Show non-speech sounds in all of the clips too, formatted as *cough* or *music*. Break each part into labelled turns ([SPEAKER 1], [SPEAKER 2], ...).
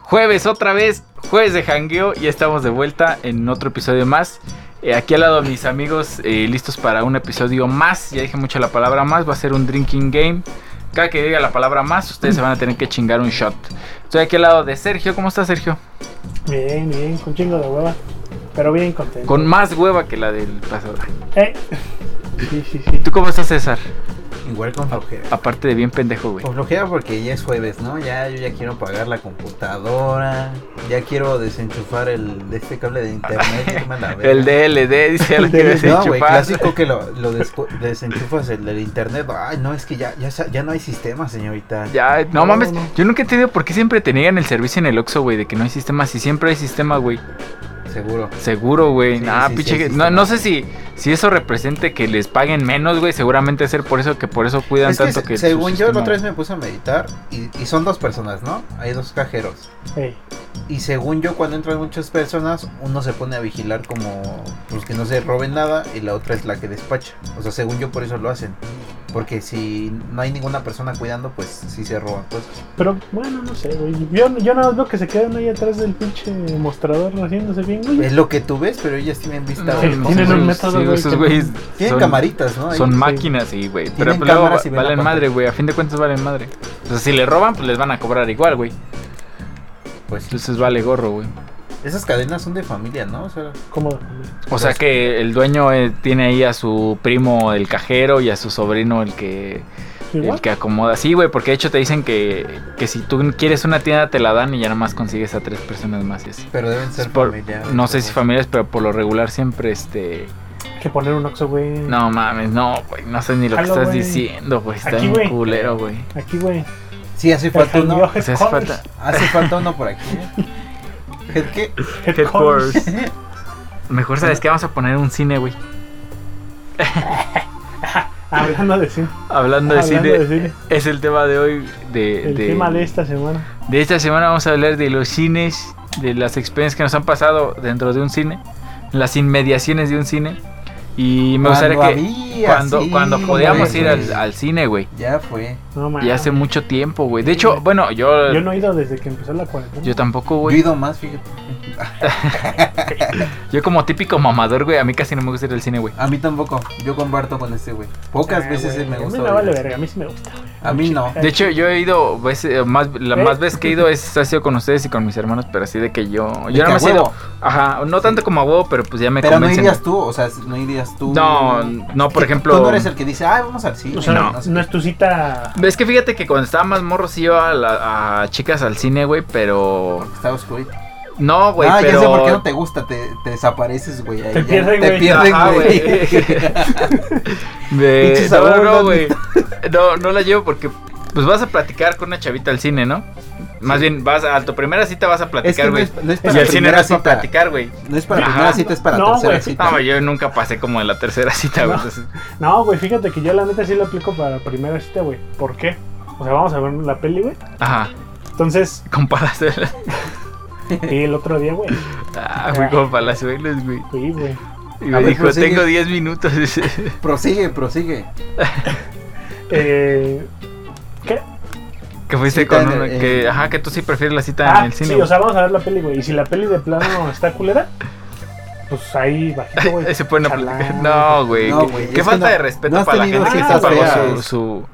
[SPEAKER 1] Jueves otra vez, jueves de jangueo, ya estamos de vuelta en otro episodio más. Eh, aquí al lado de mis amigos, eh, listos para un episodio más. Ya dije mucho la palabra más, va a ser un drinking game. Cada que diga la palabra más, ustedes se van a tener que chingar un shot. Estoy aquí al lado de Sergio. ¿Cómo estás, Sergio?
[SPEAKER 2] Bien, bien, con chingo de hueva. Pero bien contento.
[SPEAKER 1] Con más hueva que la del pasado.
[SPEAKER 2] Eh. Sí, sí, sí.
[SPEAKER 1] ¿Tú cómo estás, César?
[SPEAKER 3] Igual con flojera.
[SPEAKER 1] Aparte de bien pendejo, güey.
[SPEAKER 3] Con flojera porque ya es jueves, ¿no? Ya yo ya quiero pagar la computadora, ya quiero desenchufar el de este cable de internet. me la
[SPEAKER 1] *laughs*
[SPEAKER 3] verga.
[SPEAKER 1] El DLD, dice, ya lo quiero
[SPEAKER 3] No, güey,
[SPEAKER 1] desenchufar.
[SPEAKER 3] clásico que lo, lo descu- desenchufas el del internet. Ay, no, es que ya, ya, sa- ya no hay sistema, señorita.
[SPEAKER 1] Ya, no,
[SPEAKER 2] No,
[SPEAKER 1] mames,
[SPEAKER 2] no.
[SPEAKER 1] yo nunca he entendido por qué siempre te niegan el servicio en el Oxxo, güey, de que no hay sistema, si siempre hay sistema, güey.
[SPEAKER 3] Seguro.
[SPEAKER 1] Seguro, güey.
[SPEAKER 3] Sí,
[SPEAKER 1] Nah,
[SPEAKER 3] sí,
[SPEAKER 1] pinche
[SPEAKER 3] sí,
[SPEAKER 1] que-
[SPEAKER 3] sí,
[SPEAKER 1] no,
[SPEAKER 3] sí,
[SPEAKER 1] no
[SPEAKER 3] sí.
[SPEAKER 1] sé si, si eso represente que les paguen menos, güey. Seguramente ser por eso que por eso cuidan
[SPEAKER 3] Es que
[SPEAKER 1] tanto
[SPEAKER 3] se-
[SPEAKER 1] que. su
[SPEAKER 3] según yo,
[SPEAKER 1] sistema-
[SPEAKER 3] la otra vez me puse a meditar y, y son dos personas, ¿no? Hay dos cajeros.
[SPEAKER 2] Ey.
[SPEAKER 3] Y según yo, cuando entran muchas personas, uno se pone a vigilar como pues, que no se roben nada y la otra es la que despacha. O sea, según yo, por eso lo hacen. Porque si no hay ninguna persona cuidando, pues sí se roban cosas.
[SPEAKER 2] Pero bueno, no sé, güey. Yo, yo nada más veo que se quedan ahí atrás del pinche mostrador haciéndose bien, güey.
[SPEAKER 3] Es lo que tú ves, pero ellas tienen vista.
[SPEAKER 1] No,
[SPEAKER 2] Sí,
[SPEAKER 1] no,
[SPEAKER 3] ¿no?
[SPEAKER 2] tienen
[SPEAKER 1] sí,
[SPEAKER 2] un método,
[SPEAKER 1] sí,
[SPEAKER 2] güey,
[SPEAKER 1] esos
[SPEAKER 2] que-
[SPEAKER 1] güeyes
[SPEAKER 3] Tienen
[SPEAKER 1] son-
[SPEAKER 3] camaritas, ¿no? Ahí.
[SPEAKER 1] Son
[SPEAKER 2] sí.
[SPEAKER 1] máquinas, sí, güey. Pero
[SPEAKER 3] Tienen
[SPEAKER 1] pues, luego
[SPEAKER 3] cámaras y
[SPEAKER 1] va-
[SPEAKER 3] ven la
[SPEAKER 1] valen
[SPEAKER 3] pantalla.
[SPEAKER 1] madre, güey. A fin de cuentas valen madre. O sea, si le roban, pues les van a cobrar igual, güey.
[SPEAKER 3] Pues sí.
[SPEAKER 1] Entonces vale gorro, güey.
[SPEAKER 3] Esas cadenas son de familia, ¿no? O sea,
[SPEAKER 2] Cómodo.
[SPEAKER 1] O
[SPEAKER 3] Pues
[SPEAKER 1] sea que el dueño eh, tiene ahí a su primo el cajero y a su sobrino el que
[SPEAKER 2] Igual.
[SPEAKER 1] el que acomoda. Sí, güey, porque de hecho te dicen que, que si tú quieres una tienda te la dan y ya nada más consigues a tres personas más y así.
[SPEAKER 3] pero deben ser
[SPEAKER 1] Por-
[SPEAKER 3] familiares.
[SPEAKER 1] No sé si
[SPEAKER 3] familia.
[SPEAKER 1] familiares, pero por lo regular siempre este.
[SPEAKER 2] Que poner un oxo, güey.
[SPEAKER 1] No mames, no, güey. No sé ni lo que
[SPEAKER 2] Mm. Jalo,
[SPEAKER 1] estás
[SPEAKER 2] güey.
[SPEAKER 1] diciendo, güey. Está
[SPEAKER 2] Aquí,
[SPEAKER 1] bien
[SPEAKER 2] güey.
[SPEAKER 1] culero, güey.
[SPEAKER 2] Aquí, güey.
[SPEAKER 3] Sí, hace falta
[SPEAKER 2] El
[SPEAKER 3] uno.
[SPEAKER 2] jangueo
[SPEAKER 1] O sea,
[SPEAKER 2] headquarters.
[SPEAKER 1] hace falta.
[SPEAKER 3] Hace falta uno por aquí.
[SPEAKER 1] *laughs*
[SPEAKER 3] ¿eh? ¿El qué?
[SPEAKER 2] Headquarters.
[SPEAKER 1] Mejor sabes que vamos a poner un cine, güey.
[SPEAKER 2] Hablando de cine.
[SPEAKER 1] Hablando,
[SPEAKER 2] Hablando
[SPEAKER 1] de cine.
[SPEAKER 2] de cine.
[SPEAKER 1] Es el tema de hoy. De,
[SPEAKER 2] El tema de esta semana.
[SPEAKER 1] de esta semana vamos a hablar de los cines, de las experiencias que nos han pasado dentro de un cine, las inmediaciones de un cine. Y me gustaría
[SPEAKER 3] Cuando
[SPEAKER 1] que
[SPEAKER 3] había,
[SPEAKER 1] cuando,
[SPEAKER 3] sí,
[SPEAKER 1] cuando podíamos
[SPEAKER 3] güey.
[SPEAKER 1] ir al, al cine, güey.
[SPEAKER 3] Ya fue.
[SPEAKER 2] No, mames.
[SPEAKER 1] Y hace mucho tiempo, güey. De
[SPEAKER 2] Sí,
[SPEAKER 1] hecho,
[SPEAKER 2] güey.
[SPEAKER 1] bueno, yo,
[SPEAKER 2] Yo
[SPEAKER 1] yo,
[SPEAKER 2] no he ido desde que empezó la cuarentena.
[SPEAKER 1] tampoco,
[SPEAKER 3] Yo
[SPEAKER 1] güey.
[SPEAKER 3] he ido más, fíjate.
[SPEAKER 1] Yo como típico mamador, güey, a mí casi no me gusta ir al cine, güey.
[SPEAKER 3] A mí tampoco. Yo comparto con este güey. Pocas
[SPEAKER 2] Ah,
[SPEAKER 3] veces
[SPEAKER 2] güey,
[SPEAKER 3] él me
[SPEAKER 2] A
[SPEAKER 3] gusta.
[SPEAKER 2] mí me
[SPEAKER 3] oír.
[SPEAKER 2] vale verga, a mí sí me gusta.
[SPEAKER 3] A mí no.
[SPEAKER 1] De hecho, yo he ido, veces- más, la
[SPEAKER 2] ¿Eh?
[SPEAKER 1] más vez que he ido es, ha sido con ustedes y con mis hermanos, pero así de que yo...
[SPEAKER 3] De
[SPEAKER 1] Yo
[SPEAKER 3] que
[SPEAKER 1] no
[SPEAKER 3] a
[SPEAKER 1] me he ido,
[SPEAKER 3] huevo.
[SPEAKER 1] ajá, no tanto como a huevo, pero pues ya me
[SPEAKER 3] Pero no
[SPEAKER 1] convencen.
[SPEAKER 3] irías tú, o sea, no irías tú.
[SPEAKER 1] No, no, por
[SPEAKER 3] Es que
[SPEAKER 1] ejemplo-
[SPEAKER 3] Tú no eres el que dice, ah, vamos al cine.
[SPEAKER 2] O sea,
[SPEAKER 1] no.
[SPEAKER 2] no, es tu cita.
[SPEAKER 1] Es que fíjate que cuando estaba más morro sí iba a, la- a chicas al cine, güey, pero...
[SPEAKER 3] Porque está oscuro.
[SPEAKER 1] No, güey,
[SPEAKER 3] ah,
[SPEAKER 1] pero...
[SPEAKER 3] ya sé por qué no te gusta, te, te desapareces, güey. ahí
[SPEAKER 2] Te
[SPEAKER 3] ya,
[SPEAKER 2] pierden,
[SPEAKER 3] Te
[SPEAKER 2] güey.
[SPEAKER 3] pierden,
[SPEAKER 1] Ajá,
[SPEAKER 3] güey.
[SPEAKER 1] güey.
[SPEAKER 3] *laughs*
[SPEAKER 1] *laughs* De-
[SPEAKER 3] Pinche
[SPEAKER 1] no, no,
[SPEAKER 3] sabor,
[SPEAKER 1] no,
[SPEAKER 3] ¿no?
[SPEAKER 1] güey. No, no la llevo porque pues vas a platicar con una chavita al cine, ¿no? Más bien, vas a, a tu primera cita vas a
[SPEAKER 3] Es que
[SPEAKER 1] platicar,
[SPEAKER 3] no
[SPEAKER 1] güey.
[SPEAKER 3] es, no es
[SPEAKER 1] y
[SPEAKER 3] para
[SPEAKER 1] el cine no
[SPEAKER 3] primera
[SPEAKER 1] es para
[SPEAKER 3] cita.
[SPEAKER 1] platicar, güey.
[SPEAKER 3] No es para
[SPEAKER 1] Ajá.
[SPEAKER 3] primera cita, es para
[SPEAKER 2] No,
[SPEAKER 3] tercera
[SPEAKER 2] güey.
[SPEAKER 3] cita.
[SPEAKER 1] No, güey, yo nunca pasé como en la tercera cita, güey.
[SPEAKER 2] No.
[SPEAKER 1] entonces-
[SPEAKER 2] No, güey, fíjate que yo la neta sí lo aplico para la primera cita, güey. ¿Por qué? O sea, vamos a ver la peli, güey.
[SPEAKER 1] ajá,
[SPEAKER 2] Entonces,
[SPEAKER 1] con palazuelas.
[SPEAKER 2] y el otro día, güey,
[SPEAKER 1] Ah, fui con palazuelos, güey.
[SPEAKER 2] fui, güey.
[SPEAKER 1] Y me
[SPEAKER 3] A ver,
[SPEAKER 1] dijo,
[SPEAKER 3] prosigue.
[SPEAKER 1] tengo 10 minutos.
[SPEAKER 3] Prosigue, prosigue.
[SPEAKER 2] Eh, ¿Qué?
[SPEAKER 1] *laughs* que fuiste
[SPEAKER 3] Cita
[SPEAKER 1] con
[SPEAKER 3] en
[SPEAKER 1] una,
[SPEAKER 3] el-
[SPEAKER 1] que,
[SPEAKER 3] en-
[SPEAKER 1] ajá, que tú sí prefieres la cita en
[SPEAKER 2] Ah,
[SPEAKER 1] el cine.
[SPEAKER 2] sí,
[SPEAKER 1] güey.
[SPEAKER 2] o sea, vamos a ver la peli, güey. Y si la peli de plano está culera, pues ahí bajito, güey.
[SPEAKER 1] Se pueden
[SPEAKER 2] Charlando.
[SPEAKER 1] platicar. No, güey.
[SPEAKER 3] No,
[SPEAKER 1] qué-
[SPEAKER 3] güey,
[SPEAKER 1] Qué
[SPEAKER 3] es
[SPEAKER 1] falta
[SPEAKER 3] que no-
[SPEAKER 1] de respeto
[SPEAKER 3] no has
[SPEAKER 1] para la
[SPEAKER 3] tenido
[SPEAKER 1] gente que
[SPEAKER 2] citas
[SPEAKER 1] se pagó su,
[SPEAKER 3] feas.
[SPEAKER 1] su-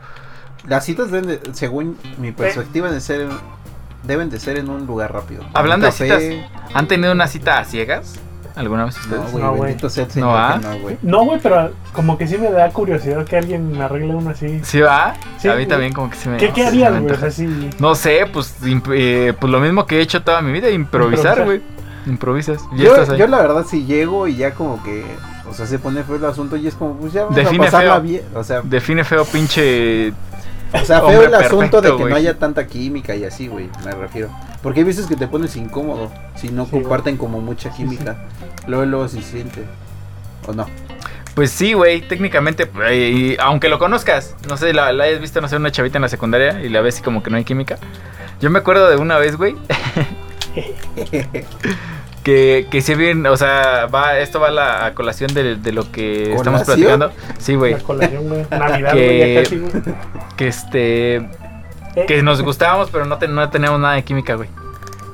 [SPEAKER 3] Las citas deben, de- según
[SPEAKER 2] Eh.
[SPEAKER 3] mi perspectiva, de ser, deben de ser en un lugar rápido.
[SPEAKER 1] Hablando de
[SPEAKER 3] Un café,
[SPEAKER 1] ¿Han tenido una cita a ciegas? ¿Alguna vez ustedes?
[SPEAKER 3] No, güey,
[SPEAKER 2] No, güey.
[SPEAKER 3] bendito sea el
[SPEAKER 1] No,
[SPEAKER 3] señor.
[SPEAKER 1] ¿ah?
[SPEAKER 3] que No, güey.
[SPEAKER 2] No, güey, pero como que sí me da curiosidad que alguien me arregle uno así.
[SPEAKER 1] ¿Sí va?
[SPEAKER 2] Sí,
[SPEAKER 1] a mí
[SPEAKER 2] güey.
[SPEAKER 1] también como que se me...
[SPEAKER 2] ¿Qué,
[SPEAKER 1] se
[SPEAKER 2] qué
[SPEAKER 1] me
[SPEAKER 2] harías, güey? O
[SPEAKER 1] antoja.
[SPEAKER 2] sea, sí.
[SPEAKER 1] No sé, pues, imp- eh, pues lo mismo que he hecho toda mi vida, improvisar,
[SPEAKER 2] Improvisar.
[SPEAKER 1] güey. Improvisas. Y
[SPEAKER 3] Yo,
[SPEAKER 1] estás ahí.
[SPEAKER 3] yo la verdad si llego y ya como que, o sea, se pone feo el asunto y es como, pues ya vamos
[SPEAKER 1] Define
[SPEAKER 3] a pasarla
[SPEAKER 1] feo.
[SPEAKER 3] bien. O sea,
[SPEAKER 1] Define feo pinche...
[SPEAKER 3] o sea feo
[SPEAKER 1] hombre
[SPEAKER 3] el asunto de
[SPEAKER 1] perfecto,
[SPEAKER 3] que
[SPEAKER 1] güey.
[SPEAKER 3] no haya tanta química y así, güey, me refiero. Porque hay veces que te pones incómodo si no
[SPEAKER 2] Sí,
[SPEAKER 3] comparten como mucha química. Luego, luego se siente. ¿O no?
[SPEAKER 1] Pues sí, güey, técnicamente, eh, y aunque lo conozcas, no sé, la, la hayas visto, no sé, una chavita en la secundaria y la ves y como que no hay química. Yo me acuerdo de una vez, güey, *laughs* Que, que si bien, o sea, va, esto va a la a colación de, de lo que estamos
[SPEAKER 3] ¿Colación?
[SPEAKER 1] platicando. Sí, güey.
[SPEAKER 2] La colación, güey. Navidad,
[SPEAKER 1] Que-
[SPEAKER 2] güey, ya casi, güey.
[SPEAKER 1] Que este.
[SPEAKER 2] Eh,
[SPEAKER 1] Que nos gustábamos, pero no, te- no teníamos nada de química, güey.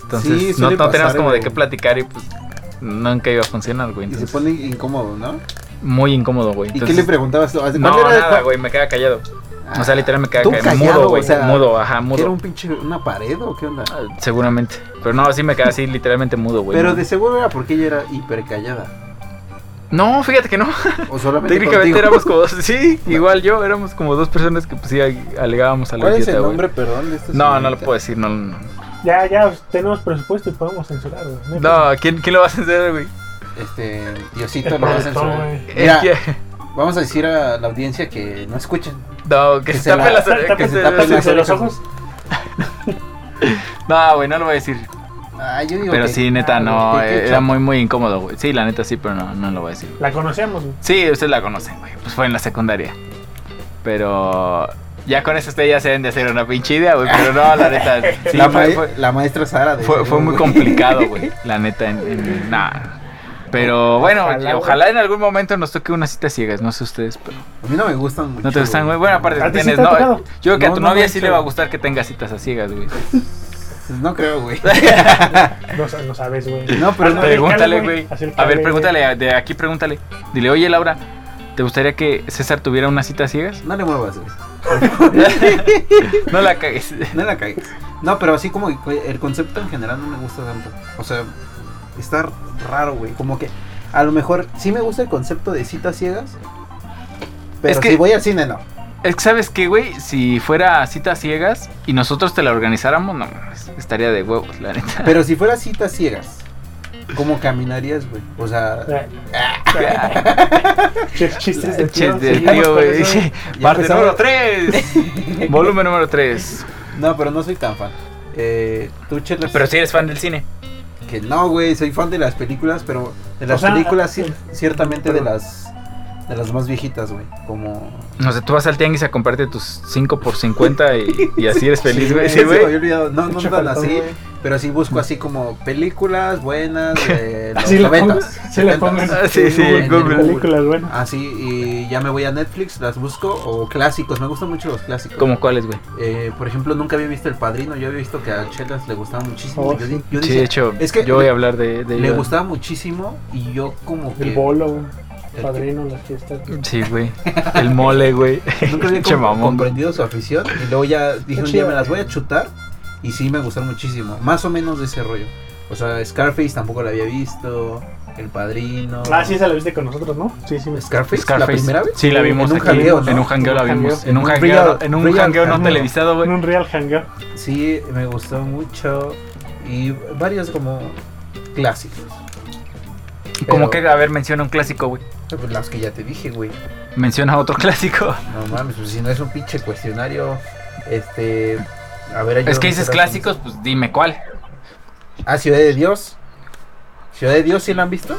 [SPEAKER 1] Entonces
[SPEAKER 3] Sí,
[SPEAKER 1] no,
[SPEAKER 3] suele
[SPEAKER 1] no teníamos
[SPEAKER 3] pasar,
[SPEAKER 1] como de
[SPEAKER 3] güey.
[SPEAKER 1] qué platicar y pues nunca iba a funcionar, güey.
[SPEAKER 3] Y se
[SPEAKER 1] Entonces,
[SPEAKER 3] pone incómodo, ¿no?
[SPEAKER 1] muy incómodo, güey.
[SPEAKER 3] ¿Y qué
[SPEAKER 1] Entonces,
[SPEAKER 3] le preguntabas tú? ¿Cuál
[SPEAKER 1] no,
[SPEAKER 3] era el-
[SPEAKER 1] nada, güey, me quedaba callado.
[SPEAKER 3] Ah,
[SPEAKER 1] o sea, literal me quedaba
[SPEAKER 3] tú
[SPEAKER 1] callado.
[SPEAKER 3] callado,
[SPEAKER 1] Mudo, güey.
[SPEAKER 3] o sea,
[SPEAKER 1] mudo, ajá,
[SPEAKER 3] ¿que ¿Era
[SPEAKER 1] mudo.
[SPEAKER 3] un pinche, una pared o qué onda?
[SPEAKER 1] Ah, Seguramente. Pero no, sí me quedaba así literalmente mudo, güey.
[SPEAKER 3] Pero
[SPEAKER 1] No.
[SPEAKER 3] de seguro era porque ella era hiper callada.
[SPEAKER 1] No, fíjate que no.
[SPEAKER 3] O solamente
[SPEAKER 1] Técnicamente
[SPEAKER 3] contigo.
[SPEAKER 1] éramos como. Sí, igual yo, éramos como dos personas que pues sí alegábamos a la
[SPEAKER 3] *laughs* ¿Cuál es
[SPEAKER 1] idiota,
[SPEAKER 3] el
[SPEAKER 1] güey.
[SPEAKER 3] nombre, perdón, este de esta
[SPEAKER 1] No, no lo
[SPEAKER 3] señorita?
[SPEAKER 1] puedo decir, no. No,
[SPEAKER 2] Ya, ya pues, tenemos presupuesto y podemos censurar, güey. hay
[SPEAKER 1] no ¿quién, ¿quién lo va a hacer, güey?
[SPEAKER 3] Este,
[SPEAKER 2] problema.
[SPEAKER 3] Diosito
[SPEAKER 2] El
[SPEAKER 3] lo va a
[SPEAKER 2] productor,
[SPEAKER 3] censurar.
[SPEAKER 2] güey.
[SPEAKER 1] Es
[SPEAKER 3] Mira,
[SPEAKER 1] que-
[SPEAKER 3] vamos a decir a la audiencia que no escuchen.
[SPEAKER 1] No, que,
[SPEAKER 3] que
[SPEAKER 1] se
[SPEAKER 3] se
[SPEAKER 1] tape
[SPEAKER 3] la-
[SPEAKER 1] las
[SPEAKER 2] Tape-
[SPEAKER 1] que se-
[SPEAKER 3] tape
[SPEAKER 2] tapense
[SPEAKER 3] las
[SPEAKER 2] los
[SPEAKER 3] orejas.
[SPEAKER 2] ojos.
[SPEAKER 1] No, güey, no lo voy a decir.
[SPEAKER 3] Ah, yo digo
[SPEAKER 1] Pero
[SPEAKER 3] que-
[SPEAKER 1] sí, neta,
[SPEAKER 3] ah,
[SPEAKER 1] no.
[SPEAKER 3] que- que
[SPEAKER 1] eh, Era
[SPEAKER 3] chato.
[SPEAKER 1] muy, muy incómodo, güey. Sí, la neta sí, pero no, no lo voy a decir.
[SPEAKER 2] La conocíamos, güey.
[SPEAKER 1] Sí, ustedes la conocen, güey. Pues fue en la secundaria. Pero. Ya con eso ustedes ya se deben de hacer una pinche idea, güey. Pero no, la neta. Sí,
[SPEAKER 3] la,
[SPEAKER 1] fue-
[SPEAKER 3] ma-
[SPEAKER 1] fue-
[SPEAKER 3] la maestra Sara. de
[SPEAKER 1] Fue, fue
[SPEAKER 3] seguro, *laughs*
[SPEAKER 1] muy
[SPEAKER 3] güey.
[SPEAKER 1] complicado, güey. La neta, en, en- nah. Pero bueno,
[SPEAKER 2] Ojalá,
[SPEAKER 1] ojalá,
[SPEAKER 2] güey.
[SPEAKER 1] en algún momento nos toque una cita ciegas, no sé ustedes, pero
[SPEAKER 3] A mí no me gustan mucho.
[SPEAKER 1] no te gustan, güey. Bueno, aparte
[SPEAKER 2] ¿A ti sí
[SPEAKER 1] tienes,
[SPEAKER 2] te ha
[SPEAKER 1] no,
[SPEAKER 2] tocado?
[SPEAKER 1] yo creo que a
[SPEAKER 3] No,
[SPEAKER 1] tu
[SPEAKER 3] no,
[SPEAKER 1] novia
[SPEAKER 3] de
[SPEAKER 1] sí
[SPEAKER 3] hecho.
[SPEAKER 1] le va a gustar que tengas citas a ciegas, güey.
[SPEAKER 3] No creo, güey.
[SPEAKER 2] No, sa- no sabes, güey.
[SPEAKER 3] No,
[SPEAKER 1] *laughs*
[SPEAKER 3] pero
[SPEAKER 2] Hazle-
[SPEAKER 1] pregúntale,
[SPEAKER 2] hazle,
[SPEAKER 1] güey.
[SPEAKER 2] Hazle el
[SPEAKER 1] A ver,
[SPEAKER 2] cable,
[SPEAKER 1] pregúntale, a- de aquí pregúntale. Dile, oye Laura, ¿te gustaría que César tuviera una cita ciegas?
[SPEAKER 3] *laughs* No le muevas, güey.
[SPEAKER 1] No la cagues.
[SPEAKER 3] No la cagues. No, pero así como que el concepto en general no me gusta tanto. O sea, está raro, güey. Como que a lo mejor sí me gusta el concepto de citas ciegas. Pero
[SPEAKER 1] Es que-
[SPEAKER 3] si voy al cine, no.
[SPEAKER 1] Es que sabes qué, güey, si fuera cita ciegas y nosotros te la organizáramos, no mames, estaría de huevos, la
[SPEAKER 3] *laughs*
[SPEAKER 1] neta.
[SPEAKER 3] Pero si fuera citas ciegas, ¿cómo caminarías, güey?
[SPEAKER 2] *laughs*
[SPEAKER 3] O sea,
[SPEAKER 2] Eh, ch- Chistes de
[SPEAKER 1] Chis
[SPEAKER 2] tío.
[SPEAKER 1] del
[SPEAKER 2] seguimos
[SPEAKER 1] tío,
[SPEAKER 2] con
[SPEAKER 1] güey.
[SPEAKER 2] eso.
[SPEAKER 1] *laughs* Parte
[SPEAKER 3] empezamos.
[SPEAKER 1] número 3. Volumen número 3.
[SPEAKER 3] no, pero no soy tan fan. Eh, tú, Chelas,
[SPEAKER 1] Pero si eres fan del cine.
[SPEAKER 3] que no, güey, soy fan de las películas, pero de las
[SPEAKER 2] O sea,
[SPEAKER 3] películas
[SPEAKER 2] eh,
[SPEAKER 3] cier- ciertamente de
[SPEAKER 2] perdón.
[SPEAKER 3] las de las más viejitas, güey, como
[SPEAKER 1] No sé, tú vas al tianguis a comprarte tus 5 por 50 y, y así eres feliz, güey. Sí,
[SPEAKER 3] Sí, se me había
[SPEAKER 1] güey.
[SPEAKER 3] olvidado. No, no
[SPEAKER 2] Mucho
[SPEAKER 3] tan
[SPEAKER 2] faltó,
[SPEAKER 3] así,
[SPEAKER 2] güey.
[SPEAKER 3] pero sí busco así como películas buenas de
[SPEAKER 2] *laughs*
[SPEAKER 3] los
[SPEAKER 2] Así le pongo.
[SPEAKER 3] 90s,
[SPEAKER 2] Sí, le pongo.
[SPEAKER 3] 70s.
[SPEAKER 1] Ah, sí, sí,
[SPEAKER 3] en
[SPEAKER 1] Google.
[SPEAKER 3] Google.
[SPEAKER 2] Películas, bueno.
[SPEAKER 3] Así, Ah, y ya me voy a Netflix, las busco, o clásicos, me gustan mucho los clásicos.
[SPEAKER 1] ¿Cómo cuáles, güey?
[SPEAKER 3] Eh, por ejemplo, nunca había visto El Padrino, yo había visto que a Chelas le gustaba muchísimo.
[SPEAKER 2] Oh,
[SPEAKER 3] yo,
[SPEAKER 2] sí.
[SPEAKER 3] di- yo
[SPEAKER 1] Sí,
[SPEAKER 3] dije,
[SPEAKER 1] de hecho,
[SPEAKER 3] es que
[SPEAKER 1] yo voy
[SPEAKER 3] le-
[SPEAKER 1] a hablar de, de
[SPEAKER 3] le
[SPEAKER 1] ello.
[SPEAKER 3] gustaba muchísimo y yo como que...
[SPEAKER 2] El bolo, güey.
[SPEAKER 3] el-
[SPEAKER 2] Padrino, las fiestas.
[SPEAKER 1] Sí, güey. El mole, güey.
[SPEAKER 3] Nunca
[SPEAKER 1] *laughs*
[SPEAKER 3] había
[SPEAKER 1] Che
[SPEAKER 3] como
[SPEAKER 1] mamón.
[SPEAKER 3] comprendido su afición y luego ya dije un día
[SPEAKER 2] chido.
[SPEAKER 3] me las voy a chutar y sí me gustaron muchísimo, más o menos de ese rollo. O sea, Scarface tampoco la había visto, El Padrino.
[SPEAKER 2] Ah, sí, esa la viste con nosotros, ¿no? Sí, sí. me-
[SPEAKER 3] Scarface,
[SPEAKER 1] Scarface.
[SPEAKER 3] la primera vez.
[SPEAKER 1] Sí, la vimos
[SPEAKER 3] en un
[SPEAKER 1] aquí.
[SPEAKER 3] jangueo, ¿no?
[SPEAKER 1] En un jangueo la
[SPEAKER 2] En un
[SPEAKER 1] vimos.
[SPEAKER 2] jangueo.
[SPEAKER 1] En un
[SPEAKER 3] En un
[SPEAKER 1] jangueo,
[SPEAKER 3] real-
[SPEAKER 1] en un
[SPEAKER 3] real
[SPEAKER 1] jangueo no
[SPEAKER 3] jangueo.
[SPEAKER 1] televisado,
[SPEAKER 2] En
[SPEAKER 1] güey.
[SPEAKER 2] un real hangar.
[SPEAKER 3] Sí, me gustó mucho y varios como clásicos,
[SPEAKER 1] Como que,
[SPEAKER 3] pero-
[SPEAKER 1] a ver, menciona un clásico, güey.
[SPEAKER 3] Pues los que ya te dije, güey.
[SPEAKER 1] Menciona otro *laughs* clásico.
[SPEAKER 3] No mames, pues si no es un pinche cuestionario este a ver,
[SPEAKER 1] Es que
[SPEAKER 3] ayúdame,
[SPEAKER 1] dices
[SPEAKER 3] Sara,
[SPEAKER 1] clásicos, pues dime cuál.
[SPEAKER 3] ¿cómo se- Ah, Ciudad de Dios. Ciudad de Dios, ¿sí la han visto?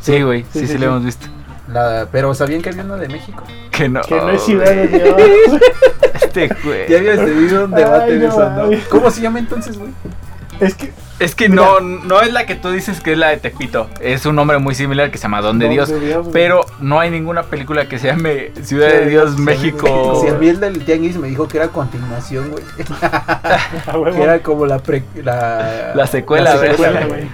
[SPEAKER 1] Sí, güey. Sí, sí,
[SPEAKER 2] sí,
[SPEAKER 1] lo
[SPEAKER 2] sí.
[SPEAKER 1] hemos visto.
[SPEAKER 3] La, pero ¿sabían que había una de México?
[SPEAKER 1] Que no.
[SPEAKER 2] Que no es ciudad
[SPEAKER 1] Oh, güey.
[SPEAKER 2] de Dios.
[SPEAKER 1] *laughs*
[SPEAKER 2] *laughs*
[SPEAKER 1] Este, güey.
[SPEAKER 3] Ya habías tenido un debate
[SPEAKER 2] Ay,
[SPEAKER 3] de
[SPEAKER 2] no
[SPEAKER 3] eso, ¿no?
[SPEAKER 2] mames.
[SPEAKER 3] ¿Cómo se llama entonces, güey?
[SPEAKER 2] Es que.
[SPEAKER 1] Es que no, no es la que tú dices que es la de Tepito. Es un nombre muy similar que se llama Don de Dios.
[SPEAKER 2] güey. *laughs*
[SPEAKER 1] Pero no hay ninguna película que se llame Ciudad de Dios, México.
[SPEAKER 3] Si a mí el del Tianguis me dijo que era continuación, güey.
[SPEAKER 2] Ah, huevo.
[SPEAKER 3] Que era como la pre... La,
[SPEAKER 1] La secuela,
[SPEAKER 3] la
[SPEAKER 1] güey.
[SPEAKER 3] secuela,
[SPEAKER 2] Escuela,
[SPEAKER 3] güey.
[SPEAKER 2] güey.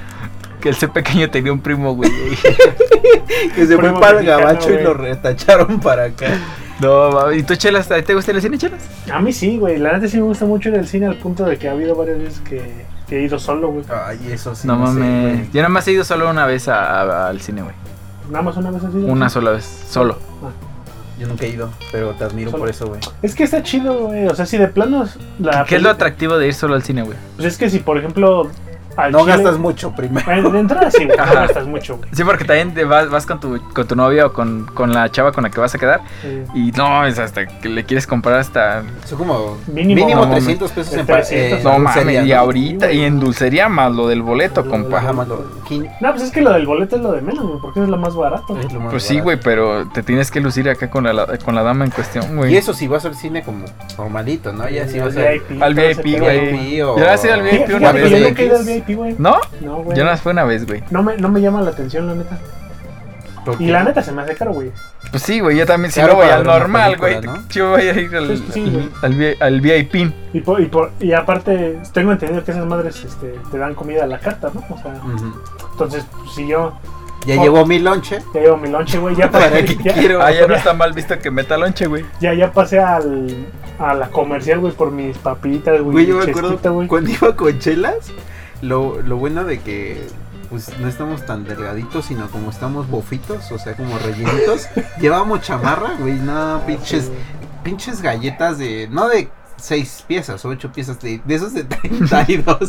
[SPEAKER 1] Que el C pequeño tenía un primo, güey.
[SPEAKER 3] Que se fue
[SPEAKER 2] Primo
[SPEAKER 3] para el
[SPEAKER 2] mexicano,
[SPEAKER 3] gabacho y
[SPEAKER 2] güey.
[SPEAKER 3] lo retacharon para acá.
[SPEAKER 1] *laughs* No, mami. ¿Y tú, Chelas? ¿a ti ¿Te gusta el cine, Chelas?
[SPEAKER 2] A mí sí, güey. La neta sí me gusta mucho ir al cine al punto de que ha habido varias veces que, que he ido solo, güey.
[SPEAKER 3] Ay, eso sí.
[SPEAKER 1] no
[SPEAKER 3] sé,
[SPEAKER 1] mames.
[SPEAKER 3] güey.
[SPEAKER 1] Yo nada más he ido solo una vez a- a- al cine, güey.
[SPEAKER 2] Nada más una vez así.
[SPEAKER 1] Una sola vez. Solo.
[SPEAKER 3] Yo nunca he ido, pero te admiro
[SPEAKER 2] Solo.
[SPEAKER 3] por eso, güey.
[SPEAKER 2] Es que está chido, güey. O sea, si de planos.
[SPEAKER 3] Ah,
[SPEAKER 2] La
[SPEAKER 1] ¿Qué es lo
[SPEAKER 2] peli-
[SPEAKER 1] atractivo de ir solo al cine, güey?
[SPEAKER 2] Pues es que si, por ejemplo. Al
[SPEAKER 3] No
[SPEAKER 2] chile-
[SPEAKER 3] gastas mucho, primero.
[SPEAKER 2] Bueno, de entrada sí, güey. No
[SPEAKER 1] Ajá.
[SPEAKER 2] gastas mucho, güey.
[SPEAKER 1] Sí, porque también te vas, vas con, tu, con tu novia o con, con la chava con la que vas a quedar.
[SPEAKER 2] Eh,
[SPEAKER 1] Y no, es hasta que le quieres comprar hasta
[SPEAKER 3] Son como...
[SPEAKER 2] Mínimo.
[SPEAKER 3] Mínimo
[SPEAKER 1] no,
[SPEAKER 3] 300 pesos en...
[SPEAKER 2] 300.
[SPEAKER 3] eh,
[SPEAKER 1] No
[SPEAKER 3] dulcería,
[SPEAKER 1] mames, y
[SPEAKER 3] ¿no?
[SPEAKER 1] ahorita, y en dulcería más lo del boleto,
[SPEAKER 2] Lo
[SPEAKER 1] compa.
[SPEAKER 2] del-
[SPEAKER 3] Ajá, mano. quin-
[SPEAKER 2] No, pues es que lo del boleto es lo de menos, güey. Porque es lo más barato.
[SPEAKER 3] es lo más
[SPEAKER 1] Pues sí,
[SPEAKER 3] barato.
[SPEAKER 1] güey, pero te tienes que lucir acá con la, la- con la dama en cuestión,
[SPEAKER 3] Y
[SPEAKER 1] güey.
[SPEAKER 3] eso si vas al cine como normalito, ¿no? Ya si
[SPEAKER 2] Al
[SPEAKER 3] vas al
[SPEAKER 2] VIP,
[SPEAKER 1] al
[SPEAKER 2] todo ese
[SPEAKER 1] VIP,
[SPEAKER 2] pedo,
[SPEAKER 1] güey.
[SPEAKER 3] o...
[SPEAKER 1] Yo has ido al VIP
[SPEAKER 3] *laughs*
[SPEAKER 2] Fíjate,
[SPEAKER 1] una
[SPEAKER 2] fíjate,
[SPEAKER 1] vez,
[SPEAKER 2] Yo
[SPEAKER 1] güey.
[SPEAKER 2] nunca he ido al VIP, güey.
[SPEAKER 1] ¿No?
[SPEAKER 2] No, güey.
[SPEAKER 1] Yo nada más fue una vez, güey.
[SPEAKER 2] No me, no me llama la atención, la neta.
[SPEAKER 3] Porque-
[SPEAKER 2] Y la neta se me hace caro, güey.
[SPEAKER 1] Pues sí, güey, yo también si
[SPEAKER 3] Claro,
[SPEAKER 1] no voy al
[SPEAKER 3] para ver una
[SPEAKER 1] normal, güey.
[SPEAKER 3] película, ¿no?
[SPEAKER 1] Yo voy a ir al,
[SPEAKER 2] Sí, sí, güey.
[SPEAKER 1] al vi- al
[SPEAKER 2] *laughs*
[SPEAKER 1] VIP.
[SPEAKER 2] Y, por- y, por- y aparte, tengo entendido que esas madres este, te dan comida a la carta, ¿no? O sea,
[SPEAKER 3] Ujú.
[SPEAKER 2] entonces, pues, si yo
[SPEAKER 3] Ya
[SPEAKER 2] Oh.
[SPEAKER 3] llegó mi lonche.
[SPEAKER 2] ya llevo mi lonche,
[SPEAKER 1] *laughs*
[SPEAKER 2] güey, ya
[SPEAKER 3] ¿Para
[SPEAKER 2] pasé,
[SPEAKER 3] qué
[SPEAKER 2] ya,
[SPEAKER 3] quiero?
[SPEAKER 1] Ah, ya no está mal visto que meta lonche, güey.
[SPEAKER 2] ya, ya pasé al, a la comercial, güey, por mis papitas, güey.
[SPEAKER 3] Güey, yo me
[SPEAKER 2] mi
[SPEAKER 3] acuerdo
[SPEAKER 2] chesquita, güey.
[SPEAKER 3] cuando *laughs* iba con chelas, lo, lo bueno de que pues, no estamos tan delgaditos, sino como estamos bofitos, o sea,
[SPEAKER 1] *laughs*
[SPEAKER 3] como rellenitos. Llevamos chamarra, güey, no, pinches, pinches galletas de, no de seis piezas o ocho piezas, de, de esos de 32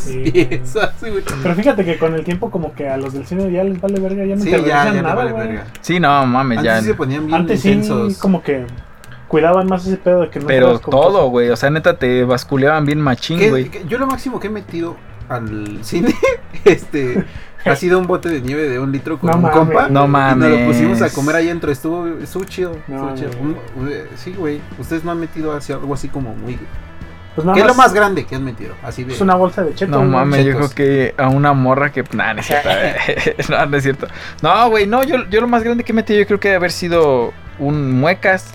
[SPEAKER 2] *laughs* Sí.
[SPEAKER 3] piezas, güey.
[SPEAKER 2] Pero fíjate que con el tiempo, como que a los del cine ya les vale verga, ya no
[SPEAKER 3] Sí,
[SPEAKER 2] te
[SPEAKER 3] ya, ya
[SPEAKER 2] revisan
[SPEAKER 3] le
[SPEAKER 2] nada,
[SPEAKER 3] vale
[SPEAKER 2] güey.
[SPEAKER 3] verga.
[SPEAKER 1] Sí, no mames,
[SPEAKER 3] Antes
[SPEAKER 1] ya.
[SPEAKER 3] sí se ponían bien
[SPEAKER 2] Antes
[SPEAKER 3] intensos.
[SPEAKER 2] sí, como que cuidaban más ese pedo de que no
[SPEAKER 1] Pero
[SPEAKER 2] fueras con
[SPEAKER 1] todo, güey. O sea, neta, te basculeaban bien machín,
[SPEAKER 3] ¿Qué-
[SPEAKER 1] güey.
[SPEAKER 3] qué- yo lo máximo que he metido al cine, *laughs* este, ha sido un bote de nieve de un litro con
[SPEAKER 2] No
[SPEAKER 3] un
[SPEAKER 2] mames.
[SPEAKER 3] compa.
[SPEAKER 1] No
[SPEAKER 3] Y
[SPEAKER 1] mames.
[SPEAKER 3] nos lo pusimos a comer ahí adentro, estuvo, estuvo chido. estuvo
[SPEAKER 2] No,
[SPEAKER 3] chido.
[SPEAKER 2] no,
[SPEAKER 3] Un- un- sí, güey. Ustedes no han metido así, algo así como muy.
[SPEAKER 2] Pues nada
[SPEAKER 3] ¿Qué es lo más grande que han metido? Así de.
[SPEAKER 2] Es una bolsa de chetos.
[SPEAKER 1] No
[SPEAKER 2] güey.
[SPEAKER 1] mames, yo creo
[SPEAKER 3] chetos.
[SPEAKER 1] que a una morra que. Nah, no es
[SPEAKER 2] *laughs*
[SPEAKER 1] cierto. eh, *laughs* no, no es cierto. No, güey, no, yo, yo lo más grande que he metido, yo creo que debe haber sido un muecas.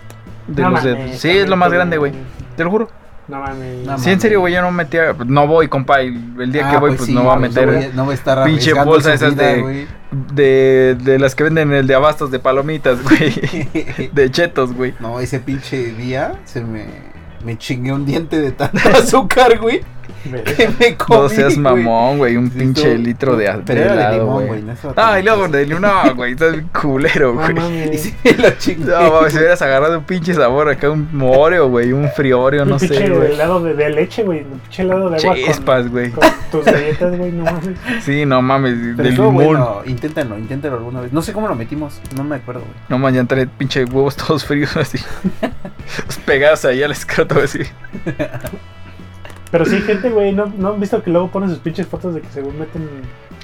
[SPEAKER 1] De
[SPEAKER 2] No
[SPEAKER 1] los de-
[SPEAKER 2] mames,
[SPEAKER 1] sí, es lo más
[SPEAKER 2] también,
[SPEAKER 1] grande, güey. Te lo juro.
[SPEAKER 2] No mames.
[SPEAKER 3] No
[SPEAKER 1] Sí, en serio, güey, yo no metía. No voy, compa. El, el día
[SPEAKER 3] Ah,
[SPEAKER 1] que voy, pues
[SPEAKER 3] sí,
[SPEAKER 1] no voy a meter.
[SPEAKER 3] No voy a, no voy a estar
[SPEAKER 1] pinche
[SPEAKER 3] arriesgando
[SPEAKER 1] bolsa
[SPEAKER 3] su
[SPEAKER 1] esas
[SPEAKER 3] vida,
[SPEAKER 1] de-
[SPEAKER 3] güey.
[SPEAKER 1] De, de las que venden en el de abastos de palomitas,
[SPEAKER 3] *laughs*
[SPEAKER 1] güey. De chetos, güey.
[SPEAKER 3] no, ese pinche día se me. Me chingué un diente de tanto *laughs* azúcar, güey. *laughs*
[SPEAKER 2] Verga.
[SPEAKER 3] Que me comí.
[SPEAKER 1] No seas
[SPEAKER 3] güey.
[SPEAKER 1] mamón, güey. Un
[SPEAKER 3] Sí,
[SPEAKER 1] pinche
[SPEAKER 3] estuvo-
[SPEAKER 1] litro de, de
[SPEAKER 3] Pero era de
[SPEAKER 1] helado,
[SPEAKER 3] limón,
[SPEAKER 1] güey.
[SPEAKER 3] güey. no estaba tan-
[SPEAKER 1] Ah, y luego de no, güey. Estás bien
[SPEAKER 3] *laughs*
[SPEAKER 1] culero,
[SPEAKER 2] No
[SPEAKER 1] güey.
[SPEAKER 3] Y
[SPEAKER 2] mames.
[SPEAKER 3] sí, me lo chingué.
[SPEAKER 1] No, mames, si hubieras agarrado un pinche sabor acá, un oreo, güey. Un frioreo,
[SPEAKER 2] Un
[SPEAKER 1] no
[SPEAKER 2] pinche
[SPEAKER 1] sé, güey.
[SPEAKER 2] helado de, de leche, güey. Un pinche helado de agua. con-
[SPEAKER 1] Chispas, güey.
[SPEAKER 2] Con, tus galletas, güey, no mames.
[SPEAKER 1] Sí, no mames.
[SPEAKER 3] Pero
[SPEAKER 1] De
[SPEAKER 3] estuvo
[SPEAKER 1] limón.
[SPEAKER 3] bueno. Inténtalo, inténtalo alguna vez. No sé cómo lo metimos. No me acuerdo, güey.
[SPEAKER 1] No mames, ya entré pinche huevos todos fríos *laughs*
[SPEAKER 3] *laughs*
[SPEAKER 1] así. Los pegados ahí al escroto así.
[SPEAKER 2] Pero sí, gente, güey, ¿no, ¿no han visto que luego ponen sus pinches fotos de que según meten.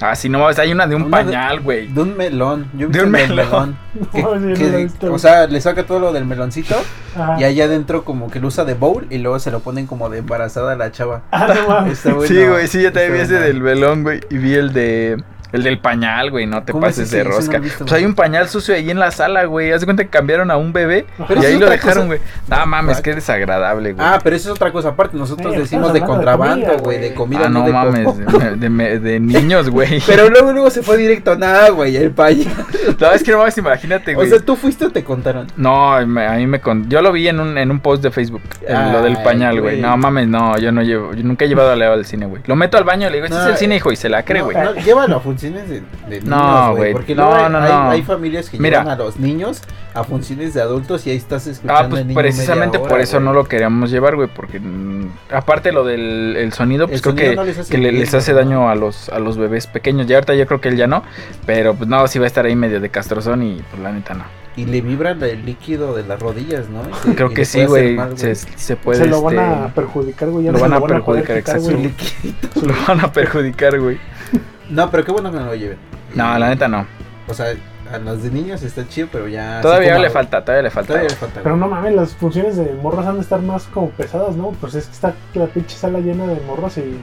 [SPEAKER 1] Ah, sí, no mames, hay una de un
[SPEAKER 3] Una de-
[SPEAKER 1] pañal, güey.
[SPEAKER 3] De un melón. Yo he
[SPEAKER 1] De
[SPEAKER 3] visto
[SPEAKER 1] un
[SPEAKER 3] el
[SPEAKER 1] *laughs*
[SPEAKER 3] del
[SPEAKER 1] melón.
[SPEAKER 3] Que-
[SPEAKER 2] No, sí,
[SPEAKER 3] que-
[SPEAKER 2] no lo he visto. Ah.
[SPEAKER 3] o sea, le saca todo lo del meloncito
[SPEAKER 2] Ajá.
[SPEAKER 3] y allá adentro como que lo usa de bowl y luego se lo ponen como de embarazada a la chava.
[SPEAKER 2] Ah, no mames.
[SPEAKER 3] Está bueno,
[SPEAKER 1] sí, güey, sí, yo
[SPEAKER 3] está
[SPEAKER 1] también vi ese
[SPEAKER 3] bueno.
[SPEAKER 1] del velón, güey. Y vi el de. El del pañal, güey, no te
[SPEAKER 3] ¿Cómo es
[SPEAKER 1] pases
[SPEAKER 3] ese?
[SPEAKER 1] de
[SPEAKER 3] Ese no lo he
[SPEAKER 1] rosca.
[SPEAKER 3] visto,
[SPEAKER 1] pues hay
[SPEAKER 3] güey.
[SPEAKER 1] un pañal sucio ahí en la sala, güey. Haz de cuenta que cambiaron a un bebé
[SPEAKER 3] Pero
[SPEAKER 1] y
[SPEAKER 3] eso
[SPEAKER 1] ahí
[SPEAKER 3] es
[SPEAKER 1] lo
[SPEAKER 3] otra cosa.
[SPEAKER 1] dejaron, güey. No mames, qué desagradable, güey.
[SPEAKER 3] Ah, pero eso es otra cosa aparte. Nosotros
[SPEAKER 2] Sí, estamos
[SPEAKER 3] decimos de
[SPEAKER 2] hablando de
[SPEAKER 3] contrabanda,
[SPEAKER 2] comida,
[SPEAKER 3] güey, de
[SPEAKER 2] güey.
[SPEAKER 3] comida,
[SPEAKER 1] Ah,
[SPEAKER 3] no,
[SPEAKER 1] no
[SPEAKER 3] de
[SPEAKER 1] mames,
[SPEAKER 3] popó.
[SPEAKER 1] de, de- de niños, güey.
[SPEAKER 3] *laughs* Pero luego luego se fue directo a nada, güey, el *laughs* país.
[SPEAKER 1] *laughs* No, es que no mames, imagínate,
[SPEAKER 3] O
[SPEAKER 1] güey.
[SPEAKER 3] sea, tú fuiste o te contaron.
[SPEAKER 1] No, me- a mí me con... Yo lo vi en un, en un post de Facebook, el- lo del
[SPEAKER 3] Ay,
[SPEAKER 1] pañal, güey.
[SPEAKER 3] güey.
[SPEAKER 1] No mames, no, yo no llevo, yo nunca he llevado a Leo al cine, güey. Lo meto al baño, le digo, este
[SPEAKER 3] No,
[SPEAKER 1] es el
[SPEAKER 3] eh,
[SPEAKER 1] cine, hijo, y se la cree,
[SPEAKER 3] No,
[SPEAKER 1] güey.
[SPEAKER 3] no, llévalo a funciones de, de
[SPEAKER 1] No,
[SPEAKER 3] niños, güey.
[SPEAKER 1] güey,
[SPEAKER 3] Porque
[SPEAKER 1] no,
[SPEAKER 3] luego hay,
[SPEAKER 1] no,
[SPEAKER 3] hay-
[SPEAKER 1] no.
[SPEAKER 3] hay familias que
[SPEAKER 1] Mira.
[SPEAKER 3] llevan a los niños a funciones de adultos y ahí estás escuchando.
[SPEAKER 1] Ah, pues
[SPEAKER 3] al niño media
[SPEAKER 1] precisamente
[SPEAKER 3] hora,
[SPEAKER 1] por eso
[SPEAKER 3] güey.
[SPEAKER 1] no lo queríamos llevar, güey, porque mm, aparte lo del el sonido, pues
[SPEAKER 3] El
[SPEAKER 1] creo
[SPEAKER 3] sonido
[SPEAKER 1] que,
[SPEAKER 3] no les hace
[SPEAKER 1] que le-
[SPEAKER 3] bien,
[SPEAKER 1] les hace
[SPEAKER 3] ¿no?
[SPEAKER 1] daño a los a los bebés pequeños. Ya ahorita yo creo que él ya no, pero pues no, sí va a estar ahí medio de castrozón y pues la neta no.
[SPEAKER 3] Y le vibran el líquido de las rodillas, ¿no? Y te- y
[SPEAKER 1] Creo
[SPEAKER 3] le
[SPEAKER 1] que
[SPEAKER 3] puede
[SPEAKER 1] sí,
[SPEAKER 3] hacer
[SPEAKER 1] güey,
[SPEAKER 3] mal,
[SPEAKER 1] se, se puede...
[SPEAKER 2] se lo van
[SPEAKER 1] este,
[SPEAKER 2] a perjudicar, güey. ya
[SPEAKER 1] lo
[SPEAKER 2] no
[SPEAKER 1] van
[SPEAKER 2] se
[SPEAKER 1] a
[SPEAKER 2] poder
[SPEAKER 1] perjudicar,
[SPEAKER 2] quitar,
[SPEAKER 1] exacto.
[SPEAKER 2] güey.
[SPEAKER 1] Su líquido. *laughs* Lo van a perjudicar, güey.
[SPEAKER 3] *laughs* No, pero qué bueno que no lo lleven.
[SPEAKER 1] No, la neta no.
[SPEAKER 3] O sea, a los de niños está chido, pero ya. así
[SPEAKER 1] Todavía
[SPEAKER 3] como-
[SPEAKER 1] le falta, todavía le falta.
[SPEAKER 3] Todavía le falta.
[SPEAKER 2] Pero
[SPEAKER 3] güey.
[SPEAKER 2] no mames, las funciones de morras han de estar más como pesadas, ¿no? Pues es que está la pinche sala llena de morros y.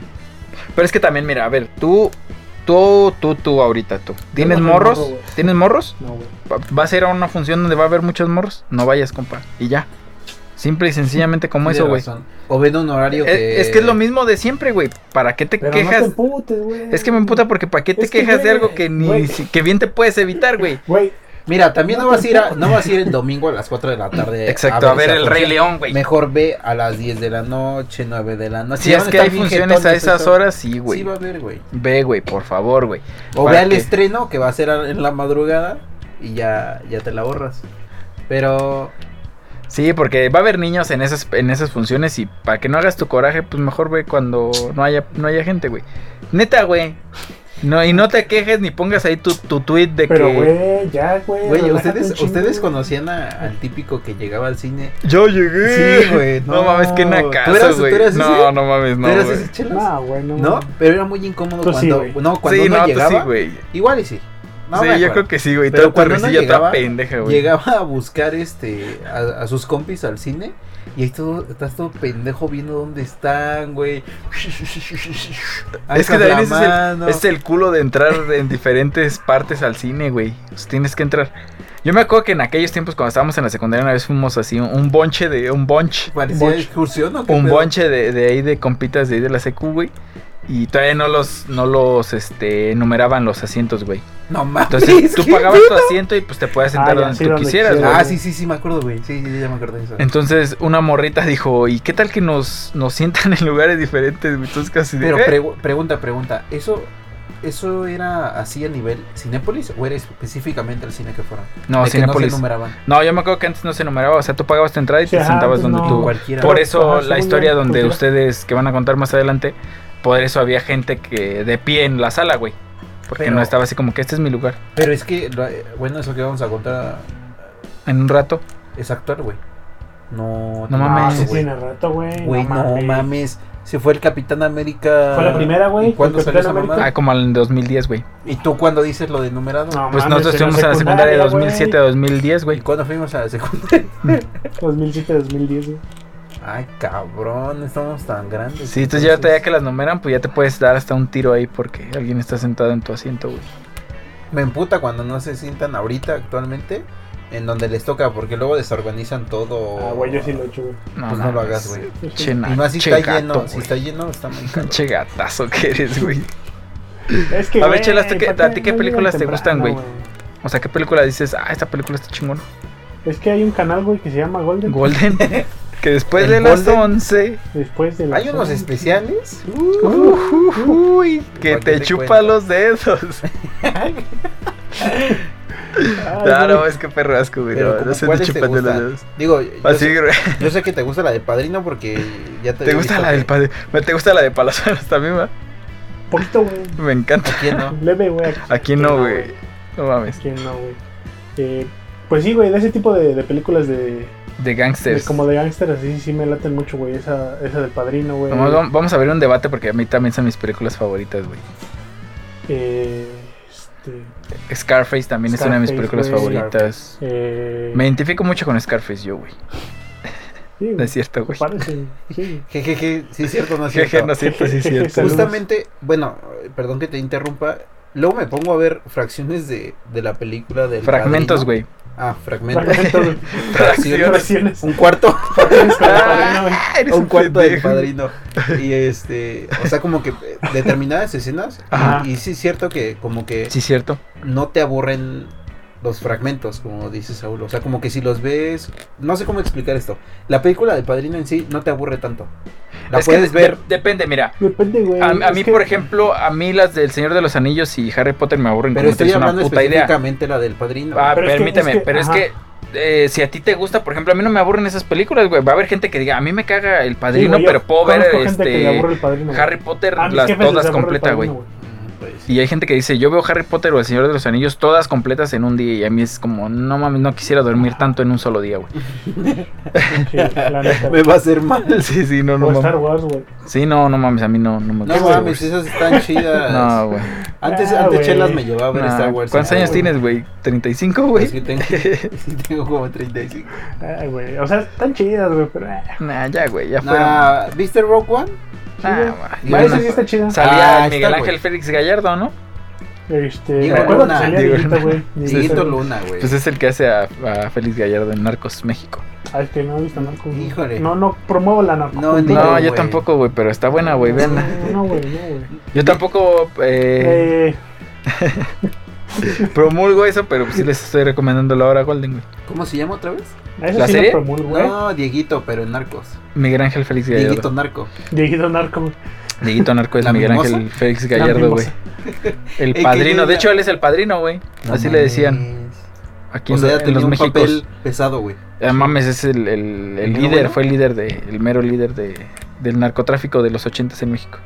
[SPEAKER 1] Pero es que también, mira, a ver, tú, tú, tú, tú, ahorita tú. ¿Tienes
[SPEAKER 2] tengo
[SPEAKER 1] morros?
[SPEAKER 2] morro, güey.
[SPEAKER 1] ¿Tienes morros?
[SPEAKER 2] No, güey.
[SPEAKER 1] Va- ¿Vas a ir a una función donde va a haber muchos morros? No vayas, compa. Y ya. Simple y sencillamente como
[SPEAKER 3] Tiene
[SPEAKER 1] eso, güey.
[SPEAKER 3] razón. O ven un horario que.
[SPEAKER 1] Es, es que es lo mismo de siempre, güey. ¿Para qué te
[SPEAKER 2] Pero
[SPEAKER 1] quejas?
[SPEAKER 2] no te emputes, güey.
[SPEAKER 1] es que me emputa porque ¿para qué te
[SPEAKER 2] Es que,
[SPEAKER 1] quejas de
[SPEAKER 2] güey,
[SPEAKER 1] algo que ni
[SPEAKER 2] güey.
[SPEAKER 1] si- que bien te puedes evitar, güey?
[SPEAKER 3] Eh,
[SPEAKER 2] Güey,
[SPEAKER 3] Mira, también no vas a
[SPEAKER 2] *laughs*
[SPEAKER 3] ir a- no vas a ir el domingo a las 4 de la tarde.
[SPEAKER 1] Exacto, a ver
[SPEAKER 3] esa
[SPEAKER 1] el Rey
[SPEAKER 3] función.
[SPEAKER 1] León, güey.
[SPEAKER 3] Mejor ve a las 10 de la noche, 9 de la noche.
[SPEAKER 1] Si es
[SPEAKER 3] van a
[SPEAKER 1] que
[SPEAKER 3] estar
[SPEAKER 1] hay
[SPEAKER 3] bien
[SPEAKER 1] funciones a
[SPEAKER 3] jetones,
[SPEAKER 1] esas
[SPEAKER 3] eso.
[SPEAKER 1] horas, sí, güey.
[SPEAKER 3] Sí, va a haber, güey.
[SPEAKER 1] Ve, güey, por favor, güey.
[SPEAKER 3] O
[SPEAKER 1] ¿Para
[SPEAKER 3] ve el
[SPEAKER 1] qué?
[SPEAKER 3] estreno que va a ser a- en la madrugada y ya, ya te la ahorras. Pero
[SPEAKER 1] Sí, porque va a haber niños en esas, en esas funciones y para que no hagas tu coraje, pues mejor ve cuando no haya, no haya gente, güey. Neta, güey. No, y no te quejes ni pongas ahí tu, tu tweet de
[SPEAKER 2] pero
[SPEAKER 1] que
[SPEAKER 2] güey, ya, güey.
[SPEAKER 3] Güey,
[SPEAKER 2] relájate un
[SPEAKER 3] ¿ustedes,
[SPEAKER 2] chingo, güey.
[SPEAKER 3] ¿ustedes conocían a- al típico que llegaba al cine?
[SPEAKER 1] yo llegué. No, mames, qué
[SPEAKER 3] ¿Tú eras,
[SPEAKER 1] nacazo,
[SPEAKER 3] ¿tú
[SPEAKER 1] güey.
[SPEAKER 3] eras
[SPEAKER 1] No,
[SPEAKER 3] ese?
[SPEAKER 1] no mames, no,
[SPEAKER 3] ¿Tú eras
[SPEAKER 1] güey.
[SPEAKER 3] ese chelas?
[SPEAKER 2] No, güey, no.
[SPEAKER 3] No, pero era muy incómodo
[SPEAKER 2] Tú Pues sí,
[SPEAKER 3] cuando,
[SPEAKER 2] güey.
[SPEAKER 3] no, cuando
[SPEAKER 1] sí,
[SPEAKER 3] uno
[SPEAKER 1] no,
[SPEAKER 3] llegaba.
[SPEAKER 1] tú sí, güey.
[SPEAKER 3] Igual y sí. No
[SPEAKER 1] sí,
[SPEAKER 3] me
[SPEAKER 1] yo
[SPEAKER 3] acuerdo.
[SPEAKER 1] creo que sí, güey.
[SPEAKER 3] Pero
[SPEAKER 1] Toda tu
[SPEAKER 3] cuando uno
[SPEAKER 1] risilla toda
[SPEAKER 3] llegaba-
[SPEAKER 1] pendeja, güey.
[SPEAKER 3] Llegaba a buscar este a, a sus compis al cine y ahí todo, estás todo pendejo viendo dónde están, güey.
[SPEAKER 1] Es que
[SPEAKER 3] Alzas la
[SPEAKER 1] también ese es el,
[SPEAKER 3] mano.
[SPEAKER 1] es el culo de entrar en diferentes partes al cine, güey. Pues tienes que entrar. Yo me acuerdo que en aquellos tiempos cuando estábamos en la secundaria una vez fuimos así un, un bonche de un bonche,
[SPEAKER 3] Parecía
[SPEAKER 2] Bunch.
[SPEAKER 3] excursión o qué
[SPEAKER 1] un
[SPEAKER 3] pedo?
[SPEAKER 1] bonche de, de ahí de compitas de ahí de la secu, güey. Y todavía no los no los este numeraban los asientos, güey.
[SPEAKER 3] No mames. *laughs*
[SPEAKER 1] Entonces tú
[SPEAKER 3] ¿qué
[SPEAKER 1] pagabas
[SPEAKER 3] pedo?
[SPEAKER 1] tu asiento y pues te podías sentar
[SPEAKER 2] Ah, ya,
[SPEAKER 1] donde
[SPEAKER 2] sí,
[SPEAKER 1] tú
[SPEAKER 2] donde
[SPEAKER 1] quisieras,
[SPEAKER 2] quisieras.
[SPEAKER 1] güey.
[SPEAKER 3] Ah, sí, sí, sí, me acuerdo, güey. Sí, sí, ya me acordé de eso.
[SPEAKER 1] Entonces una morrita dijo, ¿y qué tal que nos, nos sientan en lugares diferentes? güey?" Entonces casi de,
[SPEAKER 3] Pero
[SPEAKER 1] "Eh".
[SPEAKER 3] pregu- pregunta, pregunta. ¿Eso eso era así a nivel Cinépolis o era específicamente el cine que fueron?
[SPEAKER 1] No,
[SPEAKER 3] De que
[SPEAKER 1] Cinépolis.
[SPEAKER 3] No se
[SPEAKER 1] No,
[SPEAKER 3] numeraban.
[SPEAKER 1] yo me acuerdo que antes no se numeraba, o sea, tú pagabas tu entrada y
[SPEAKER 2] Sí,
[SPEAKER 1] te
[SPEAKER 2] ajá,
[SPEAKER 1] sentabas
[SPEAKER 2] antes
[SPEAKER 1] donde
[SPEAKER 2] no.
[SPEAKER 1] tú...
[SPEAKER 3] Cualquiera.
[SPEAKER 1] Por
[SPEAKER 2] Pero,
[SPEAKER 1] eso
[SPEAKER 2] ajá,
[SPEAKER 1] la
[SPEAKER 2] según
[SPEAKER 1] historia
[SPEAKER 2] yo,
[SPEAKER 1] donde
[SPEAKER 2] cultura.
[SPEAKER 1] ustedes que van a contar más adelante, por eso había gente que de pie en la sala, güey. Porque
[SPEAKER 3] Pero-
[SPEAKER 1] no estaba así como que este es mi lugar.
[SPEAKER 3] Pero es que, lo- eh, bueno, eso que vamos a contar
[SPEAKER 1] En un rato.
[SPEAKER 3] es actual, güey. No,
[SPEAKER 1] No
[SPEAKER 3] tiene
[SPEAKER 2] Ah,
[SPEAKER 1] mames.
[SPEAKER 3] rato,
[SPEAKER 2] sí
[SPEAKER 3] güey.
[SPEAKER 2] tiene rato, güey.
[SPEAKER 3] Güey, no mames. Se fue el Capitán América.
[SPEAKER 2] Fue la primera, güey,
[SPEAKER 3] ¿Y cuándo
[SPEAKER 2] el
[SPEAKER 3] salió esa
[SPEAKER 2] Capitán América.
[SPEAKER 1] Ah,
[SPEAKER 3] mamada?
[SPEAKER 1] como en 2010, güey.
[SPEAKER 3] ¿Y tú cuándo dices lo de numerado?
[SPEAKER 2] No
[SPEAKER 1] Pues nosotros
[SPEAKER 2] mames, en la
[SPEAKER 1] estuvimos en la secundaria
[SPEAKER 2] secundaria,
[SPEAKER 1] de 2007 a 2010,
[SPEAKER 3] ¿Y
[SPEAKER 1] güey.
[SPEAKER 3] cuándo fuimos a la secundaria? *laughs*
[SPEAKER 2] 2007-2010, güey.
[SPEAKER 3] Ay, cabrón, estamos tan grandes.
[SPEAKER 1] Sí, entonces ya ya que las numeran, pues ya te puedes dar hasta un tiro ahí porque alguien está sentado en tu asiento, güey.
[SPEAKER 3] Me emputa cuando no se sientan ahorita actualmente en donde les toca, porque luego desorganizan todo.
[SPEAKER 2] Ah, güey, yo sí lo he hecho, güey.
[SPEAKER 1] No,
[SPEAKER 3] Pues no lo hagas, güey.
[SPEAKER 1] Che,
[SPEAKER 3] Y más si
[SPEAKER 1] che
[SPEAKER 3] está
[SPEAKER 1] gato,
[SPEAKER 3] lleno, si
[SPEAKER 1] güey.
[SPEAKER 3] está lleno,
[SPEAKER 2] *laughs*
[SPEAKER 3] está muy caro.
[SPEAKER 1] Che gatazo que eres, güey.
[SPEAKER 2] Es que,
[SPEAKER 1] A ver,
[SPEAKER 2] güey,
[SPEAKER 1] Chelas, ¿tú qué-
[SPEAKER 2] ¿para
[SPEAKER 1] a ti qué
[SPEAKER 2] no
[SPEAKER 1] películas
[SPEAKER 2] llegan
[SPEAKER 1] te gustan,
[SPEAKER 2] temprano,
[SPEAKER 1] güey? O sea, ¿qué película dices? Ah, esta película está
[SPEAKER 3] *laughs*
[SPEAKER 1] chingona.
[SPEAKER 2] Es que hay un canal, güey, que se llama Golden.
[SPEAKER 1] Golden. que después
[SPEAKER 3] El
[SPEAKER 1] de las
[SPEAKER 3] Golden.
[SPEAKER 1] 11.
[SPEAKER 2] Después de las
[SPEAKER 3] Hay unos
[SPEAKER 2] once.
[SPEAKER 3] especiales.
[SPEAKER 1] Ujujuy, que
[SPEAKER 3] ¿Para qué
[SPEAKER 1] te
[SPEAKER 3] Uh, te
[SPEAKER 1] chupa
[SPEAKER 3] cuento?
[SPEAKER 1] los dedos.
[SPEAKER 2] Ay,
[SPEAKER 1] No, Ah, no,
[SPEAKER 2] Ah, güey.
[SPEAKER 1] es que perrasco, güey.
[SPEAKER 3] Pero
[SPEAKER 1] No,
[SPEAKER 3] ¿cómo
[SPEAKER 1] no se te
[SPEAKER 3] cuáles te
[SPEAKER 1] chupan de los
[SPEAKER 3] gustan?
[SPEAKER 1] dedos. *laughs*
[SPEAKER 3] Digo, yo
[SPEAKER 1] Así,
[SPEAKER 3] sé,
[SPEAKER 1] güey.
[SPEAKER 3] yo sé que te gusta la de padrino porque ya
[SPEAKER 1] *laughs*
[SPEAKER 3] te.
[SPEAKER 1] ¿Te gusta la del padre? ¿Me- ¿Te gusta la de Palazuelos también, va?
[SPEAKER 2] Poquito, güey.
[SPEAKER 1] Me encanta.
[SPEAKER 3] padrino? no?
[SPEAKER 2] Leve, güey.
[SPEAKER 1] Aquí no, güey. No mames.
[SPEAKER 2] ¿Quién no, güey? Eh, pues sí, güey, de ese tipo de, de películas de,
[SPEAKER 1] De
[SPEAKER 2] de-
[SPEAKER 1] gangsters.
[SPEAKER 2] como de gángster así sí me laten mucho, güey, esa esa del Padrino, güey.
[SPEAKER 1] Nomás vam- vamos a ver un debate porque a mí también son mis películas favoritas, güey.
[SPEAKER 2] Eh, este,
[SPEAKER 1] Scarface también es una de mis
[SPEAKER 2] Scarface,
[SPEAKER 1] películas
[SPEAKER 2] güey.
[SPEAKER 1] favoritas.
[SPEAKER 2] eh,
[SPEAKER 1] Me identifico mucho con Scarface, yo, güey.
[SPEAKER 2] sí, güey, Pues
[SPEAKER 1] No es cierto, güey.
[SPEAKER 2] parece, sí.
[SPEAKER 3] Jejeje, sí, es cierto, no
[SPEAKER 1] *laughs*
[SPEAKER 3] es
[SPEAKER 1] Jeje,
[SPEAKER 3] cierto.
[SPEAKER 1] no es cierto, sí es cierto.
[SPEAKER 2] Saludos.
[SPEAKER 3] Justamente, bueno, eh, perdón que te interrumpa. Luego me pongo a ver fracciones de, de la película del
[SPEAKER 1] Fragmentos,
[SPEAKER 3] Padrino. *laughs*
[SPEAKER 1] güey.
[SPEAKER 3] Ah, fragmentos. *laughs*
[SPEAKER 2] Fragmentos, güey.
[SPEAKER 1] Fracciones.
[SPEAKER 2] Fracciones.
[SPEAKER 3] un cuarto, *laughs*
[SPEAKER 2] Fracciones con el *laughs* Padrino, güey.
[SPEAKER 1] Ah, *laughs* eres
[SPEAKER 3] un cuarto del
[SPEAKER 1] pendejo.
[SPEAKER 3] padrino. Y este, o sea, como que eh, determinadas escenas.
[SPEAKER 1] Ajá.
[SPEAKER 3] Y, y sí es cierto que como que
[SPEAKER 1] Sí, cierto.
[SPEAKER 3] no te aburren los fragmentos, como dice Saúl. O sea, como que si los ves, no sé cómo explicar esto. La película del padrino en sí no te aburre tanto. La
[SPEAKER 1] Es que
[SPEAKER 3] puedes
[SPEAKER 1] de-
[SPEAKER 3] ver. Eh,
[SPEAKER 1] Depende, mira.
[SPEAKER 2] Depende, güey.
[SPEAKER 1] A, a
[SPEAKER 2] es
[SPEAKER 1] mí,
[SPEAKER 2] que-
[SPEAKER 1] por ejemplo, a mí las del Señor de los Anillos y Harry Potter me aburren
[SPEAKER 3] Pero
[SPEAKER 1] como
[SPEAKER 3] estoy
[SPEAKER 1] tienes una
[SPEAKER 3] hablando
[SPEAKER 1] puta idea.
[SPEAKER 3] específicamente la del padrino.
[SPEAKER 1] Ah,
[SPEAKER 2] Pero es que-
[SPEAKER 1] permíteme,
[SPEAKER 2] es que-
[SPEAKER 1] pero
[SPEAKER 2] ajá.
[SPEAKER 1] es que eh, si a ti te gusta, por ejemplo, a mí no me aburren esas películas, güey. Va a haber gente que diga, a mí me caga El
[SPEAKER 2] Sí,
[SPEAKER 1] Padrino,
[SPEAKER 2] güey, yo
[SPEAKER 1] pero puedo ver
[SPEAKER 2] conozco gente que le
[SPEAKER 1] este,
[SPEAKER 2] aburre el Padrino, güey.
[SPEAKER 1] Harry Potter
[SPEAKER 2] A mis
[SPEAKER 1] las
[SPEAKER 2] jefes les
[SPEAKER 1] todas
[SPEAKER 2] aburre el
[SPEAKER 1] completa,
[SPEAKER 2] Padrino,
[SPEAKER 1] güey.
[SPEAKER 3] Mm, pues,
[SPEAKER 1] Y hay gente que dice, yo veo Harry Potter o El Señor de los Anillos todas completas en un día y a mí es como, no mames, no quisiera dormir tanto en un solo día,
[SPEAKER 3] *laughs*
[SPEAKER 1] güey.
[SPEAKER 2] Sí, la neta,
[SPEAKER 3] Me
[SPEAKER 2] güey.
[SPEAKER 3] va a hacer
[SPEAKER 1] *laughs*
[SPEAKER 3] mal.
[SPEAKER 1] Sí, sí, no, no
[SPEAKER 2] O Star
[SPEAKER 1] mames.
[SPEAKER 2] Wars, güey.
[SPEAKER 1] Sí, no, no mames, a mí no, no me
[SPEAKER 3] No
[SPEAKER 1] gusta.
[SPEAKER 3] mames,
[SPEAKER 1] güey.
[SPEAKER 3] esas están
[SPEAKER 1] *laughs*
[SPEAKER 3] chidas.
[SPEAKER 1] No,
[SPEAKER 3] *laughs*
[SPEAKER 1] güey.
[SPEAKER 3] Antes,
[SPEAKER 2] Ah,
[SPEAKER 3] antes
[SPEAKER 2] güey.
[SPEAKER 3] Chelas me llevaba a ver
[SPEAKER 1] Nah,
[SPEAKER 3] Star Wars.
[SPEAKER 1] ¿Cuántos
[SPEAKER 3] Ah,
[SPEAKER 1] años
[SPEAKER 3] güey.
[SPEAKER 1] tienes, güey? ¿35, güey?
[SPEAKER 3] Es
[SPEAKER 1] *laughs*
[SPEAKER 3] que tengo, sí, tengo como 35.
[SPEAKER 2] Ay, güey. O sea, están chidas, güey, pero. eh,
[SPEAKER 1] Nah, ya, güey, ya fueron.
[SPEAKER 3] Nah, ¿Viste Rogue One?
[SPEAKER 2] sí,
[SPEAKER 1] Nah,
[SPEAKER 2] güey.
[SPEAKER 1] ma,
[SPEAKER 3] Y
[SPEAKER 1] yo
[SPEAKER 2] Parece
[SPEAKER 1] no-
[SPEAKER 2] que está chida.
[SPEAKER 1] Salía
[SPEAKER 3] Ah,
[SPEAKER 1] el Miguel
[SPEAKER 3] está,
[SPEAKER 1] Ángel
[SPEAKER 3] güey.
[SPEAKER 1] Félix Gallardo, ¿no?
[SPEAKER 2] Este,
[SPEAKER 3] Diego
[SPEAKER 2] me acuerdo que
[SPEAKER 3] Luna.
[SPEAKER 2] salía
[SPEAKER 1] Diego
[SPEAKER 2] Dieguito,
[SPEAKER 1] Luna. *laughs*
[SPEAKER 2] güey.
[SPEAKER 3] Dieguito Luna, güey.
[SPEAKER 1] Pues es el que hace a, a Félix Gallardo en Narcos México.
[SPEAKER 2] Ah, es que no he visto narco. güey.
[SPEAKER 3] Híjole.
[SPEAKER 2] No, no promuevo la narco.
[SPEAKER 3] No,
[SPEAKER 2] güey.
[SPEAKER 3] Sí,
[SPEAKER 1] No, yo
[SPEAKER 3] güey.
[SPEAKER 1] tampoco, güey, pero está buena, güey, veanla.
[SPEAKER 2] No, no, güey, no, güey.
[SPEAKER 1] Yo tampoco *laughs* eh,
[SPEAKER 2] Eh,
[SPEAKER 1] promulgo eso, pero pues sí les estoy recomendando la hora Golden, güey.
[SPEAKER 3] ¿Cómo se llama otra vez?
[SPEAKER 2] eso
[SPEAKER 1] ¿la
[SPEAKER 2] sí
[SPEAKER 1] serie?
[SPEAKER 2] lo promulgo, güey.
[SPEAKER 3] No, Dieguito, pero en Narcos.
[SPEAKER 1] Miguel Ángel Félix
[SPEAKER 3] Dieguito
[SPEAKER 1] Gallardo.
[SPEAKER 3] Narco.
[SPEAKER 2] Dieguito narco. güey.
[SPEAKER 1] Dieguito Narco es
[SPEAKER 3] ¿La
[SPEAKER 1] Miguel
[SPEAKER 3] mimosa?
[SPEAKER 1] Ángel Félix
[SPEAKER 2] La
[SPEAKER 1] Gallardo, güey.
[SPEAKER 2] mimosa.
[SPEAKER 1] El
[SPEAKER 3] que
[SPEAKER 1] padrino, de
[SPEAKER 3] ella-
[SPEAKER 1] hecho él es el padrino, güey. Así le decían aquí
[SPEAKER 3] O
[SPEAKER 1] en,
[SPEAKER 3] sea, ya
[SPEAKER 1] en
[SPEAKER 3] tenía
[SPEAKER 1] los
[SPEAKER 3] un
[SPEAKER 1] Méxicos.
[SPEAKER 3] papel pesado, güey.
[SPEAKER 1] Ah, mames, es el, el- el
[SPEAKER 3] ¿El mero
[SPEAKER 1] líder,
[SPEAKER 3] bueno?
[SPEAKER 1] fue el líder de, el mero líder de, del narcotráfico de los ochentas en México.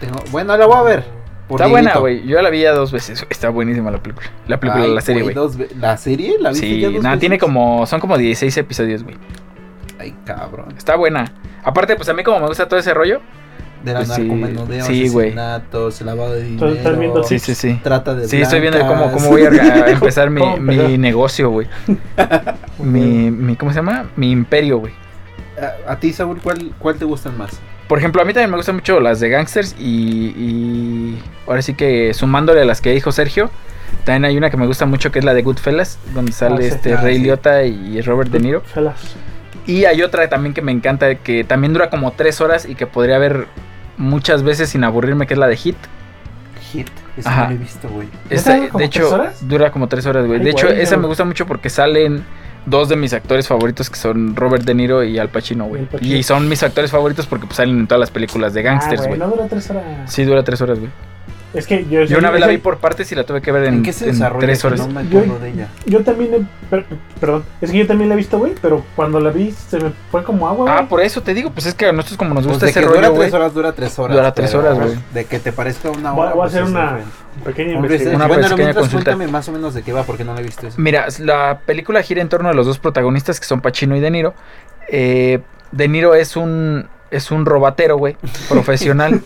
[SPEAKER 3] Tengo- Bueno, la voy a ver. por
[SPEAKER 1] Está buena,
[SPEAKER 3] Dieguito.
[SPEAKER 1] güey. Yo ya la vi ya dos veces. güey. Está buenísima la película. La película,
[SPEAKER 3] Ay,
[SPEAKER 1] la serie, güey.
[SPEAKER 3] dos ve- ¿La serie? ¿La viste
[SPEAKER 1] Sí,
[SPEAKER 3] ya dos
[SPEAKER 1] nada,
[SPEAKER 3] veces?
[SPEAKER 1] tiene como. Son como 16 episodios, güey.
[SPEAKER 3] Ay, cabrón.
[SPEAKER 1] Está buena. Aparte, pues a mí como me gusta todo ese rollo.
[SPEAKER 3] De la
[SPEAKER 1] Pues sí,
[SPEAKER 3] narcomenudeo,
[SPEAKER 1] sí, güey.
[SPEAKER 3] asesinatos, lavado de dinero.
[SPEAKER 2] Entonces, ¿estás viendo
[SPEAKER 1] Sí, sí, sí.
[SPEAKER 3] Trata de
[SPEAKER 1] pues, Sí, estoy viendo
[SPEAKER 3] blancas.
[SPEAKER 1] cómo, cómo
[SPEAKER 3] *laughs*
[SPEAKER 1] voy a, a empezar mi,
[SPEAKER 2] ¿Cómo empezar?
[SPEAKER 1] mi negocio, güey. Mi, mi- ¿Cómo se llama? Mi imperio, güey.
[SPEAKER 3] A, a ti, Saúl, ¿cuál, ¿cuál te gustan más?
[SPEAKER 1] Por ejemplo, a mí también me gustan mucho las de gangsters y, y ahora sí que sumándole a las que dijo Sergio, También hay una que me gusta mucho que es la de Goodfellas, donde sale
[SPEAKER 2] sí,
[SPEAKER 1] este
[SPEAKER 3] ah,
[SPEAKER 1] Rey
[SPEAKER 3] sí.
[SPEAKER 1] Liotta y Robert De Niro.
[SPEAKER 2] Felas.
[SPEAKER 1] Y hay otra también que me encanta, que también dura como tres horas y que podría ver muchas veces sin aburrirme, que es la de Hit.
[SPEAKER 3] Hit. Eso
[SPEAKER 1] Ajá.
[SPEAKER 3] no lo he visto, güey.
[SPEAKER 1] Esa,
[SPEAKER 2] dura como
[SPEAKER 1] de
[SPEAKER 2] tres
[SPEAKER 1] hecho,
[SPEAKER 2] horas?
[SPEAKER 1] dura como tres horas, güey.
[SPEAKER 2] Ay,
[SPEAKER 1] De hecho,
[SPEAKER 2] güey,
[SPEAKER 1] esa
[SPEAKER 2] no.
[SPEAKER 1] me gusta mucho porque salen dos de mis actores favoritos, que son Robert De Niro y Al Pacino,
[SPEAKER 2] Y
[SPEAKER 1] güey.
[SPEAKER 2] Al Pacino.
[SPEAKER 1] Y son mis actores favoritos porque pues, salen en todas las películas de gangsters,
[SPEAKER 2] Ah,
[SPEAKER 1] güey.
[SPEAKER 2] No dura tres horas.
[SPEAKER 1] Sí, dura tres horas, güey.
[SPEAKER 2] Es que Pues yo,
[SPEAKER 1] Yo una vez la
[SPEAKER 2] yo-
[SPEAKER 1] vi por partes y la tuve que ver en,
[SPEAKER 3] ¿En, qué se
[SPEAKER 1] en
[SPEAKER 3] desarrolla?
[SPEAKER 1] tres horas.
[SPEAKER 3] No me acuerdo de ella.
[SPEAKER 2] Yo también, he- per- perdón, es que yo también la he visto, güey, pero cuando la vi se me fue como agua, güey.
[SPEAKER 1] Ah, por eso te digo, pues es que a nosotros como nos
[SPEAKER 3] Pues
[SPEAKER 1] gusta
[SPEAKER 3] de
[SPEAKER 1] ese
[SPEAKER 3] que dura
[SPEAKER 1] rollo, güey.
[SPEAKER 3] tres horas, dura tres horas.
[SPEAKER 1] Dura tres
[SPEAKER 3] pero
[SPEAKER 1] horas, güey.
[SPEAKER 3] De que te parezca una
[SPEAKER 2] Voy-
[SPEAKER 3] hora.
[SPEAKER 2] voy a
[SPEAKER 3] pues,
[SPEAKER 2] hacer
[SPEAKER 3] es
[SPEAKER 2] una-
[SPEAKER 3] diferente.
[SPEAKER 2] Pequeña
[SPEAKER 3] Un research.
[SPEAKER 2] investigación.
[SPEAKER 1] Una
[SPEAKER 3] bueno,
[SPEAKER 1] pequeña
[SPEAKER 3] mientras
[SPEAKER 1] consulta.
[SPEAKER 3] cuéntame más o menos de qué va, porque no la he visto esa.
[SPEAKER 1] Mira, la película gira en torno a los dos protagonistas que son Pacino y De Niro. Eh, de Niro es un es un robatero,
[SPEAKER 3] *laughs*
[SPEAKER 1] güey, profesional.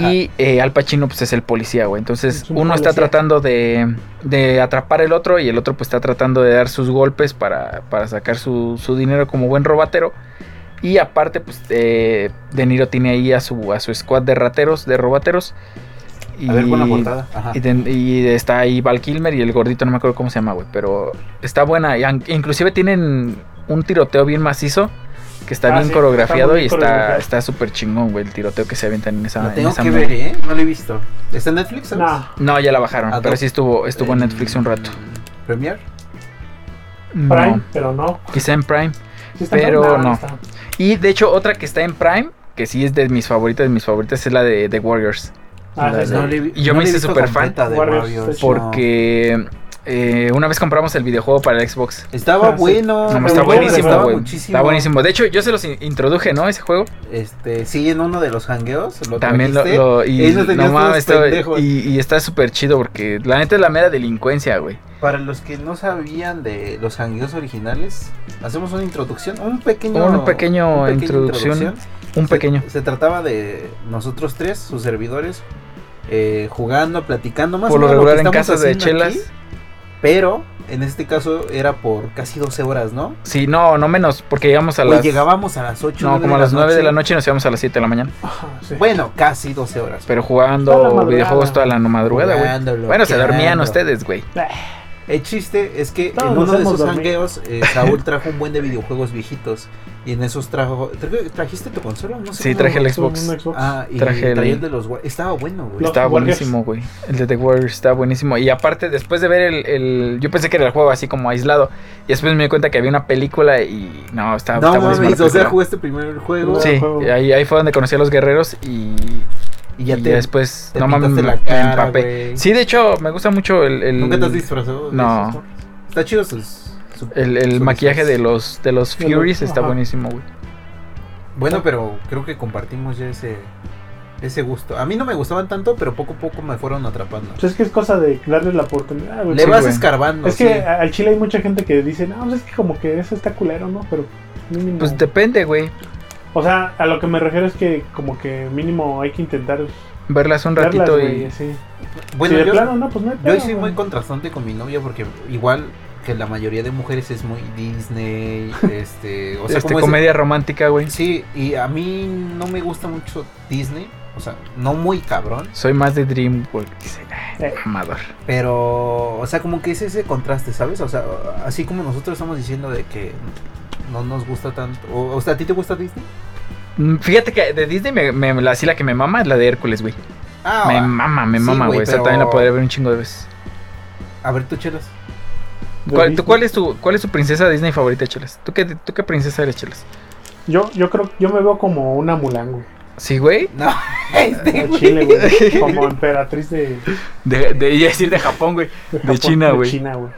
[SPEAKER 1] y eh, Al Pacino pues es el policía, güey. Entonces
[SPEAKER 2] Es un
[SPEAKER 1] uno está
[SPEAKER 2] policía.
[SPEAKER 1] tratando de, de atrapar el otro y el otro pues está tratando de dar sus golpes para, para sacar su, su dinero como buen robatero. Y aparte pues eh, De Niro tiene ahí a su a su squad de rateros, de robateros. Y,
[SPEAKER 3] A ver, con la portada. Ajá.
[SPEAKER 2] Ah.
[SPEAKER 1] y, ten- y está ahí Val Kilmer y el gordito, no me acuerdo cómo se llama, güey. Pero está buena. y an- Inclusive tienen un tiroteo bien macizo. Que está
[SPEAKER 2] Ah,
[SPEAKER 1] bien
[SPEAKER 2] sí,
[SPEAKER 1] coreografiado
[SPEAKER 2] está muy
[SPEAKER 1] y está
[SPEAKER 2] coreografiado.
[SPEAKER 1] está súper chingón, güey. El tiroteo que se avientan en esa.
[SPEAKER 3] La
[SPEAKER 1] en
[SPEAKER 3] tengo
[SPEAKER 1] esa
[SPEAKER 3] que
[SPEAKER 1] madre.
[SPEAKER 3] ver, ¿eh? No la he visto. ¿Está en Netflix? sabes?
[SPEAKER 2] Nah,
[SPEAKER 1] No, ya la bajaron.
[SPEAKER 3] Ah,
[SPEAKER 1] Pero
[SPEAKER 3] no.
[SPEAKER 1] sí estuvo, estuvo en
[SPEAKER 3] Eh,
[SPEAKER 1] Netflix un rato.
[SPEAKER 3] ¿Premier?
[SPEAKER 1] No,
[SPEAKER 2] Prime, pero no.
[SPEAKER 1] quizá en Prime.
[SPEAKER 2] Sí está
[SPEAKER 1] Pero
[SPEAKER 2] Prime, nah,
[SPEAKER 1] no.
[SPEAKER 2] está.
[SPEAKER 1] Y de hecho, otra que está en Prime, que sí es de mis favoritas, de mis favoritas, es la de The Warriors. La
[SPEAKER 2] Ah, sí,
[SPEAKER 1] de-
[SPEAKER 2] sí.
[SPEAKER 3] No la he vi-
[SPEAKER 1] Pues Y yo
[SPEAKER 3] no
[SPEAKER 1] me
[SPEAKER 3] la he
[SPEAKER 1] hice
[SPEAKER 3] visto
[SPEAKER 1] súper fan.
[SPEAKER 3] completa de
[SPEAKER 2] Warriors,
[SPEAKER 3] Warriors,
[SPEAKER 2] no.
[SPEAKER 1] Porque eh, una vez compramos el videojuego para el Xbox.
[SPEAKER 3] no. Estaba
[SPEAKER 2] Ah, sí.
[SPEAKER 3] bueno.
[SPEAKER 1] No,
[SPEAKER 3] me
[SPEAKER 1] está
[SPEAKER 3] gustó,
[SPEAKER 1] buenísimo,
[SPEAKER 3] me gustó
[SPEAKER 1] güey.
[SPEAKER 3] muchísimo.
[SPEAKER 1] Está buenísimo. De hecho, yo se los in- introduje, ¿no? Ese juego.
[SPEAKER 3] Este, sí, en uno de los hangueos. Lo
[SPEAKER 1] También lo,
[SPEAKER 3] trajiste.
[SPEAKER 1] lo- y,
[SPEAKER 3] Eso tenías
[SPEAKER 1] no mames,
[SPEAKER 3] todos
[SPEAKER 1] está-
[SPEAKER 3] pendejos.
[SPEAKER 1] y, y está súper chido porque la neta es la mera delincuencia, güey.
[SPEAKER 3] Para los que no sabían de los hangueos originales, hacemos una introducción, un pequeño,
[SPEAKER 1] Un pequeño
[SPEAKER 3] pequeña
[SPEAKER 1] introducción, Un
[SPEAKER 3] Se-
[SPEAKER 1] pequeño.
[SPEAKER 3] Se, trataba de nosotros tres, sus servidores, eh, jugando, platicando más
[SPEAKER 1] Por
[SPEAKER 3] o
[SPEAKER 1] lo
[SPEAKER 3] menos
[SPEAKER 1] regular
[SPEAKER 3] que
[SPEAKER 1] en
[SPEAKER 3] estamos
[SPEAKER 1] casas de
[SPEAKER 3] haciendo
[SPEAKER 1] chelas.
[SPEAKER 3] aquí, pero en este caso era por casi 12 horas, ¿no?
[SPEAKER 1] Sí, no, no menos, porque llegamos a
[SPEAKER 3] Hoy
[SPEAKER 1] las.
[SPEAKER 3] llegábamos a las 8
[SPEAKER 1] no, como a las 9 de la noche y nos íbamos a las 7 de la mañana.
[SPEAKER 2] Ah, sí.
[SPEAKER 3] Bueno, casi 12 horas.
[SPEAKER 1] Pero
[SPEAKER 2] Toda la
[SPEAKER 1] jugando
[SPEAKER 2] madrugada.
[SPEAKER 1] videojuegos toda la madrugada, güey.
[SPEAKER 3] Jugando,
[SPEAKER 1] Bueno, se dormían
[SPEAKER 3] loqueando.
[SPEAKER 1] ustedes, güey.
[SPEAKER 3] El chiste es que
[SPEAKER 2] Todos
[SPEAKER 3] en
[SPEAKER 2] nos
[SPEAKER 3] uno de
[SPEAKER 2] hemos
[SPEAKER 3] esos
[SPEAKER 2] dormido.
[SPEAKER 3] hangueos, eh,
[SPEAKER 1] *laughs*
[SPEAKER 3] Saúl trajo un buen de videojuegos viejitos. Y en esos trajo. tra- ¿Trajiste tu consola? No sé
[SPEAKER 1] Sí,
[SPEAKER 3] cómo-
[SPEAKER 1] traje el
[SPEAKER 2] Es un
[SPEAKER 1] Xbox.
[SPEAKER 2] Xbox.
[SPEAKER 3] Ah, y
[SPEAKER 1] traje el-
[SPEAKER 3] traía el de los. War- Estaba bueno, güey.
[SPEAKER 2] Los
[SPEAKER 1] Estaba
[SPEAKER 2] Warriors.
[SPEAKER 1] buenísimo, güey. El de The Warriors estaba buenísimo. Y aparte, después de ver el, el- Yo pensé que era el juego así como aislado. Y después me di cuenta que había una película y. No, estaba,
[SPEAKER 3] no
[SPEAKER 1] está buenísimo.
[SPEAKER 3] mames,
[SPEAKER 1] la
[SPEAKER 3] o sea,
[SPEAKER 1] película.
[SPEAKER 3] jugaste primero el juego.
[SPEAKER 2] Sí. juego.
[SPEAKER 1] Sí, ahí, ahí fue donde conocí a los guerreros y,
[SPEAKER 3] Y
[SPEAKER 1] y
[SPEAKER 3] ya
[SPEAKER 1] ya,
[SPEAKER 3] te.
[SPEAKER 1] después,
[SPEAKER 3] te
[SPEAKER 1] no mames,
[SPEAKER 3] pintaste
[SPEAKER 1] me,
[SPEAKER 3] la
[SPEAKER 1] me
[SPEAKER 3] cara,
[SPEAKER 1] empapé.
[SPEAKER 3] güey.
[SPEAKER 1] Sí, de hecho, me gusta mucho el, el-
[SPEAKER 3] ¿Nunca te has disfrazado? de
[SPEAKER 1] No. Eh,
[SPEAKER 3] esos, Está chido sus. su-
[SPEAKER 1] el, el
[SPEAKER 3] su
[SPEAKER 1] maquillaje de
[SPEAKER 3] disfraz.
[SPEAKER 1] los, de los
[SPEAKER 2] De los-
[SPEAKER 1] Furies, está
[SPEAKER 2] ajá.
[SPEAKER 1] buenísimo, güey.
[SPEAKER 3] Bueno, pero creo que compartimos ya ese. Ese gusto. A mí no me gustaban tanto, pero poco a poco me fueron atrapando.
[SPEAKER 2] Pues es que es cosa de darle la oportunidad, güey.
[SPEAKER 3] Le
[SPEAKER 1] Sí,
[SPEAKER 3] vas
[SPEAKER 1] güey. ah,
[SPEAKER 3] escarbando.
[SPEAKER 2] Es
[SPEAKER 3] sí.
[SPEAKER 2] que a- al Chile hay mucha gente que dice, no, pues es que como que eso está culero, ¿no? Pero mínimo.
[SPEAKER 1] Pues depende, güey.
[SPEAKER 2] O sea, a lo que me refiero es que como que mínimo hay que intentar
[SPEAKER 1] Verlas un
[SPEAKER 2] verlas,
[SPEAKER 1] ratito
[SPEAKER 2] güey,
[SPEAKER 1] y...
[SPEAKER 2] así.
[SPEAKER 3] Bueno,
[SPEAKER 2] si de
[SPEAKER 3] yo,
[SPEAKER 2] plano, no, pues no hay
[SPEAKER 3] Yo
[SPEAKER 2] pedo,
[SPEAKER 3] soy muy
[SPEAKER 2] güey.
[SPEAKER 3] contrastante con mi novia porque igual que la mayoría de mujeres es muy Disney,
[SPEAKER 1] *laughs*
[SPEAKER 3] este, o sea,
[SPEAKER 1] este,
[SPEAKER 3] como es-
[SPEAKER 1] comedia romántica, güey.
[SPEAKER 3] sí, y a mí no me gusta mucho Disney, o sea, no muy cabrón,
[SPEAKER 1] Soy más de DreamWorks. ah,
[SPEAKER 2] Eh.
[SPEAKER 1] Mamador.
[SPEAKER 3] pero, o sea, como que es ese contraste, ¿sabes? O sea, así como nosotros estamos diciendo de que no nos gusta tanto, o, o sea, ¿a ti te gusta Disney?
[SPEAKER 1] Mm, Fíjate que de Disney, me, me- la, sí, la que me mama es la de Hércules, güey.
[SPEAKER 3] Ah,
[SPEAKER 1] me
[SPEAKER 3] ah,
[SPEAKER 1] mama, me
[SPEAKER 3] sí,
[SPEAKER 1] mama,
[SPEAKER 3] güey,
[SPEAKER 1] güey. O sea,
[SPEAKER 3] pero-
[SPEAKER 1] también la podría ver un chingo de veces.
[SPEAKER 3] a ver, tú chelas. *laughs*
[SPEAKER 2] De
[SPEAKER 1] ¿Cuál, tú,
[SPEAKER 2] Disney.
[SPEAKER 1] cuál es tu, ¿Cuál es tu princesa Disney favorita, Chelas? ¿Tú qué, tú qué princesa eres, Chelas?
[SPEAKER 2] Yo, yo creo, yo me veo como una
[SPEAKER 1] *laughs*
[SPEAKER 2] Mulan, güey.
[SPEAKER 1] ¿Sí, güey?
[SPEAKER 3] No, este,
[SPEAKER 2] Al
[SPEAKER 3] güey.
[SPEAKER 2] Chile, güey. Como emperatriz de,
[SPEAKER 1] De, de iba a decir de Japón, güey.
[SPEAKER 2] de,
[SPEAKER 1] De China, güey.
[SPEAKER 2] De China, güey.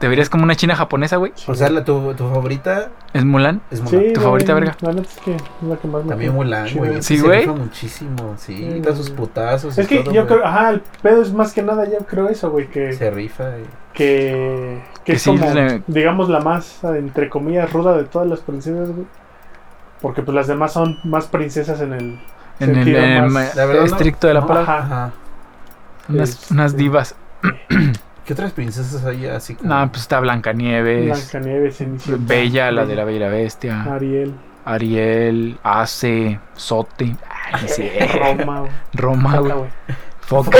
[SPEAKER 1] ¿Te verías como una china japonesa, güey?
[SPEAKER 3] *laughs* O sea, la, tu, tu favorita
[SPEAKER 1] ¿Es Mulan?
[SPEAKER 3] es
[SPEAKER 2] Sí,
[SPEAKER 3] Mulan.
[SPEAKER 1] ¿Tu
[SPEAKER 2] güey,
[SPEAKER 1] favorita, verga?
[SPEAKER 2] La neta es que es la que más me
[SPEAKER 3] También
[SPEAKER 2] gusta.
[SPEAKER 3] Mulan,
[SPEAKER 2] China,
[SPEAKER 3] güey.
[SPEAKER 1] Sí,
[SPEAKER 3] se
[SPEAKER 1] güey.
[SPEAKER 3] rifa muchísimo, sí.
[SPEAKER 2] Sí,
[SPEAKER 3] Da sus
[SPEAKER 2] güey.
[SPEAKER 3] putazos. y
[SPEAKER 2] Es que
[SPEAKER 3] todo,
[SPEAKER 2] yo
[SPEAKER 3] güey.
[SPEAKER 2] creo, ajá, el pedo es más que nada, yo creo eso, güey, que,
[SPEAKER 3] Se rifa. eh.
[SPEAKER 2] que, que,
[SPEAKER 1] Que
[SPEAKER 2] es
[SPEAKER 1] sí,
[SPEAKER 2] como,
[SPEAKER 1] le-
[SPEAKER 2] digamos, la más, entre comillas, ruda de todas las princesas, güey. Porque pues las demás son más princesas en el
[SPEAKER 1] En el,
[SPEAKER 2] sentido
[SPEAKER 1] en el
[SPEAKER 2] más-
[SPEAKER 1] ma-
[SPEAKER 3] La verdad, no-
[SPEAKER 1] estricto de la
[SPEAKER 3] no,
[SPEAKER 1] palabra.
[SPEAKER 3] Ajá.
[SPEAKER 1] Unas,
[SPEAKER 2] es-
[SPEAKER 1] unas divas.
[SPEAKER 3] ¿Qué otras princesas hay así? como-
[SPEAKER 1] No, pues está Blancanieves.
[SPEAKER 2] Blancanieves, Cenicienta,
[SPEAKER 1] Bella, la de la Bella y la Bestia. *laughs*
[SPEAKER 2] Ariel,
[SPEAKER 1] Ariel, Ace, Sote. Ay, sí.
[SPEAKER 2] Roma, güey.
[SPEAKER 1] *laughs* Roma, Eh. güey.
[SPEAKER 2] Saca, güey.
[SPEAKER 1] Foca.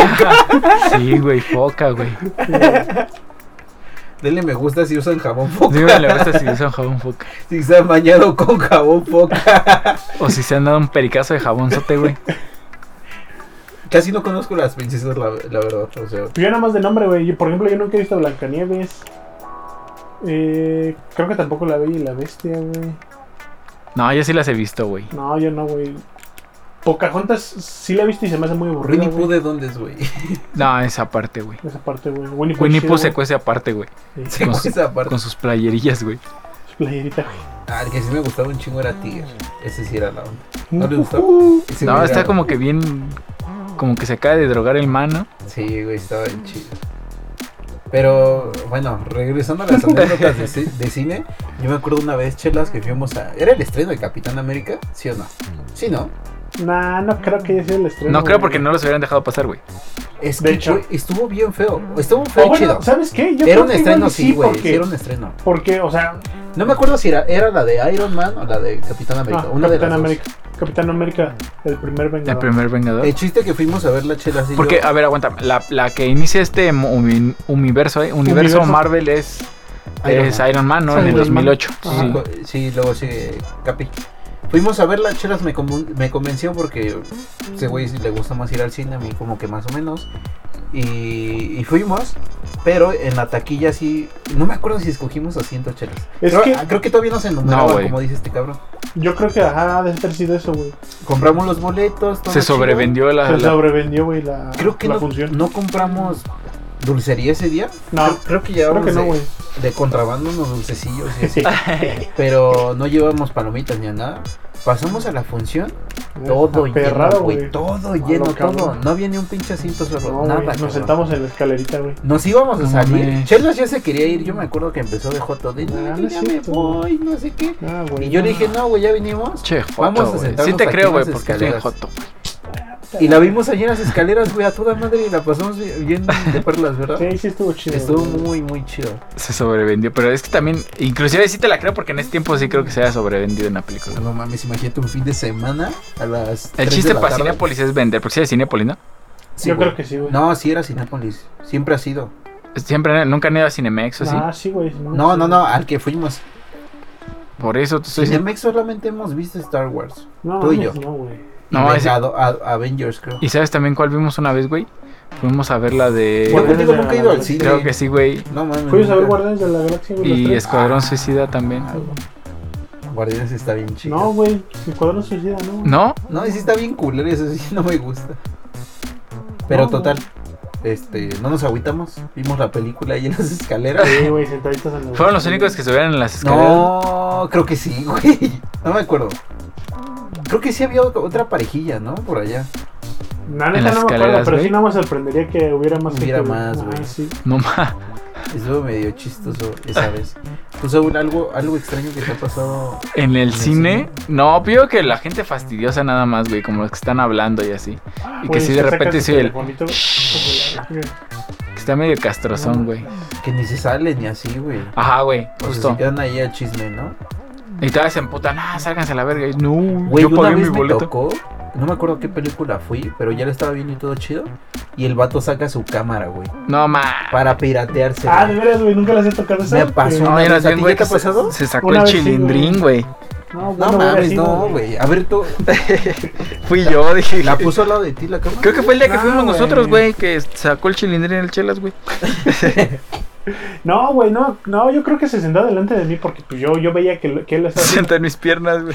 [SPEAKER 1] *laughs* Sí, güey, foca, güey.
[SPEAKER 2] eh,
[SPEAKER 3] Denle me gusta si usan jabón foca.
[SPEAKER 1] Díganle le gusta si usan jabón foca.
[SPEAKER 3] *laughs* Si se han bañado con jabón foca.
[SPEAKER 1] O si se han dado un pericazo de jabonzote, güey.
[SPEAKER 3] Casi no conozco las princesas, la, la verdad. O sea,
[SPEAKER 2] pues, Yo nada más de nombre, güey. Yo, Por ejemplo, yo nunca he visto Blancanieves. Eh, creo que tampoco la Bella y la Bestia, güey.
[SPEAKER 1] No, yo sí las he visto, güey.
[SPEAKER 2] No, yo no, güey. Pocahontas sí la he visto y se me hace muy aburrida.
[SPEAKER 3] Winnie
[SPEAKER 2] güey.
[SPEAKER 3] Pooh de dónde es, güey.
[SPEAKER 1] No, esa parte, güey.
[SPEAKER 2] Esa parte, güey. Winnie Pooh,
[SPEAKER 1] Winnie
[SPEAKER 2] chido,
[SPEAKER 1] Pooh
[SPEAKER 2] güey.
[SPEAKER 1] se cuece aparte, güey.
[SPEAKER 2] Sí,
[SPEAKER 3] *laughs* Sí,
[SPEAKER 1] Con
[SPEAKER 3] güey,
[SPEAKER 1] su-
[SPEAKER 3] esa parte.
[SPEAKER 1] Con sus playerillas, güey.
[SPEAKER 2] su playerita, güey.
[SPEAKER 3] Ah, el que sí me gustaba un chingo era Tiger. Ese sí era la onda. ¿No le gustaba?
[SPEAKER 2] Ujú.
[SPEAKER 3] Ese
[SPEAKER 1] No,
[SPEAKER 3] güey
[SPEAKER 1] está
[SPEAKER 3] era-
[SPEAKER 1] como que bien. Como que se acaba de drogar el mano.
[SPEAKER 3] Sí, güey, estaba bien chido. Pero, bueno, regresando a las anécdotas de, ci- de cine, yo me acuerdo una vez, chelas, que fuimos a. ¿Era el estreno de Capitán América? ¿Sí o no? Sí, ¿no?
[SPEAKER 2] *laughs* Nah, no creo que haya sido el estreno.
[SPEAKER 1] No creo
[SPEAKER 2] güey.
[SPEAKER 1] porque no los hubieran dejado pasar, güey.
[SPEAKER 3] Es
[SPEAKER 2] De
[SPEAKER 3] que,
[SPEAKER 2] hecho.
[SPEAKER 3] güey, estuvo bien feo. Estuvo
[SPEAKER 2] O
[SPEAKER 3] feo
[SPEAKER 2] bueno,
[SPEAKER 3] chido.
[SPEAKER 2] ¿sabes qué? Yo
[SPEAKER 3] Era
[SPEAKER 2] creo
[SPEAKER 3] un
[SPEAKER 2] que
[SPEAKER 3] estreno,
[SPEAKER 2] igual
[SPEAKER 3] sí, güey. sí,
[SPEAKER 2] porque,
[SPEAKER 3] Era un estreno.
[SPEAKER 2] porque, o sea,
[SPEAKER 3] No me acuerdo si era, era la de Iron Man o la de Capitán América.
[SPEAKER 2] ah,
[SPEAKER 3] una de
[SPEAKER 2] Capitán
[SPEAKER 3] las dos.
[SPEAKER 2] América. Capitán América, el primer
[SPEAKER 1] El
[SPEAKER 2] vengador.
[SPEAKER 1] primer vengador.
[SPEAKER 3] El chiste que fuimos a ver la chela así.
[SPEAKER 1] Porque, a ver, aguanta. La, la que inicia este mu- uni- universo, eh, universo,
[SPEAKER 2] Universo.
[SPEAKER 1] Marvel es, es Iron Man, ¿no?
[SPEAKER 2] Sí,
[SPEAKER 1] en el
[SPEAKER 2] Iron Man.
[SPEAKER 1] 2008.
[SPEAKER 2] Ajá.
[SPEAKER 1] Ah, Sí.
[SPEAKER 3] sí. luego sigue Capi. Fuimos a ver las chelas, me, conven- me convenció porque ese güey sí le gusta más ir al cine, a mí como que más o menos. Y, y fuimos, pero en la taquilla sí, no me acuerdo si escogimos asiento chelas.
[SPEAKER 2] Es
[SPEAKER 3] creo,
[SPEAKER 2] que-
[SPEAKER 3] ah, creo que todavía no se enumeraban,
[SPEAKER 1] No, güey.
[SPEAKER 3] como dice este cabrón.
[SPEAKER 2] Yo creo que ajá, ha de haber sido eso, güey.
[SPEAKER 3] Compramos los boletos. todo
[SPEAKER 1] Se
[SPEAKER 3] chido.
[SPEAKER 1] sobrevendió la.
[SPEAKER 2] Se
[SPEAKER 1] la-
[SPEAKER 2] sobrevendió, güey, la,
[SPEAKER 3] Creo que
[SPEAKER 2] la
[SPEAKER 3] no,
[SPEAKER 2] función.
[SPEAKER 3] no compramos dulcería ese día.
[SPEAKER 2] No,
[SPEAKER 3] Creo- creo que llevamos
[SPEAKER 2] creo que no, güey.
[SPEAKER 3] de, de contrabando unos dulcecillos y así.
[SPEAKER 2] Sí.
[SPEAKER 3] pero no llevamos palomitas ni a nada. Pasamos a la función, todo lleno,
[SPEAKER 2] Aperrado,
[SPEAKER 3] güey, todo lleno, todo.
[SPEAKER 2] cabrón.
[SPEAKER 3] No había ni un pinche asiento solo,
[SPEAKER 2] No,
[SPEAKER 3] nada.
[SPEAKER 2] güey,
[SPEAKER 3] cabrón.
[SPEAKER 2] nos sentamos en la escalerita, güey.
[SPEAKER 3] Nos íbamos a
[SPEAKER 1] No
[SPEAKER 3] salir.
[SPEAKER 1] mames.
[SPEAKER 3] Chelas ya se quería ir, yo me acuerdo que empezó de joto de, no,
[SPEAKER 2] Ah,
[SPEAKER 3] yo
[SPEAKER 2] no
[SPEAKER 3] ya
[SPEAKER 2] es
[SPEAKER 3] me
[SPEAKER 2] cierto, güey.
[SPEAKER 3] voy, no sé qué.
[SPEAKER 2] Ah, güey.
[SPEAKER 3] Y yo
[SPEAKER 2] no.
[SPEAKER 3] le dije, no, güey, ya vinimos.
[SPEAKER 1] Che, joto,
[SPEAKER 3] Vamos a
[SPEAKER 1] güey. Sí
[SPEAKER 3] sentarnos
[SPEAKER 1] te
[SPEAKER 3] aquí
[SPEAKER 1] creo,
[SPEAKER 3] en
[SPEAKER 1] güey,
[SPEAKER 3] las
[SPEAKER 1] porque es bien
[SPEAKER 3] escaleras.
[SPEAKER 1] joto. güey.
[SPEAKER 3] Y la vimos allí en las escaleras, güey, a toda madre y la pasamos bien bien de perlas, ¿verdad?
[SPEAKER 2] Sí, sí estuvo chido.
[SPEAKER 3] Estuvo
[SPEAKER 2] güey.
[SPEAKER 3] muy, muy chido.
[SPEAKER 1] Se sobrevendió. Pero es que también, inclusive sí te la creo porque en ese tiempo sí creo que se haya sobrevendido en la película.
[SPEAKER 3] Ah, No mames, imagínate un fin de semana a las.
[SPEAKER 1] El
[SPEAKER 3] 3
[SPEAKER 1] chiste
[SPEAKER 3] de la
[SPEAKER 1] para
[SPEAKER 3] tarde.
[SPEAKER 1] Cinépolis es vender, porque sí es Cinépolis, ¿no?
[SPEAKER 3] Sí,
[SPEAKER 2] Yo
[SPEAKER 3] güey.
[SPEAKER 2] creo que sí, güey.
[SPEAKER 3] No, sí era Cinépolis. Siempre ha sido.
[SPEAKER 1] Siempre, nunca han ido a Cinemex o sí.
[SPEAKER 2] Ah, sí, güey.
[SPEAKER 3] No, no, no, al que fuimos.
[SPEAKER 1] Por eso te estoy diciendo.
[SPEAKER 3] Cinemex solamente hemos visto Star Wars.
[SPEAKER 2] No,
[SPEAKER 3] Tú y
[SPEAKER 2] mames,
[SPEAKER 3] yo.
[SPEAKER 2] no, güey.
[SPEAKER 3] Y
[SPEAKER 1] No, ese-
[SPEAKER 3] Vengado- a- Avengers, creo.
[SPEAKER 1] ¿Y sabes también cuál vimos una vez, güey? Fuimos a ver la de.
[SPEAKER 3] Yo
[SPEAKER 2] Guardianes
[SPEAKER 3] contigo
[SPEAKER 2] de la
[SPEAKER 3] nunca he ido al
[SPEAKER 2] Galaxia.
[SPEAKER 3] cine.
[SPEAKER 1] Creo que sí, güey.
[SPEAKER 3] No mames.
[SPEAKER 2] Fuimos
[SPEAKER 1] Mm.
[SPEAKER 2] a ver
[SPEAKER 3] nunca.
[SPEAKER 2] Guardianes de la Galaxia, güey. los
[SPEAKER 1] Y
[SPEAKER 2] tres.
[SPEAKER 1] Escuadrón Suicida también.
[SPEAKER 2] Ah, güey.
[SPEAKER 3] Guardianes está bien chido.
[SPEAKER 2] No, güey. Escuadrón Suicida, no. güey.
[SPEAKER 1] ¿No?
[SPEAKER 3] No, y sí está bien cool, eso sí no me gusta. Pero
[SPEAKER 2] No,
[SPEAKER 3] total, este, no nos agüitamos. Vimos la película ahí en las escaleras. *laughs*
[SPEAKER 2] Sí, güey, sentaditos en la-
[SPEAKER 1] Fueron los únicos que subieron en las escaleras.
[SPEAKER 3] No, creo que sí, güey. No me acuerdo. Creo que sí había otra- otra parejilla, ¿no? Por allá.
[SPEAKER 2] No, neta,
[SPEAKER 1] en las
[SPEAKER 2] no me acuerdo,
[SPEAKER 1] escaleras,
[SPEAKER 2] pero
[SPEAKER 1] güey.
[SPEAKER 2] sí no me sorprendería que hubiera más
[SPEAKER 3] Hubiera
[SPEAKER 2] gente,
[SPEAKER 3] más,
[SPEAKER 2] Ah,
[SPEAKER 3] güey.
[SPEAKER 2] sí.
[SPEAKER 1] No, ma. *laughs*
[SPEAKER 3] Estuvo medio chistoso esa vez. ¿Tú, Saúl, algo, algo extraño que te ha pasado?
[SPEAKER 1] En el
[SPEAKER 3] el
[SPEAKER 1] cine. No, pido que la gente fastidiosa nada más, güey. Como los que están hablando y así. Y que
[SPEAKER 2] Güey,
[SPEAKER 1] si
[SPEAKER 2] se
[SPEAKER 1] de
[SPEAKER 2] saca
[SPEAKER 1] repente
[SPEAKER 2] su
[SPEAKER 1] sí el.
[SPEAKER 2] telefonito, güey.
[SPEAKER 1] Que está medio castrozón, güey.
[SPEAKER 3] Que ni se sale ni así, güey.
[SPEAKER 1] Ajá, güey.
[SPEAKER 3] O sea,
[SPEAKER 1] Justo.
[SPEAKER 3] se quedan ahí al chisme, ¿no?
[SPEAKER 1] Y todavía se emputan. Ah, sálganse a la verga. Y No,
[SPEAKER 3] Güey,
[SPEAKER 1] yo
[SPEAKER 3] una
[SPEAKER 1] pagué
[SPEAKER 3] vez
[SPEAKER 1] mi
[SPEAKER 3] me
[SPEAKER 1] boleto.
[SPEAKER 3] tocó, no me acuerdo qué película fui, pero ya la estaba viendo y todo chido. Y el vato saca su cámara, güey,
[SPEAKER 1] No, ma.
[SPEAKER 3] para piratearse.
[SPEAKER 2] Ah, de
[SPEAKER 3] güey.
[SPEAKER 2] veras, güey, nunca las he tocado esas.
[SPEAKER 3] Me pasó.
[SPEAKER 1] No,
[SPEAKER 3] ¿A
[SPEAKER 1] eras
[SPEAKER 3] ti
[SPEAKER 1] bien,
[SPEAKER 3] ya
[SPEAKER 1] güey.
[SPEAKER 3] te
[SPEAKER 1] que
[SPEAKER 3] ha pasado?
[SPEAKER 1] Se, se sacó
[SPEAKER 2] Una
[SPEAKER 1] el
[SPEAKER 2] vez sí, güey.
[SPEAKER 1] chilindrín, güey.
[SPEAKER 2] No,
[SPEAKER 3] No
[SPEAKER 2] bueno, hubiera
[SPEAKER 3] mames,
[SPEAKER 2] sido,
[SPEAKER 3] no,
[SPEAKER 2] güey.
[SPEAKER 3] güey. A ver, tú,
[SPEAKER 1] Fui yo, *laughs* dije.
[SPEAKER 3] ¿la puso al lado de ti la cámara?
[SPEAKER 1] Creo que fue el día que
[SPEAKER 2] No,
[SPEAKER 1] fuimos
[SPEAKER 2] güey.
[SPEAKER 1] nosotros, güey, que sacó el chilindrín en el chelas, güey.
[SPEAKER 2] No, güey, no, no, yo creo que se sentó delante de mí porque pues, yo, yo veía que, lo- que él
[SPEAKER 1] *laughs*
[SPEAKER 2] estaba.
[SPEAKER 1] Sentó en mis piernas, güey.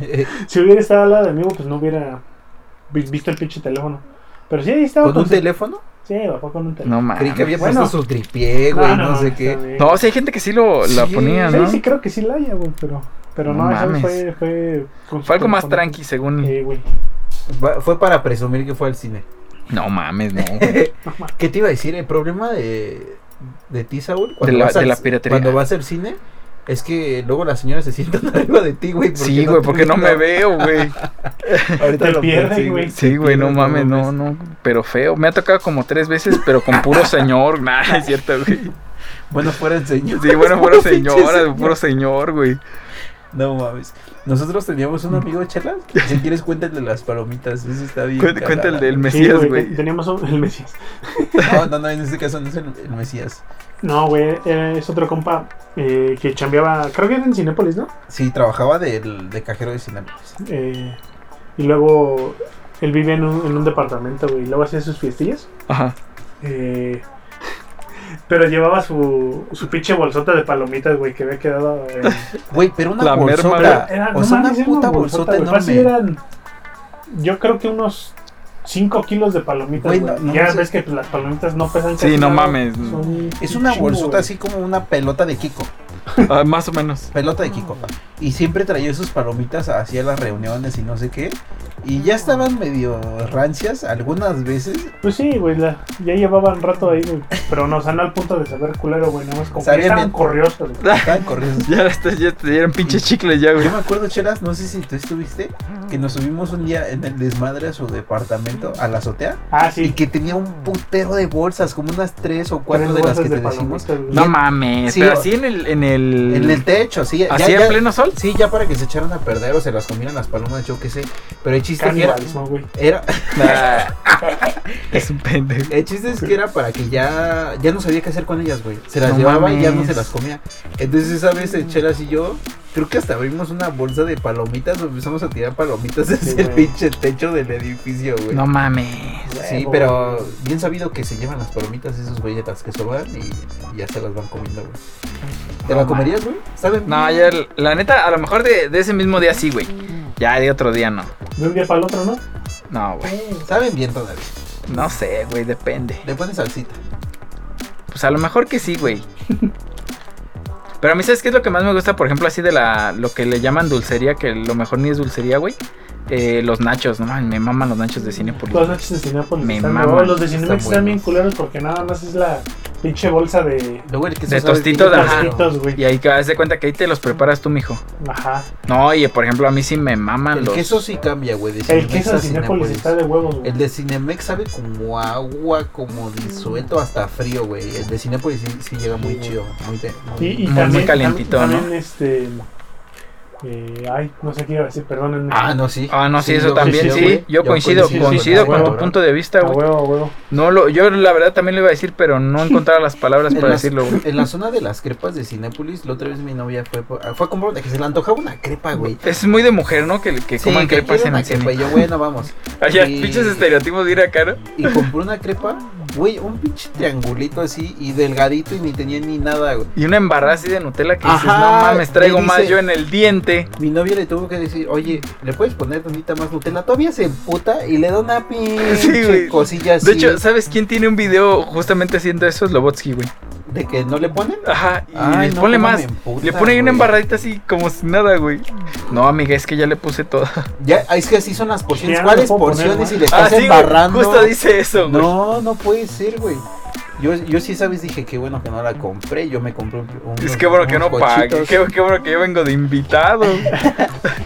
[SPEAKER 3] Eh,
[SPEAKER 2] si hubiera estado al lado de mí, güey, pues no hubiera vi- visto el pinche teléfono. Pero sí, ahí estaba.
[SPEAKER 3] ¿Con un
[SPEAKER 2] su-
[SPEAKER 3] teléfono?
[SPEAKER 2] Sí, papá, con un teléfono.
[SPEAKER 1] No
[SPEAKER 3] Creí
[SPEAKER 1] mames.
[SPEAKER 3] que había
[SPEAKER 2] Bueno. Ah,
[SPEAKER 3] puesto su tripié, güey, no, sé
[SPEAKER 2] está
[SPEAKER 3] qué.
[SPEAKER 2] bien.
[SPEAKER 1] No, sí hay gente que sí lo la
[SPEAKER 3] Sí,
[SPEAKER 1] ponía,
[SPEAKER 2] Sí,
[SPEAKER 1] ¿no?
[SPEAKER 2] sí, creo que sí la haya, güey, pero, pero no,
[SPEAKER 1] No
[SPEAKER 2] esa
[SPEAKER 1] mames.
[SPEAKER 2] vez fue, fue, con su
[SPEAKER 1] Fue algo más
[SPEAKER 2] teléfono.
[SPEAKER 1] tranqui, según.
[SPEAKER 2] Sí, güey.
[SPEAKER 3] Va- Fue para presumir que fue al cine.
[SPEAKER 1] No mames, no.
[SPEAKER 3] ¿Qué te iba a decir? El problema de, de ti, Saúl,
[SPEAKER 1] la-
[SPEAKER 3] vas
[SPEAKER 1] de
[SPEAKER 3] al-
[SPEAKER 1] la piratería.
[SPEAKER 3] Cuando vas al cine, es que luego las señoras se sientan *laughs* arriba de ti, güey.
[SPEAKER 1] Sí, güey, porque no me veo, güey.
[SPEAKER 3] Ahorita
[SPEAKER 2] Te
[SPEAKER 3] lo
[SPEAKER 2] pierden,
[SPEAKER 3] pensé,
[SPEAKER 2] güey.
[SPEAKER 1] Sí, güey, no mames, no, no. Pero feo. Me ha tocado como tres veces, pero con puro señor. Nah, es cierto, güey.
[SPEAKER 3] Bueno, fuera el señor. *laughs*
[SPEAKER 1] Sí, bueno, puro
[SPEAKER 3] pinche
[SPEAKER 1] señora,
[SPEAKER 3] señor.
[SPEAKER 1] puro señor, güey.
[SPEAKER 4] No mames. Nosotros teníamos
[SPEAKER 1] Mm.
[SPEAKER 4] un amigo,
[SPEAKER 1] *laughs*
[SPEAKER 4] Chelas. Si quieres, cuéntale las palomitas. Eso está bien.
[SPEAKER 1] Cuenta,
[SPEAKER 4] cagada.
[SPEAKER 1] el del
[SPEAKER 2] Sí,
[SPEAKER 1] Mesías,
[SPEAKER 2] güey,
[SPEAKER 1] güey.
[SPEAKER 2] Teníamos un- *laughs* el Mesías.
[SPEAKER 4] No, no, no, en este caso no es el, el Mesías.
[SPEAKER 2] No, güey, eh, es otro compa eh, que chambeaba, creo que era en Cinépolis, ¿no?
[SPEAKER 3] Sí, trabajaba del- de, cajero de Cinépolis.
[SPEAKER 2] Eh, y luego él vivía en un, en un departamento, güey, y luego hacía sus fiestillas.
[SPEAKER 1] Ajá.
[SPEAKER 2] Eh, pero llevaba su, su pinche bolsota de palomitas, güey, que había quedado. eh,
[SPEAKER 3] Güey, pero una
[SPEAKER 1] La merma,
[SPEAKER 3] bolsota.
[SPEAKER 1] güey.
[SPEAKER 2] era-
[SPEAKER 3] o sea,
[SPEAKER 2] no
[SPEAKER 3] una
[SPEAKER 2] mames, era
[SPEAKER 3] puta bolsota,
[SPEAKER 2] güey, fácil
[SPEAKER 3] enorme.
[SPEAKER 2] eran, yo creo que unos 5 kilos de palomitas,
[SPEAKER 3] Güey,
[SPEAKER 2] güey.
[SPEAKER 3] no- no
[SPEAKER 2] ya
[SPEAKER 3] sé.
[SPEAKER 2] ves que las palomitas no pesan
[SPEAKER 1] Sí,
[SPEAKER 2] casi
[SPEAKER 1] no
[SPEAKER 2] nada,
[SPEAKER 1] mames.
[SPEAKER 2] son
[SPEAKER 3] Es
[SPEAKER 2] un
[SPEAKER 3] una
[SPEAKER 2] chingo,
[SPEAKER 3] bolsota
[SPEAKER 2] güey.
[SPEAKER 3] así como una pelota de Kiko.
[SPEAKER 1] Ah, más o menos.
[SPEAKER 3] Pelota de Kiko.
[SPEAKER 2] Ah.
[SPEAKER 3] Y siempre traía sus palomitas hacia las reuniones y no sé qué. Y
[SPEAKER 2] Ah.
[SPEAKER 3] ya estaban medio rancias algunas veces.
[SPEAKER 2] Pues sí, güey, la- ya llevaban rato ahí, güey. Pero no, o sea, no al punto de saber culero, güey. Nada más como que
[SPEAKER 3] Sabía
[SPEAKER 2] estaban
[SPEAKER 3] bien.
[SPEAKER 2] corriosas, güey.
[SPEAKER 3] Estaban
[SPEAKER 2] *laughs*
[SPEAKER 3] corriendo.
[SPEAKER 1] Ya, *laughs* estas ya te dieron pinches chicles ya, güey.
[SPEAKER 3] Yo me acuerdo, Chelas, no sé si tú estuviste,
[SPEAKER 2] Mm.
[SPEAKER 3] que nos subimos un día en el desmadre a su departamento, a la azotea,
[SPEAKER 2] Ah,
[SPEAKER 3] y
[SPEAKER 2] sí.
[SPEAKER 3] que tenía un putero de bolsas, como unas tres o
[SPEAKER 2] Tres
[SPEAKER 3] cuatro de las
[SPEAKER 2] bolsas
[SPEAKER 3] que te
[SPEAKER 2] palomitas,
[SPEAKER 3] decimos.
[SPEAKER 2] güey.
[SPEAKER 1] No mames.
[SPEAKER 3] Sí,
[SPEAKER 1] pero
[SPEAKER 3] o-
[SPEAKER 1] así en el. En el,
[SPEAKER 3] En el techo, sí. ya-
[SPEAKER 1] así en
[SPEAKER 3] ya-
[SPEAKER 1] pleno sol.
[SPEAKER 3] Sí, ya para que se echaran a perder o se las comieran las palomas, yo qué sé. Pero el chiste que era,
[SPEAKER 2] Canibalismo, güey.
[SPEAKER 3] era-
[SPEAKER 1] Ah, *laughs* es un pendejo.
[SPEAKER 3] el chiste es que era para que ya, ya no sabía qué hacer con ellas, güey. Se las
[SPEAKER 1] No
[SPEAKER 3] llevaba y ya no
[SPEAKER 1] mames.
[SPEAKER 3] se las comía. Entonces esa vez el Chelas y yo, creo que hasta abrimos una bolsa de palomitas, empezamos a tirar palomitas *laughs* desde el
[SPEAKER 2] güey.
[SPEAKER 3] pinche techo del edificio, güey.
[SPEAKER 1] No mames.
[SPEAKER 3] Sí,
[SPEAKER 2] Huevo.
[SPEAKER 3] pero bien sabido que se llevan las palomitas esos galletas que sobran y y ya se las van comiendo, güey. ¿Te la
[SPEAKER 1] No,
[SPEAKER 3] comerías, güey? ¿Saben?
[SPEAKER 1] No, ya, la neta, a lo mejor de, de ese mismo día sí, güey. Ya de otro día no.
[SPEAKER 2] De un día para el otro, ¿no?
[SPEAKER 1] No, güey.
[SPEAKER 3] Saben bien todavía.
[SPEAKER 1] No sé, güey, depende.
[SPEAKER 3] Le pones salsita.
[SPEAKER 1] Pues a lo mejor que sí, *laughs* güey. Pero a mí, ¿sabes qué es lo que más me gusta? Por ejemplo, así de la lo que le llaman dulcería, que lo mejor ni es dulcería, güey. Eh, los nachos, no mames, me maman los nachos de cine por
[SPEAKER 2] Todas las noches de Cinépolis.
[SPEAKER 1] Me
[SPEAKER 2] están-
[SPEAKER 1] maman,
[SPEAKER 2] oh, los de
[SPEAKER 3] están
[SPEAKER 2] Cinépolis están bien
[SPEAKER 3] buenos.
[SPEAKER 2] culeros porque nada más es la pinche bolsa de
[SPEAKER 3] Luego el que
[SPEAKER 1] De tostito de ajá.
[SPEAKER 2] tostitos, güey.
[SPEAKER 1] Y ahí que haz de cuenta que ahí te los preparas tú, mijo.
[SPEAKER 2] Ajá.
[SPEAKER 1] No, y por ejemplo, a mí sí me maman
[SPEAKER 3] El
[SPEAKER 1] los.
[SPEAKER 3] queso sí cambia, güey. de
[SPEAKER 2] El
[SPEAKER 3] Cinemex
[SPEAKER 2] queso
[SPEAKER 3] a
[SPEAKER 2] de Cinépolis
[SPEAKER 3] Cinépolis.
[SPEAKER 2] está de huevos, güey.
[SPEAKER 3] El de Cinemex sabe como agua, como disuelto, hasta frío, güey. El de Cinepolis sí, sí llega muy chido. Muy, de- muy-
[SPEAKER 2] Y, y
[SPEAKER 1] muy
[SPEAKER 2] también, tam-
[SPEAKER 1] calientito, ¿no?
[SPEAKER 2] también, este. eh, ay, no sé qué iba a decir, perdónenme.
[SPEAKER 3] Ah, no, sí.
[SPEAKER 1] Ah, no, sí, eso
[SPEAKER 3] yo
[SPEAKER 1] también,
[SPEAKER 2] coincido,
[SPEAKER 1] sí.
[SPEAKER 3] güey.
[SPEAKER 1] Yo coincido,
[SPEAKER 2] coincido,
[SPEAKER 1] coincido,
[SPEAKER 2] sí,
[SPEAKER 1] con tu
[SPEAKER 2] cabrón.
[SPEAKER 1] punto de
[SPEAKER 3] Ah,
[SPEAKER 1] vista,
[SPEAKER 2] A
[SPEAKER 1] güey.
[SPEAKER 2] huevo, a huevo.
[SPEAKER 1] No, lo, yo la verdad también lo iba a decir, pero no encontraba las palabras
[SPEAKER 3] En
[SPEAKER 1] para
[SPEAKER 3] las-
[SPEAKER 1] decirlo, güey.
[SPEAKER 3] En la zona de las crepas de Cinépolis, la otra vez mi novia fue, por- fue a comprar una, que se le antojaba una crepa, güey.
[SPEAKER 1] Es muy de mujer, ¿no? Que, que
[SPEAKER 3] Sí,
[SPEAKER 1] coman
[SPEAKER 3] que
[SPEAKER 1] crepas
[SPEAKER 3] quiero
[SPEAKER 1] en
[SPEAKER 3] una
[SPEAKER 1] el
[SPEAKER 3] crepa. Y
[SPEAKER 1] cine.
[SPEAKER 3] yo, bueno, vamos.
[SPEAKER 1] *laughs* Allá,
[SPEAKER 3] Y-
[SPEAKER 1] pinches estereotipos de ir a caro.
[SPEAKER 3] Y compré una crepa, güey, un pinche triangulito así y delgadito y ni tenía ni nada, güey.
[SPEAKER 1] Y una embarrada así de Nutella que dices,
[SPEAKER 3] Ajá,
[SPEAKER 1] no mames, traigo
[SPEAKER 3] le
[SPEAKER 1] más
[SPEAKER 3] dice-
[SPEAKER 1] yo en el diente.
[SPEAKER 3] Mi novia le tuvo que decir, oye, ¿le puedes poner tantita más Nutella? Todavía se emputa y le da una pinche
[SPEAKER 1] Sí, güey.
[SPEAKER 3] cosilla así.
[SPEAKER 1] De hecho, ¿sabes quién tiene un video justamente haciendo eso? Slobotsky, güey.
[SPEAKER 3] ¿De que no le ponen?
[SPEAKER 1] Ajá, y
[SPEAKER 3] Ay,
[SPEAKER 1] le
[SPEAKER 3] no,
[SPEAKER 1] ponle
[SPEAKER 3] cómo
[SPEAKER 1] más.
[SPEAKER 3] me emputa,
[SPEAKER 1] le pone ahí una
[SPEAKER 3] güey.
[SPEAKER 1] embarradita así como si nada, güey. No, amiga, es que ya le puse toda.
[SPEAKER 3] Ya, ah, es que así son las porciones.
[SPEAKER 2] Ya no
[SPEAKER 3] ¿Cuáles
[SPEAKER 2] puedo poner
[SPEAKER 3] porciones?
[SPEAKER 2] más.
[SPEAKER 3] Y le
[SPEAKER 1] Ah,
[SPEAKER 3] estás
[SPEAKER 1] sí, güey,
[SPEAKER 3] embarrando.
[SPEAKER 1] justo dice eso, güey.
[SPEAKER 3] No, no puede ser, güey. Yo, yo sí, sabes, dije, qué bueno que no la compré. Yo me compré un. unos-
[SPEAKER 1] Es que bueno que
[SPEAKER 3] unos
[SPEAKER 1] no pague,
[SPEAKER 3] cochitos.
[SPEAKER 1] qué, qué bueno que yo vengo de
[SPEAKER 3] *laughs*
[SPEAKER 1] invitado.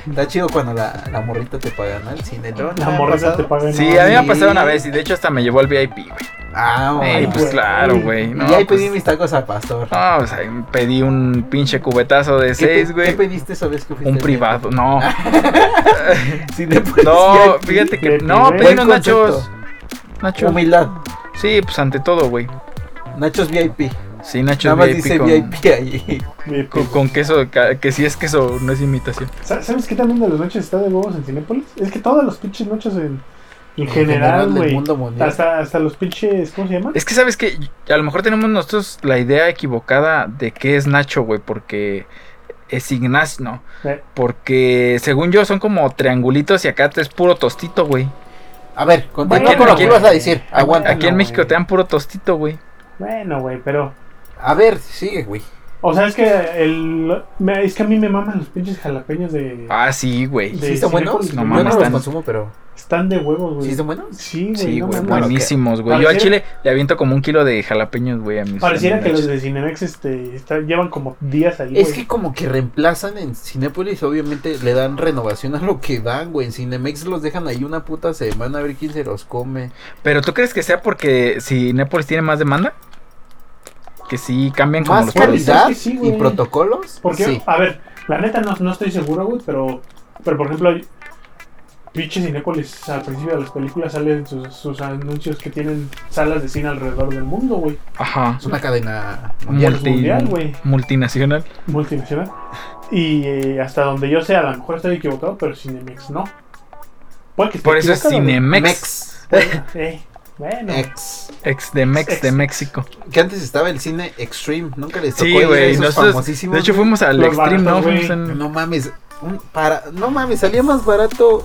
[SPEAKER 3] Está chido cuando la, la morrita te paga, ¿no? El cine, ¿no? ¿No
[SPEAKER 2] La
[SPEAKER 3] ha
[SPEAKER 2] morrita
[SPEAKER 3] pasado?
[SPEAKER 2] te paga.
[SPEAKER 1] Sí,
[SPEAKER 2] ¿no?
[SPEAKER 1] a mí me ha
[SPEAKER 3] sí.
[SPEAKER 1] pasado una vez y de hecho hasta me llevó al VIP, güey.
[SPEAKER 3] Ah,
[SPEAKER 1] Ey,
[SPEAKER 3] bueno.
[SPEAKER 1] pues
[SPEAKER 2] güey.
[SPEAKER 1] claro, güey. No,
[SPEAKER 3] y ahí
[SPEAKER 1] pues,
[SPEAKER 3] pedí mis tacos al pastor.
[SPEAKER 1] no, pues, ahí pedí un pinche cubetazo de
[SPEAKER 3] ¿Qué,
[SPEAKER 1] seis,
[SPEAKER 3] pe-
[SPEAKER 1] güey.
[SPEAKER 3] ¿Qué pediste esa vez que fuiste?
[SPEAKER 1] Un
[SPEAKER 3] al
[SPEAKER 1] privado, no.
[SPEAKER 3] cine? Cine,
[SPEAKER 1] *laughs*
[SPEAKER 3] pues, *laughs*
[SPEAKER 1] No,
[SPEAKER 3] VIP.
[SPEAKER 1] fíjate que.
[SPEAKER 2] de
[SPEAKER 1] No,
[SPEAKER 2] primer
[SPEAKER 1] pedí unos
[SPEAKER 3] concepto.
[SPEAKER 1] nachos. Nachos.
[SPEAKER 3] Humildad.
[SPEAKER 1] Sí, pues ante todo, güey.
[SPEAKER 3] Nachos VIP.
[SPEAKER 1] Sí, nachos
[SPEAKER 3] Nada más
[SPEAKER 1] VIP
[SPEAKER 3] dice
[SPEAKER 1] con,
[SPEAKER 3] VIP ahí.
[SPEAKER 2] Mi-
[SPEAKER 1] con- con queso, de ca- que si es queso, no es imitación.
[SPEAKER 2] pues, Sa- ¿Sabes qué también de las noches está de huevos en Cinépolis? Es que todas las pinches noches en, en general,
[SPEAKER 3] del
[SPEAKER 2] güey.
[SPEAKER 3] mundo mundial.
[SPEAKER 2] Hasta, hasta los pinches, ¿cómo se llama?
[SPEAKER 1] Es que sabes que a lo mejor tenemos nosotros la idea equivocada de qué es Nacho, güey, porque es Ignacio, ¿no?
[SPEAKER 2] Eh.
[SPEAKER 1] Porque según yo son como triangulitos y acá es puro tostito, güey.
[SPEAKER 3] A ver, continúa
[SPEAKER 1] Bueno,
[SPEAKER 3] con lo
[SPEAKER 1] aquí-
[SPEAKER 3] que ibas a decir. Aguanta.
[SPEAKER 1] Aquí en
[SPEAKER 2] Ah, no,
[SPEAKER 1] México
[SPEAKER 2] güey.
[SPEAKER 1] te dan puro tostito, güey.
[SPEAKER 2] Bueno, güey, pero.
[SPEAKER 3] A ver, sigue, güey.
[SPEAKER 2] O sea, es que el, me- es que a mí me maman los pinches jalapeños de.
[SPEAKER 1] Ah, sí, güey.
[SPEAKER 2] de
[SPEAKER 3] ¿Sí están buenos?
[SPEAKER 2] Cinépolis,
[SPEAKER 1] No
[SPEAKER 3] Yo
[SPEAKER 2] güey.
[SPEAKER 1] mames,
[SPEAKER 3] no los
[SPEAKER 1] están-
[SPEAKER 3] consumo, pero.
[SPEAKER 2] Están de huevos,
[SPEAKER 3] ¿Sí
[SPEAKER 2] güey.
[SPEAKER 3] están buenos?
[SPEAKER 2] Sí, güey.
[SPEAKER 1] Sí,
[SPEAKER 2] no
[SPEAKER 1] güey,
[SPEAKER 2] mames.
[SPEAKER 3] bueno.
[SPEAKER 1] buenísimos, güey. Yo al
[SPEAKER 2] Pareciera-
[SPEAKER 1] chile le aviento como un kilo de jalapeños, güey, a mis
[SPEAKER 2] Pareciera que
[SPEAKER 1] amigos.
[SPEAKER 2] los de Cinemex este, está- llevan como días ahí,
[SPEAKER 3] Es
[SPEAKER 2] güey.
[SPEAKER 3] que como que reemplazan en Cinépolis, obviamente le dan renovación a lo que dan, güey. En Cinemex los dejan ahí una puta semana a ver quién se los come.
[SPEAKER 1] Pero tú crees que sea porque si Népolis tiene más demanda? Que sí cambian como
[SPEAKER 3] Más
[SPEAKER 1] los productos.
[SPEAKER 3] calidad
[SPEAKER 2] productos. Sí,
[SPEAKER 3] y
[SPEAKER 2] güey.
[SPEAKER 3] protocolos.
[SPEAKER 2] Porque,
[SPEAKER 3] Sí.
[SPEAKER 2] a ver, La neta no, no estoy seguro, güey, pero, pero por ejemplo, hay- pinche Cinépolis al principio de las películas salen sus, sus anuncios que tienen salas de cine alrededor del mundo, güey.
[SPEAKER 1] Ajá.
[SPEAKER 3] Es una cadena mundial.
[SPEAKER 2] Multi- mundial, güey.
[SPEAKER 1] multinacional.
[SPEAKER 2] Multinacional. Y eh, hasta donde yo sé, a lo mejor estoy equivocado, pero Cinemex no. Puede que esté
[SPEAKER 1] Por eso es
[SPEAKER 2] equivocado, güey.
[SPEAKER 1] Cinemex.
[SPEAKER 3] Mex.
[SPEAKER 2] Eh, bueno.
[SPEAKER 3] Ex.
[SPEAKER 1] Ex de Mex de
[SPEAKER 2] Ex.
[SPEAKER 1] México.
[SPEAKER 3] Que antes estaba el cine Extreme. Nunca les tocó
[SPEAKER 1] Sí,
[SPEAKER 3] ir a
[SPEAKER 1] güey.
[SPEAKER 3] esos
[SPEAKER 1] Nosotros,
[SPEAKER 3] famosísimos,
[SPEAKER 1] de hecho,
[SPEAKER 3] güey.
[SPEAKER 1] fuimos al
[SPEAKER 2] Los
[SPEAKER 1] Extreme, ¿no?
[SPEAKER 2] baratos, güey.
[SPEAKER 1] Fuimos en-
[SPEAKER 3] No mames. un para... No mames, salía más barato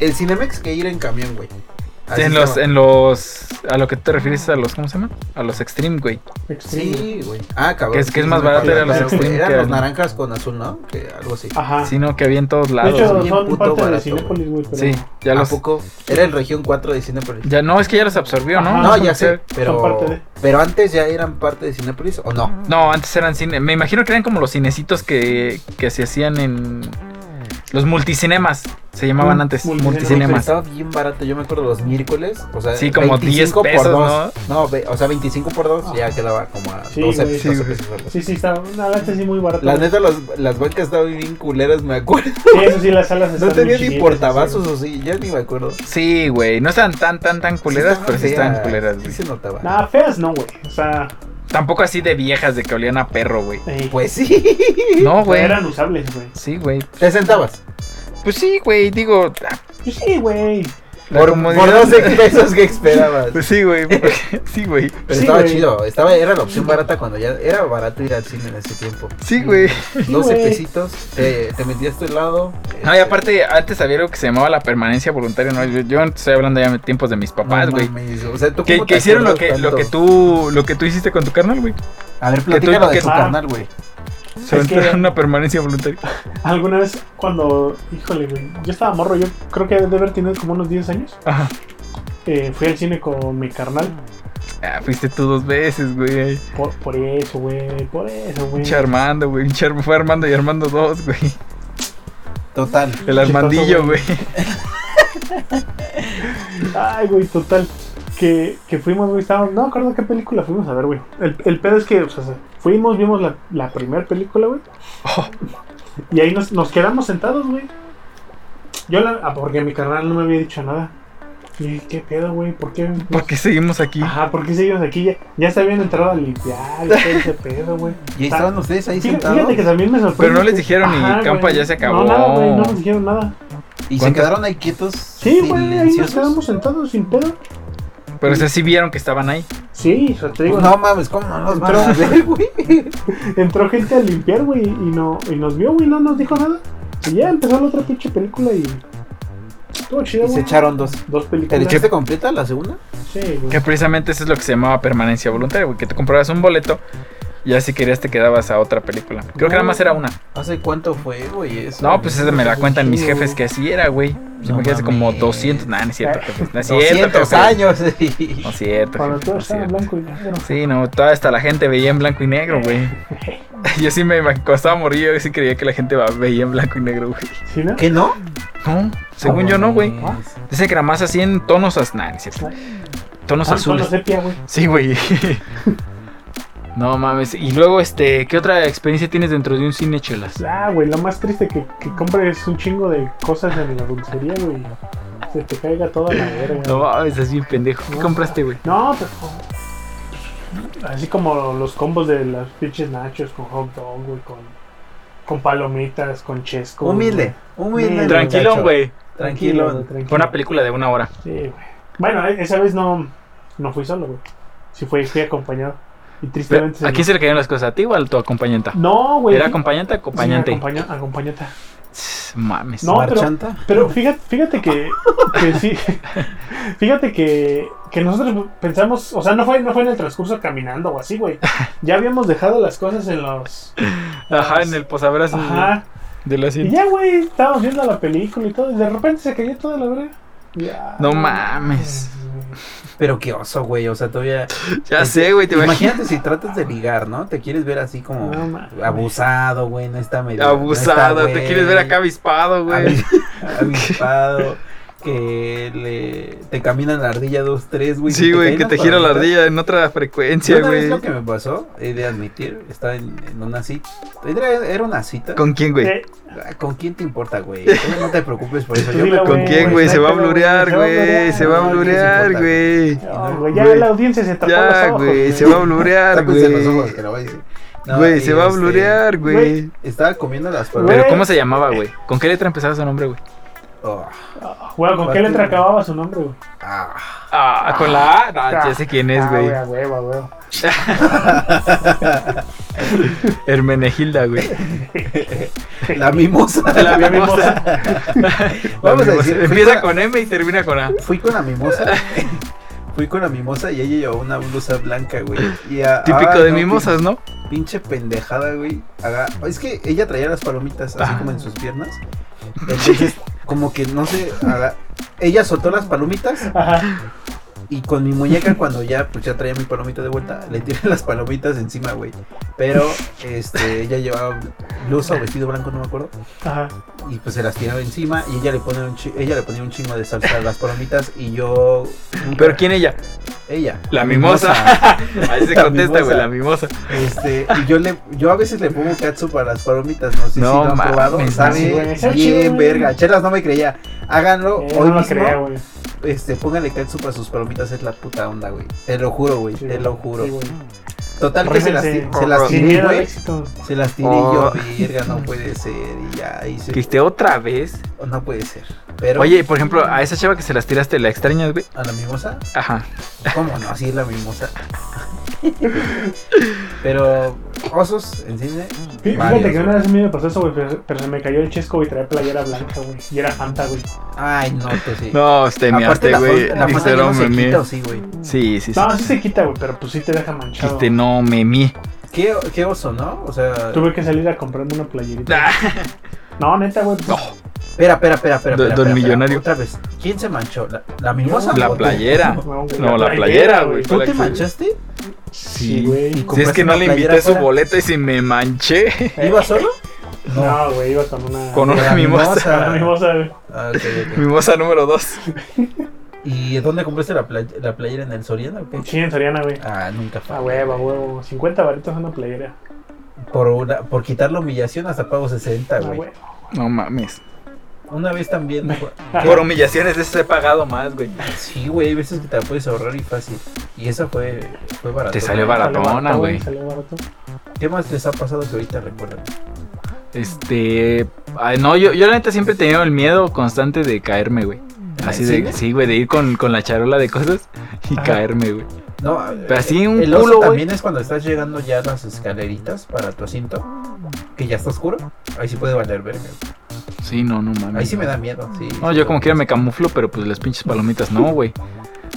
[SPEAKER 3] el Cinemex que ir en camión, güey. Así
[SPEAKER 1] en los,
[SPEAKER 3] estaba.
[SPEAKER 1] en los. A lo que te refieres a los. ¿Cómo se llama? A los Extreme, güey.
[SPEAKER 2] Extreme.
[SPEAKER 3] Sí, güey. Ah, cabrón.
[SPEAKER 1] Que es- que es
[SPEAKER 3] sí,
[SPEAKER 1] más
[SPEAKER 3] me
[SPEAKER 1] barato ir a
[SPEAKER 3] acuerdo.
[SPEAKER 2] los
[SPEAKER 3] Eran-
[SPEAKER 1] Extreme que
[SPEAKER 3] Eran los
[SPEAKER 1] al-
[SPEAKER 3] naranjas con azul, ¿no? Que algo así.
[SPEAKER 1] Ah,
[SPEAKER 2] Ajá.
[SPEAKER 1] Sino que había en todos
[SPEAKER 2] Ah. de
[SPEAKER 1] lados.
[SPEAKER 2] hecho,
[SPEAKER 3] bien
[SPEAKER 2] son
[SPEAKER 3] puto
[SPEAKER 2] parte de
[SPEAKER 3] barato,
[SPEAKER 2] Cinépolis, güey, pero
[SPEAKER 1] sí, ya
[SPEAKER 3] ¿A
[SPEAKER 1] los.
[SPEAKER 3] poco? Era el región 4 de Cinepolis.
[SPEAKER 1] Ya no, es que ya los absorbió, ¿no?
[SPEAKER 2] Ajá.
[SPEAKER 3] no,
[SPEAKER 2] son-
[SPEAKER 3] ya sé. Pero,
[SPEAKER 2] parte de-
[SPEAKER 3] pero antes ya eran parte de Cinepolis o no.
[SPEAKER 1] No, antes eran cine. Me imagino que eran como los cinecitos que, que se hacían en. Los multicinemas. Se llamaban
[SPEAKER 2] Mm,
[SPEAKER 1] antes.
[SPEAKER 2] multicinemas.
[SPEAKER 1] Multicinemas.
[SPEAKER 3] Estaba bien barato, yo me acuerdo los miércoles. O sea,
[SPEAKER 1] Sí, como
[SPEAKER 3] 25
[SPEAKER 1] 10 pesos,
[SPEAKER 3] por 2. ¿no? ve- o sea, 25 por 2
[SPEAKER 2] Ah.
[SPEAKER 3] ya quedaba como a
[SPEAKER 2] Sí,
[SPEAKER 3] 12,
[SPEAKER 2] güey.
[SPEAKER 3] 12
[SPEAKER 1] Sí,
[SPEAKER 3] pesos. algo así.
[SPEAKER 2] Sí, sí, está. Una lata sí muy barata.
[SPEAKER 3] La neta, las, las bancas estaban bien culeras,
[SPEAKER 2] *laughs*
[SPEAKER 3] me acuerdo.
[SPEAKER 2] Sí,
[SPEAKER 1] Pues,
[SPEAKER 2] eso sí, las salas están
[SPEAKER 3] No
[SPEAKER 2] muy
[SPEAKER 3] tenía ni
[SPEAKER 2] chiquitas,
[SPEAKER 3] portavasos
[SPEAKER 2] sí.
[SPEAKER 3] o sí, ya ni me acuerdo. Sí
[SPEAKER 1] Sí, güey. No están tan, tan, tan culeras,
[SPEAKER 3] estaban
[SPEAKER 1] pero sí
[SPEAKER 3] feas,
[SPEAKER 1] estaban culeras,
[SPEAKER 3] Sí
[SPEAKER 1] güey.
[SPEAKER 3] se notaba.
[SPEAKER 2] Nah, feas no, güey. O sea,
[SPEAKER 1] Tampoco así de viejas de que olían a perro, güey.
[SPEAKER 2] eh,
[SPEAKER 3] Pues sí. *laughs*
[SPEAKER 1] No, güey.
[SPEAKER 2] eran usables, güey.
[SPEAKER 1] Sí, güey.
[SPEAKER 3] Te sentabas.
[SPEAKER 1] Pues sí, güey. Digo, ah,
[SPEAKER 2] Pues sí, güey.
[SPEAKER 1] la
[SPEAKER 3] Por,
[SPEAKER 1] comodidad-
[SPEAKER 3] por 12 pesos que esperabas.
[SPEAKER 1] *laughs* Pues sí, güey. *laughs* porque- Sí, güey.
[SPEAKER 3] Pero
[SPEAKER 2] Sí,
[SPEAKER 3] estaba
[SPEAKER 2] güey.
[SPEAKER 3] chido, estaba, era la opción barata cuando ya era barato ir al cine en ese tiempo.
[SPEAKER 1] Sí, güey.
[SPEAKER 2] Sí,
[SPEAKER 3] 12
[SPEAKER 2] güey.
[SPEAKER 3] pesitos, te, te metías tu helado.
[SPEAKER 1] No, y
[SPEAKER 3] este,
[SPEAKER 1] aparte, antes había algo que se llamaba la permanencia voluntaria. ¿no? Yo, yo estoy hablando ya de tiempos de mis papás,
[SPEAKER 3] no
[SPEAKER 1] güey.
[SPEAKER 3] mames, O sea, ¿tú
[SPEAKER 1] que
[SPEAKER 3] cómo
[SPEAKER 1] que
[SPEAKER 3] te
[SPEAKER 1] hicieron lo que,
[SPEAKER 3] acuerdas
[SPEAKER 1] lo que
[SPEAKER 3] tanto?
[SPEAKER 1] tú lo que tú hiciste con tu carnal, güey.
[SPEAKER 3] A ver,
[SPEAKER 1] tú-
[SPEAKER 3] platícalo de
[SPEAKER 1] que-
[SPEAKER 3] tu
[SPEAKER 2] Ah.
[SPEAKER 3] carnal, güey.
[SPEAKER 1] Se
[SPEAKER 2] Es que-
[SPEAKER 1] aventaron una permanencia voluntaria.
[SPEAKER 2] Alguna vez cuando, híjole, güey, yo estaba morro, yo creo que debe haber tenido como unos 10 años.
[SPEAKER 1] Ajá.
[SPEAKER 2] Eh, fui al cine con mi carnal.
[SPEAKER 1] Ah, fuiste tú dos veces, güey.
[SPEAKER 2] Por, por eso, güey, por eso, güey.
[SPEAKER 1] Pinche Armando, güey. Pinche Ar- Fue Armando y Armando dos, güey.
[SPEAKER 3] Total.
[SPEAKER 1] El Armandillo, güey.
[SPEAKER 2] Ay, güey, total. Que, que fuimos, güey, estábamos. No me acuerdo qué película fuimos a ver, güey. El, el pedo es que, o sea, fuimos, vimos la, la primera
[SPEAKER 1] *laughs*
[SPEAKER 2] película, güey.
[SPEAKER 1] Oh.
[SPEAKER 2] Y ahí nos, nos quedamos sentados, güey. Yo la. ah, porque mi carnal no me había dicho nada. Y dije, ¿qué pedo, güey? ¿Por qué?
[SPEAKER 1] ¿Por qué seguimos aquí?
[SPEAKER 2] Ajá, ¿por qué seguimos aquí? Ya, ya se habían entrado a limpiar y todo ese pedo, güey.
[SPEAKER 3] Y ahí estaban ustedes ahí
[SPEAKER 2] Fíjate,
[SPEAKER 3] sentados.
[SPEAKER 2] fíjate que también me sorprendió.
[SPEAKER 1] Pero no les dijeron, y
[SPEAKER 2] Ajá,
[SPEAKER 1] campa,
[SPEAKER 2] güey.
[SPEAKER 1] ya se acabó.
[SPEAKER 2] No, nada, güey, no nos dijeron nada.
[SPEAKER 3] Y se
[SPEAKER 1] ¿Cuántas-
[SPEAKER 3] quedaron ahí quietos.
[SPEAKER 2] Sí, güey, ahí nos
[SPEAKER 3] silenciosos.
[SPEAKER 2] quedamos sentados sin pedo.
[SPEAKER 1] Pero o sea, sí vieron que estaban ahí.
[SPEAKER 2] Sí, o sea, te digo,
[SPEAKER 3] Pues No mames, ¿cómo no los van a
[SPEAKER 2] Entró-
[SPEAKER 3] ver, güey?
[SPEAKER 2] Entró gente a limpiar, güey, y no, y nos vio, güey, no nos dijo nada. Y ya empezó la otra pinche película y. Estuvo chido,
[SPEAKER 3] Y se
[SPEAKER 2] güey.
[SPEAKER 3] echaron dos.
[SPEAKER 2] Dos
[SPEAKER 3] ¿Te la
[SPEAKER 2] películas.
[SPEAKER 3] echaste completa la segunda?
[SPEAKER 2] Sí, güey.
[SPEAKER 1] Que precisamente eso es lo que se llamaba permanencia voluntaria, güey. Que te comprabas un boleto y ya si querías te quedabas a otra película. Creo que nada más era una.
[SPEAKER 3] ¿Hace cuánto fue, güey? eso?
[SPEAKER 1] No, pues esa me la cuentan mis
[SPEAKER 2] chido.
[SPEAKER 1] jefes que así era, güey. Pues
[SPEAKER 3] No
[SPEAKER 1] imagínate como
[SPEAKER 3] mames.
[SPEAKER 1] 200. Nah, no es cierto, jefes. No es cierto,
[SPEAKER 3] 200
[SPEAKER 1] jefes.
[SPEAKER 3] años.
[SPEAKER 1] No es cierto,
[SPEAKER 2] Cuando
[SPEAKER 1] jefes,
[SPEAKER 2] todo
[SPEAKER 1] no es
[SPEAKER 2] estaba
[SPEAKER 1] cierto.
[SPEAKER 2] blanco y negro.
[SPEAKER 1] Sí, no, toda hasta la gente veía en blanco y negro, güey. Yo sí me imag- cuando estaba morrillo, yo sí creía que la gente va- veía en blanco y negro, güey.
[SPEAKER 2] ¿Sí, no?
[SPEAKER 3] ¿Qué no? Ah,
[SPEAKER 1] No, según yo no, güey.
[SPEAKER 3] mames.
[SPEAKER 1] Dice que era más así en tonos az- nah, no es cierto. Tonos
[SPEAKER 2] Ah, con la
[SPEAKER 1] azules.
[SPEAKER 2] sepia, güey.
[SPEAKER 1] Sí, güey. *laughs* No mames. Y luego, este, ¿qué otra experiencia tienes dentro de un cine, chelas?
[SPEAKER 2] Ah, güey, lo más triste que, que compres un chingo de cosas en la dulcería, güey. Se te caiga toda la verga.
[SPEAKER 1] *laughs* No mames, es bien pendejo. ¿Qué compraste, güey?
[SPEAKER 2] No, pero. Así como los combos de las pinches nachos con hot dog, güey, con, con palomitas, con chesco.
[SPEAKER 3] Humilde. Humilde.
[SPEAKER 2] Humilde,
[SPEAKER 1] Tranquilón,
[SPEAKER 3] muchacho.
[SPEAKER 1] güey.
[SPEAKER 3] Tranquilo.
[SPEAKER 1] Fue una película de una hora.
[SPEAKER 2] Sí, güey. Bueno, e- esa vez no, no fui solo, güey. Sí fui, fui acompañado. Y tristemente... se
[SPEAKER 1] ¿A
[SPEAKER 2] me-
[SPEAKER 1] quién se le cayeron las cosas? ¿A ti o a tu acompañanta?
[SPEAKER 2] No, güey.
[SPEAKER 1] ¿Era
[SPEAKER 2] Sí,
[SPEAKER 1] acompañante o acompañante?
[SPEAKER 2] acompaña- acompañata.
[SPEAKER 1] Tss, Mames.
[SPEAKER 2] No, pero-
[SPEAKER 3] ¿Marchanta?
[SPEAKER 2] Pero fíjate, fíjate que, que sí. *laughs* Fíjate que, que nosotros pensamos... O sea, no fue, no fue en el transcurso caminando o así, güey. Ya habíamos dejado las cosas en los...
[SPEAKER 1] Ajá, en el posabrazos
[SPEAKER 2] Ajá.
[SPEAKER 1] de la
[SPEAKER 2] Y
[SPEAKER 1] cinta.
[SPEAKER 2] ya, güey, estábamos viendo la película y todo. Y de repente se cayó toda la verga. Ya.
[SPEAKER 1] No mames.
[SPEAKER 3] Pero qué oso, güey. O sea, todavía.
[SPEAKER 1] Ya sé, güey, te imaginas.
[SPEAKER 3] Pues, Imagínate si tratas de ligar, ¿no? Te quieres ver así como
[SPEAKER 2] No mames.
[SPEAKER 3] abusado, güey. No está medio. no está,
[SPEAKER 1] Abusado, te
[SPEAKER 3] güey, *laughs*
[SPEAKER 1] quieres ver acá avispado, güey.
[SPEAKER 3] avi- Avispado. que le, te caminan la ardilla 2-3, güey.
[SPEAKER 1] Sí,
[SPEAKER 3] y
[SPEAKER 1] güey,
[SPEAKER 3] caen
[SPEAKER 1] que
[SPEAKER 3] las
[SPEAKER 1] te gira la
[SPEAKER 3] palomitas.
[SPEAKER 1] ardilla en otra frecuencia,
[SPEAKER 3] Una vez
[SPEAKER 1] güey.
[SPEAKER 3] lo que me pasó, he de admitir, estaba en, en una cita. Era, era una cita.
[SPEAKER 1] ¿Con quién, güey?
[SPEAKER 2] Eh,
[SPEAKER 3] Ah, ¿Con quién te importa, güey? Tú No te preocupes por eso.
[SPEAKER 2] Tú *laughs*
[SPEAKER 3] Yo
[SPEAKER 2] dilo,
[SPEAKER 3] me
[SPEAKER 1] ¿Con
[SPEAKER 2] güey,
[SPEAKER 1] quién, güey? Se va a
[SPEAKER 2] sácalo,
[SPEAKER 1] blurear, güey. Se va a
[SPEAKER 3] No, no
[SPEAKER 1] blurear,
[SPEAKER 3] importa.
[SPEAKER 1] güey.
[SPEAKER 2] no, güey, ya
[SPEAKER 1] Güey.
[SPEAKER 2] la audiencia se tapó los
[SPEAKER 1] Ya,
[SPEAKER 2] ojos.
[SPEAKER 1] güey. Se va a blurear,
[SPEAKER 5] Tápense los ojos,
[SPEAKER 1] güey.
[SPEAKER 5] que lo voy a decir.
[SPEAKER 3] No,
[SPEAKER 1] Güey,
[SPEAKER 3] y
[SPEAKER 1] se va a
[SPEAKER 3] este,
[SPEAKER 1] blurear, güey.
[SPEAKER 2] güey.
[SPEAKER 3] Estaba comiendo las
[SPEAKER 1] Pero
[SPEAKER 3] palomitas.
[SPEAKER 2] Güey.
[SPEAKER 1] ¿cómo se llamaba, güey? ¿Con qué letra empezaba su nombre, güey?
[SPEAKER 3] Oh,
[SPEAKER 2] Ah, güey, ¿con qué letra acababa su nombre, güey?
[SPEAKER 3] ah.
[SPEAKER 1] Ah, con la A. Ah, ya sé quién es,
[SPEAKER 2] Ah,
[SPEAKER 1] güey.
[SPEAKER 2] a huevo, a huevo.
[SPEAKER 1] Hermenegilda, güey.
[SPEAKER 3] *laughs* La mimosa.
[SPEAKER 1] La
[SPEAKER 2] La
[SPEAKER 1] mimosa.
[SPEAKER 2] mimosa.
[SPEAKER 3] Vamos
[SPEAKER 1] *laughs*
[SPEAKER 3] a
[SPEAKER 1] La
[SPEAKER 3] decir, Ah,
[SPEAKER 1] mimosa. Empieza con M y termina con A.
[SPEAKER 3] Fui con la mimosa. *laughs* Fui con la mimosa y ella llevaba una blusa blanca, güey. Y a-
[SPEAKER 1] Típico
[SPEAKER 3] ah,
[SPEAKER 1] de
[SPEAKER 3] no,
[SPEAKER 1] mimosas, ¿no?
[SPEAKER 3] pin- Pinche pendejada, güey. Haga- Es que ella traía las palomitas así
[SPEAKER 1] Ah.
[SPEAKER 3] como en sus
[SPEAKER 1] *laughs*
[SPEAKER 3] piernas. Entonces, como que no sé. haga- Ella soltó las palomitas
[SPEAKER 2] Ajá.
[SPEAKER 3] Y con mi muñeca, cuando ya, pues ya traía mi palomita de vuelta, le tiré las palomitas encima, güey. Pero, este, ella llevaba blusa o vestido blanco, no me acuerdo.
[SPEAKER 2] Ajá.
[SPEAKER 3] Y pues se las tiraba encima y ella le ponía un, chi- ella le ponía un chingo de salsa a las palomitas y yo... nunca-
[SPEAKER 1] Pero ¿quién ella?
[SPEAKER 3] Ella.
[SPEAKER 1] La mimosa. Ahí se
[SPEAKER 3] La
[SPEAKER 1] contesta, güey,
[SPEAKER 3] mimosa.
[SPEAKER 1] la mimosa.
[SPEAKER 3] Este, y yo le, yo a veces le pongo catsup a las palomitas, no sé si
[SPEAKER 1] No
[SPEAKER 3] lo han
[SPEAKER 1] mames,
[SPEAKER 3] probado,
[SPEAKER 1] no,
[SPEAKER 3] sabe
[SPEAKER 2] güey, está
[SPEAKER 3] bien
[SPEAKER 2] chido.
[SPEAKER 3] verga. Chelas no me creía. Háganlo
[SPEAKER 2] Eh,
[SPEAKER 3] hoy
[SPEAKER 2] no lo
[SPEAKER 3] mismo.
[SPEAKER 2] creía, güey.
[SPEAKER 3] Este, póngale catsup a sus palomitas, es la puta onda, güey. Te lo juro, güey,
[SPEAKER 2] Sí,
[SPEAKER 3] te
[SPEAKER 2] güey.
[SPEAKER 3] lo juro.
[SPEAKER 2] Sí, güey.
[SPEAKER 3] Total que se las, ti-
[SPEAKER 2] Rífense.
[SPEAKER 3] se las
[SPEAKER 2] Sin
[SPEAKER 3] tiré,
[SPEAKER 2] miedo al
[SPEAKER 3] güey.
[SPEAKER 2] éxito.
[SPEAKER 3] Se las tiré
[SPEAKER 1] Oh.
[SPEAKER 3] y yo, verga, no puede ser. Y ya hice.
[SPEAKER 1] ¿Quiste otra vez?
[SPEAKER 3] No puede ser. Pero.
[SPEAKER 1] Oye, por ejemplo, a esa chava que se las tiraste, ¿la extrañas, güey?
[SPEAKER 3] ¿A la mimosa?
[SPEAKER 1] Ajá.
[SPEAKER 3] ¿Cómo no? Así es la mimosa. Pero. Osos, enciende.
[SPEAKER 2] Fí- Fíjate
[SPEAKER 3] Varios,
[SPEAKER 2] que una
[SPEAKER 3] güey.
[SPEAKER 2] vez a mí me pasó eso, güey, pero, pero se me cayó el chesco, güey, traía playera blanca, güey, y era Fanta, güey.
[SPEAKER 3] Ay, no, tú sí.
[SPEAKER 1] No,
[SPEAKER 3] Aparte,
[SPEAKER 1] temiaste,
[SPEAKER 3] la
[SPEAKER 1] güey.
[SPEAKER 3] fanta- La
[SPEAKER 1] Dijiste,
[SPEAKER 3] pata
[SPEAKER 1] no
[SPEAKER 3] no se
[SPEAKER 1] me mí.
[SPEAKER 3] quita, ¿o sí, güey.
[SPEAKER 1] Sí, sí, sí.
[SPEAKER 2] No, sí se quita, güey, pero pues sí te deja manchado.
[SPEAKER 1] Dijiste, no me mí.
[SPEAKER 3] ¿Qué, qué oso, ¿no? O sea.
[SPEAKER 2] Tuve que salir a comprarme una playerita. No, neta, güey. pues,
[SPEAKER 1] No,
[SPEAKER 3] Espera, espera, espera, espera.
[SPEAKER 1] Don-
[SPEAKER 3] espera,
[SPEAKER 1] don
[SPEAKER 3] espera,
[SPEAKER 1] millonario.
[SPEAKER 3] Otra vez. ¿Quién se manchó? ¿La, la mimosa?
[SPEAKER 1] La
[SPEAKER 3] o tú?
[SPEAKER 1] playera.
[SPEAKER 3] *laughs*
[SPEAKER 2] No, güey,
[SPEAKER 1] No, la playera, güey.
[SPEAKER 3] ¿Tú
[SPEAKER 1] Fue la
[SPEAKER 3] te
[SPEAKER 1] que-
[SPEAKER 3] manchaste?
[SPEAKER 2] Sí, güey.
[SPEAKER 3] ¿Y
[SPEAKER 1] Si es
[SPEAKER 3] compraste
[SPEAKER 1] que no
[SPEAKER 3] una
[SPEAKER 1] le
[SPEAKER 3] playera
[SPEAKER 1] invité su
[SPEAKER 3] afuera?
[SPEAKER 1] boleta y se me manché *laughs*
[SPEAKER 3] ¿Iba solo?
[SPEAKER 2] No, güey, iba con
[SPEAKER 1] con
[SPEAKER 2] una. *laughs*
[SPEAKER 3] Con
[SPEAKER 1] una
[SPEAKER 3] la
[SPEAKER 1] mimosa.
[SPEAKER 3] mimosa.
[SPEAKER 2] Con la mimosa, güey.
[SPEAKER 3] Ah, ok, ok.
[SPEAKER 1] Mimosa número dos.
[SPEAKER 3] ¿Y dónde compraste la, play- la playera en el Soriana o qué?
[SPEAKER 2] Sí, en Soriana, güey.
[SPEAKER 3] Ah, nunca fue.
[SPEAKER 2] A huevo, a huevo. 50 varitos una playera.
[SPEAKER 3] Por, una- por quitar la humillación hasta pago 60,
[SPEAKER 2] A
[SPEAKER 3] güey.
[SPEAKER 2] huevo.
[SPEAKER 1] No mames.
[SPEAKER 3] Una vez
[SPEAKER 2] *laughs*
[SPEAKER 3] también. güey.
[SPEAKER 1] Por humillaciones de esas he pagado más, güey.
[SPEAKER 3] Sí, güey, hay veces que te la puedes ahorrar y fácil. Y esa fue, fue barata.
[SPEAKER 1] Te salió
[SPEAKER 3] barato.
[SPEAKER 1] baratona,
[SPEAKER 2] Salió barato,
[SPEAKER 1] güey.
[SPEAKER 2] Salió barato.
[SPEAKER 3] ¿Qué más les ha pasado que ahorita recuerdan?
[SPEAKER 1] Este. ay, no, yo, yo la neta siempre he tenido el miedo constante de caerme, güey. Así de,
[SPEAKER 3] serio?
[SPEAKER 1] sí, güey, de ir con, con la charola de cosas y
[SPEAKER 2] Ajá.
[SPEAKER 1] caerme, güey.
[SPEAKER 3] No, eh,
[SPEAKER 1] Pero así un
[SPEAKER 3] el oso
[SPEAKER 1] culo, güey.
[SPEAKER 3] también es cuando estás llegando ya a las escaleritas para tu asiento, que ya está oscuro. Ahí sí puede valer verga.
[SPEAKER 1] Sí, no, no mames.
[SPEAKER 3] Ahí sí me da miedo, sí.
[SPEAKER 1] No, yo como quiera me camuflo, pero pues las pinches palomitas no, güey.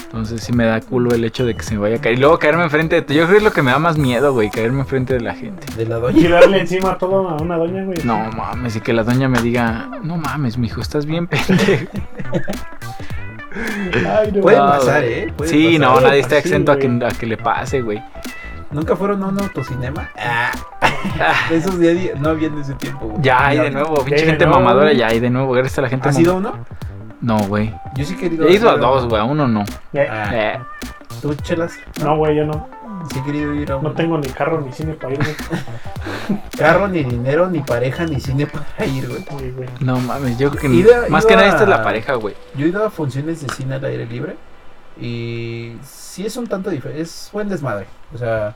[SPEAKER 1] Entonces sí me da culo el hecho de que se me vaya a caer. Y luego caerme enfrente de ti. Yo creo que es lo que me da más miedo, güey, caerme enfrente de la gente.
[SPEAKER 3] De la doña.
[SPEAKER 2] Y darle encima todo a una doña, güey.
[SPEAKER 1] No mames, y que la doña me diga, no mames, mijo, estás bien *laughs* pendejo.
[SPEAKER 2] Ay, no.
[SPEAKER 3] Puede
[SPEAKER 1] No,
[SPEAKER 3] pasar,
[SPEAKER 1] güey.
[SPEAKER 3] ¿eh? Puede
[SPEAKER 1] Sí,
[SPEAKER 3] pasar.
[SPEAKER 1] no, nadie está
[SPEAKER 2] Sí,
[SPEAKER 1] exento a que,
[SPEAKER 2] güey.
[SPEAKER 1] a que le pase, güey.
[SPEAKER 3] ¿Nunca fueron a un autocinema?
[SPEAKER 1] *laughs*
[SPEAKER 3] Ah. De esos días di- no había en ese tiempo. güey.
[SPEAKER 1] Ya hay
[SPEAKER 3] Ya
[SPEAKER 1] de
[SPEAKER 3] no.
[SPEAKER 1] nuevo,
[SPEAKER 2] Ya
[SPEAKER 1] pinche
[SPEAKER 2] hay de
[SPEAKER 1] gente
[SPEAKER 2] nuevo,
[SPEAKER 1] mamadora,
[SPEAKER 2] güey.
[SPEAKER 1] ya hay de nuevo, gracias a la gente.
[SPEAKER 3] ¿Has
[SPEAKER 1] mam-
[SPEAKER 3] ido uno?
[SPEAKER 1] No, güey.
[SPEAKER 3] Yo sí que he ido
[SPEAKER 1] He ido a dos, güey, a uno no.
[SPEAKER 2] Ya-
[SPEAKER 3] Ah,
[SPEAKER 1] Eh,
[SPEAKER 3] ¿Tú, chelas?
[SPEAKER 2] No, güey, yo no.
[SPEAKER 3] Sí he querido ir a uno.
[SPEAKER 2] No tengo ni carro ni cine para ir, güey.
[SPEAKER 3] carro, ni dinero, ni pareja, ni cine *laughs* para ir, güey.
[SPEAKER 2] Uy, güey.
[SPEAKER 1] no mames, yo creo que
[SPEAKER 3] Iba-
[SPEAKER 1] más que
[SPEAKER 3] iba
[SPEAKER 1] nada esta es la
[SPEAKER 3] a-
[SPEAKER 1] pareja, güey.
[SPEAKER 3] Yo he ido a funciones de cine al aire libre y sí es un tanto diferente. Es buen desmadre. O sea,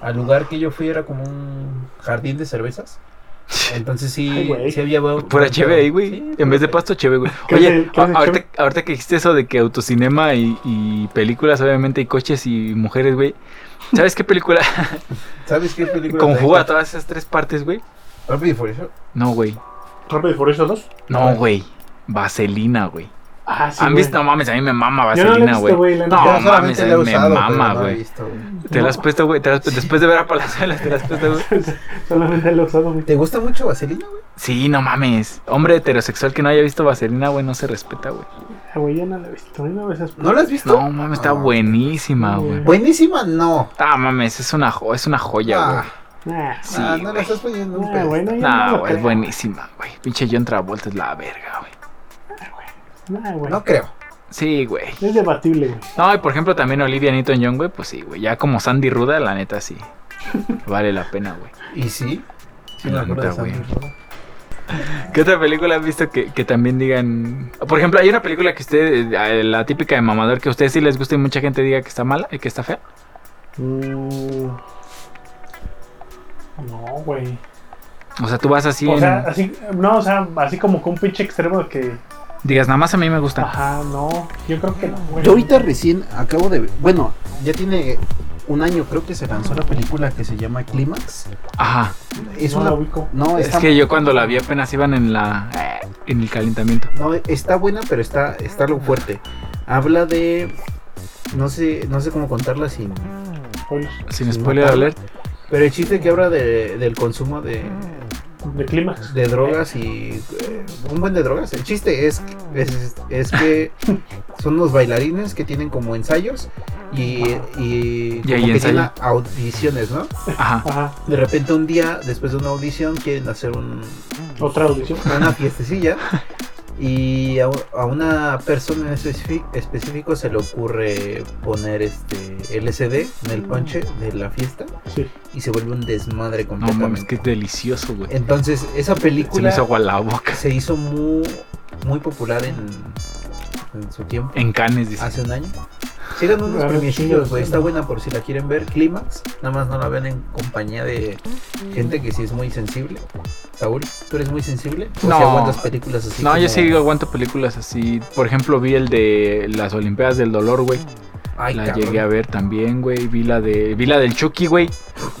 [SPEAKER 3] al lugar que yo fui era como un jardín de cervezas. Entonces
[SPEAKER 2] *laughs* Ay,
[SPEAKER 3] sí,
[SPEAKER 2] güey.
[SPEAKER 3] sí había... bu-
[SPEAKER 1] Pura cheve ahí, güey.
[SPEAKER 3] Sí,
[SPEAKER 1] en
[SPEAKER 3] pura
[SPEAKER 1] vez de
[SPEAKER 3] cheve.
[SPEAKER 1] pasto, cheve, güey.
[SPEAKER 2] ¿Qué es
[SPEAKER 1] Oye,
[SPEAKER 2] el- qué es el
[SPEAKER 1] a- ahorita,
[SPEAKER 2] cheve?
[SPEAKER 1] ahorita que dijiste eso de que autocinema y, y películas, obviamente, y coches y mujeres, güey. ¿Sabes qué
[SPEAKER 2] *laughs*
[SPEAKER 1] película
[SPEAKER 3] ¿Sabes qué película?
[SPEAKER 1] conjuga
[SPEAKER 3] te gusta?
[SPEAKER 1] todas esas tres partes, güey?
[SPEAKER 3] Rápido y Furioso.
[SPEAKER 1] No, güey.
[SPEAKER 2] ¿Rápido y Furioso 2?
[SPEAKER 1] No, güey. Vaselina, güey.
[SPEAKER 2] Ah, sí.
[SPEAKER 1] ¿Han
[SPEAKER 2] güey.
[SPEAKER 1] visto? No mames, a mí me mama
[SPEAKER 2] Yo no la he
[SPEAKER 1] vaselina,
[SPEAKER 2] visto,
[SPEAKER 1] güey.
[SPEAKER 2] güey, la
[SPEAKER 1] No,
[SPEAKER 2] neta.
[SPEAKER 3] Yo solamente
[SPEAKER 1] mames,
[SPEAKER 3] la he
[SPEAKER 1] me
[SPEAKER 3] usado, pero
[SPEAKER 1] mama,
[SPEAKER 3] no la he
[SPEAKER 1] güey.
[SPEAKER 3] visto, güey.
[SPEAKER 1] Te la has puesto, güey. Te la has- Después de ver a Palazuelas, te la has puesto, güey.
[SPEAKER 2] Solamente lo he usado, güey.
[SPEAKER 3] ¿Te gusta mucho Vaselina, güey?
[SPEAKER 1] Sí, no mames. Hombre heterosexual que no haya visto vaselina, güey, no se respeta, güey.
[SPEAKER 2] Ah, güey, yo no la he visto. Yo no la he visto.
[SPEAKER 3] ¿No la has visto?
[SPEAKER 1] No mames, está
[SPEAKER 3] Ah.
[SPEAKER 1] buenísima, güey.
[SPEAKER 3] Buenísima, no.
[SPEAKER 1] Ah, mames, es una, jo- es una joya, güey.
[SPEAKER 3] Ah,
[SPEAKER 2] Nah.
[SPEAKER 1] Sí,
[SPEAKER 3] ah, no la
[SPEAKER 1] güey.
[SPEAKER 3] estás poniendo un
[SPEAKER 2] Ah,
[SPEAKER 3] pedo.
[SPEAKER 2] bueno, ya
[SPEAKER 1] No,
[SPEAKER 2] no lo
[SPEAKER 1] güey, es
[SPEAKER 2] creo.
[SPEAKER 1] buenísima, güey. Pinche John Travolta es la verga, güey.
[SPEAKER 2] Nah, güey.
[SPEAKER 3] No creo.
[SPEAKER 1] Sí, güey.
[SPEAKER 2] Es debatible, güey.
[SPEAKER 1] No, y por ejemplo también Olivia Newton-John, güey, pues sí, güey. Ya como Sandy Ruda, la neta sí. Vale la pena, güey.
[SPEAKER 3] ¿Y sí?
[SPEAKER 4] Sí, me
[SPEAKER 1] La
[SPEAKER 4] acuerdo de
[SPEAKER 1] neta,
[SPEAKER 4] Sandy
[SPEAKER 1] güey.
[SPEAKER 4] Roda.
[SPEAKER 1] ¿Qué otra película has visto que, que también digan? Por ejemplo, hay una película que usted, eh, la típica de mamador, que a ustedes sí les gusta y mucha gente diga que está mala y que está fea.
[SPEAKER 2] Mm. No, güey.
[SPEAKER 1] O sea, tú vas así,
[SPEAKER 2] O
[SPEAKER 1] en-
[SPEAKER 2] sea, así, no, o sea, así como que un pinche extremo de que.
[SPEAKER 1] digas, nada más a mí me gusta.
[SPEAKER 2] Ajá, no. Yo creo que no, güey.
[SPEAKER 3] Yo ahorita recién acabo de... Bueno, ya tiene un año creo que se lanzó la película que se llama Clímax.
[SPEAKER 1] Ajá.
[SPEAKER 3] Es
[SPEAKER 2] no
[SPEAKER 3] una...
[SPEAKER 2] la ubico.
[SPEAKER 3] No,
[SPEAKER 1] Es
[SPEAKER 3] está,
[SPEAKER 1] que yo cuando la vi apenas iban en la eh, en el calentamiento.
[SPEAKER 3] no, está buena, pero está, está lo fuerte. Habla de... No sé, no sé cómo contarla sin...
[SPEAKER 2] Spoilers.
[SPEAKER 1] Sin
[SPEAKER 3] sin
[SPEAKER 1] spoiler
[SPEAKER 3] matarla.
[SPEAKER 1] alert.
[SPEAKER 3] Pero el chiste que habla de- del consumo de,
[SPEAKER 2] De clímax.
[SPEAKER 3] de drogas y... eh, un buen de drogas. El chiste es, es, es que son unos bailarines que tienen como ensayos y,
[SPEAKER 1] Y ahí
[SPEAKER 3] y, como que tienen
[SPEAKER 1] ensayan.
[SPEAKER 3] audiciones, ¿no?
[SPEAKER 1] Ajá.
[SPEAKER 2] Ajá.
[SPEAKER 3] De repente un día, después de una audición, quieren hacer un-
[SPEAKER 2] Otra audición.
[SPEAKER 1] *laughs*
[SPEAKER 3] una fiestecilla y a, a una persona en especifi- específico se le ocurre poner este LCD en el ponche de la fiesta
[SPEAKER 2] Sí.
[SPEAKER 3] y se vuelve un desmadre
[SPEAKER 1] No mames,
[SPEAKER 3] completamente.
[SPEAKER 1] qué delicioso, güey.
[SPEAKER 3] Entonces, esa
[SPEAKER 1] Se me
[SPEAKER 3] película
[SPEAKER 1] hizo agua la boca.
[SPEAKER 3] se hizo muy, muy popular en, en su tiempo,
[SPEAKER 1] En canes, dice.
[SPEAKER 3] hace un año. Sí, ganó unos
[SPEAKER 2] Claro,
[SPEAKER 3] premiecillos,
[SPEAKER 2] sí,
[SPEAKER 3] güey.
[SPEAKER 2] sí.
[SPEAKER 3] Está buena por si la quieren ver. Clímax. Nada más no la ven en compañía de gente que sí es muy sensible. Saúl, ¿tú eres muy sensible? ¿O
[SPEAKER 1] No.
[SPEAKER 3] si aguantas películas así?
[SPEAKER 1] No, yo
[SPEAKER 3] como-
[SPEAKER 1] sí aguanto películas así. Por ejemplo, vi el de las Olimpiadas del Dolor, güey.
[SPEAKER 3] Ay,
[SPEAKER 1] La
[SPEAKER 3] cabrón.
[SPEAKER 1] llegué a ver también, güey. Vi la de vi la del Chucky, güey.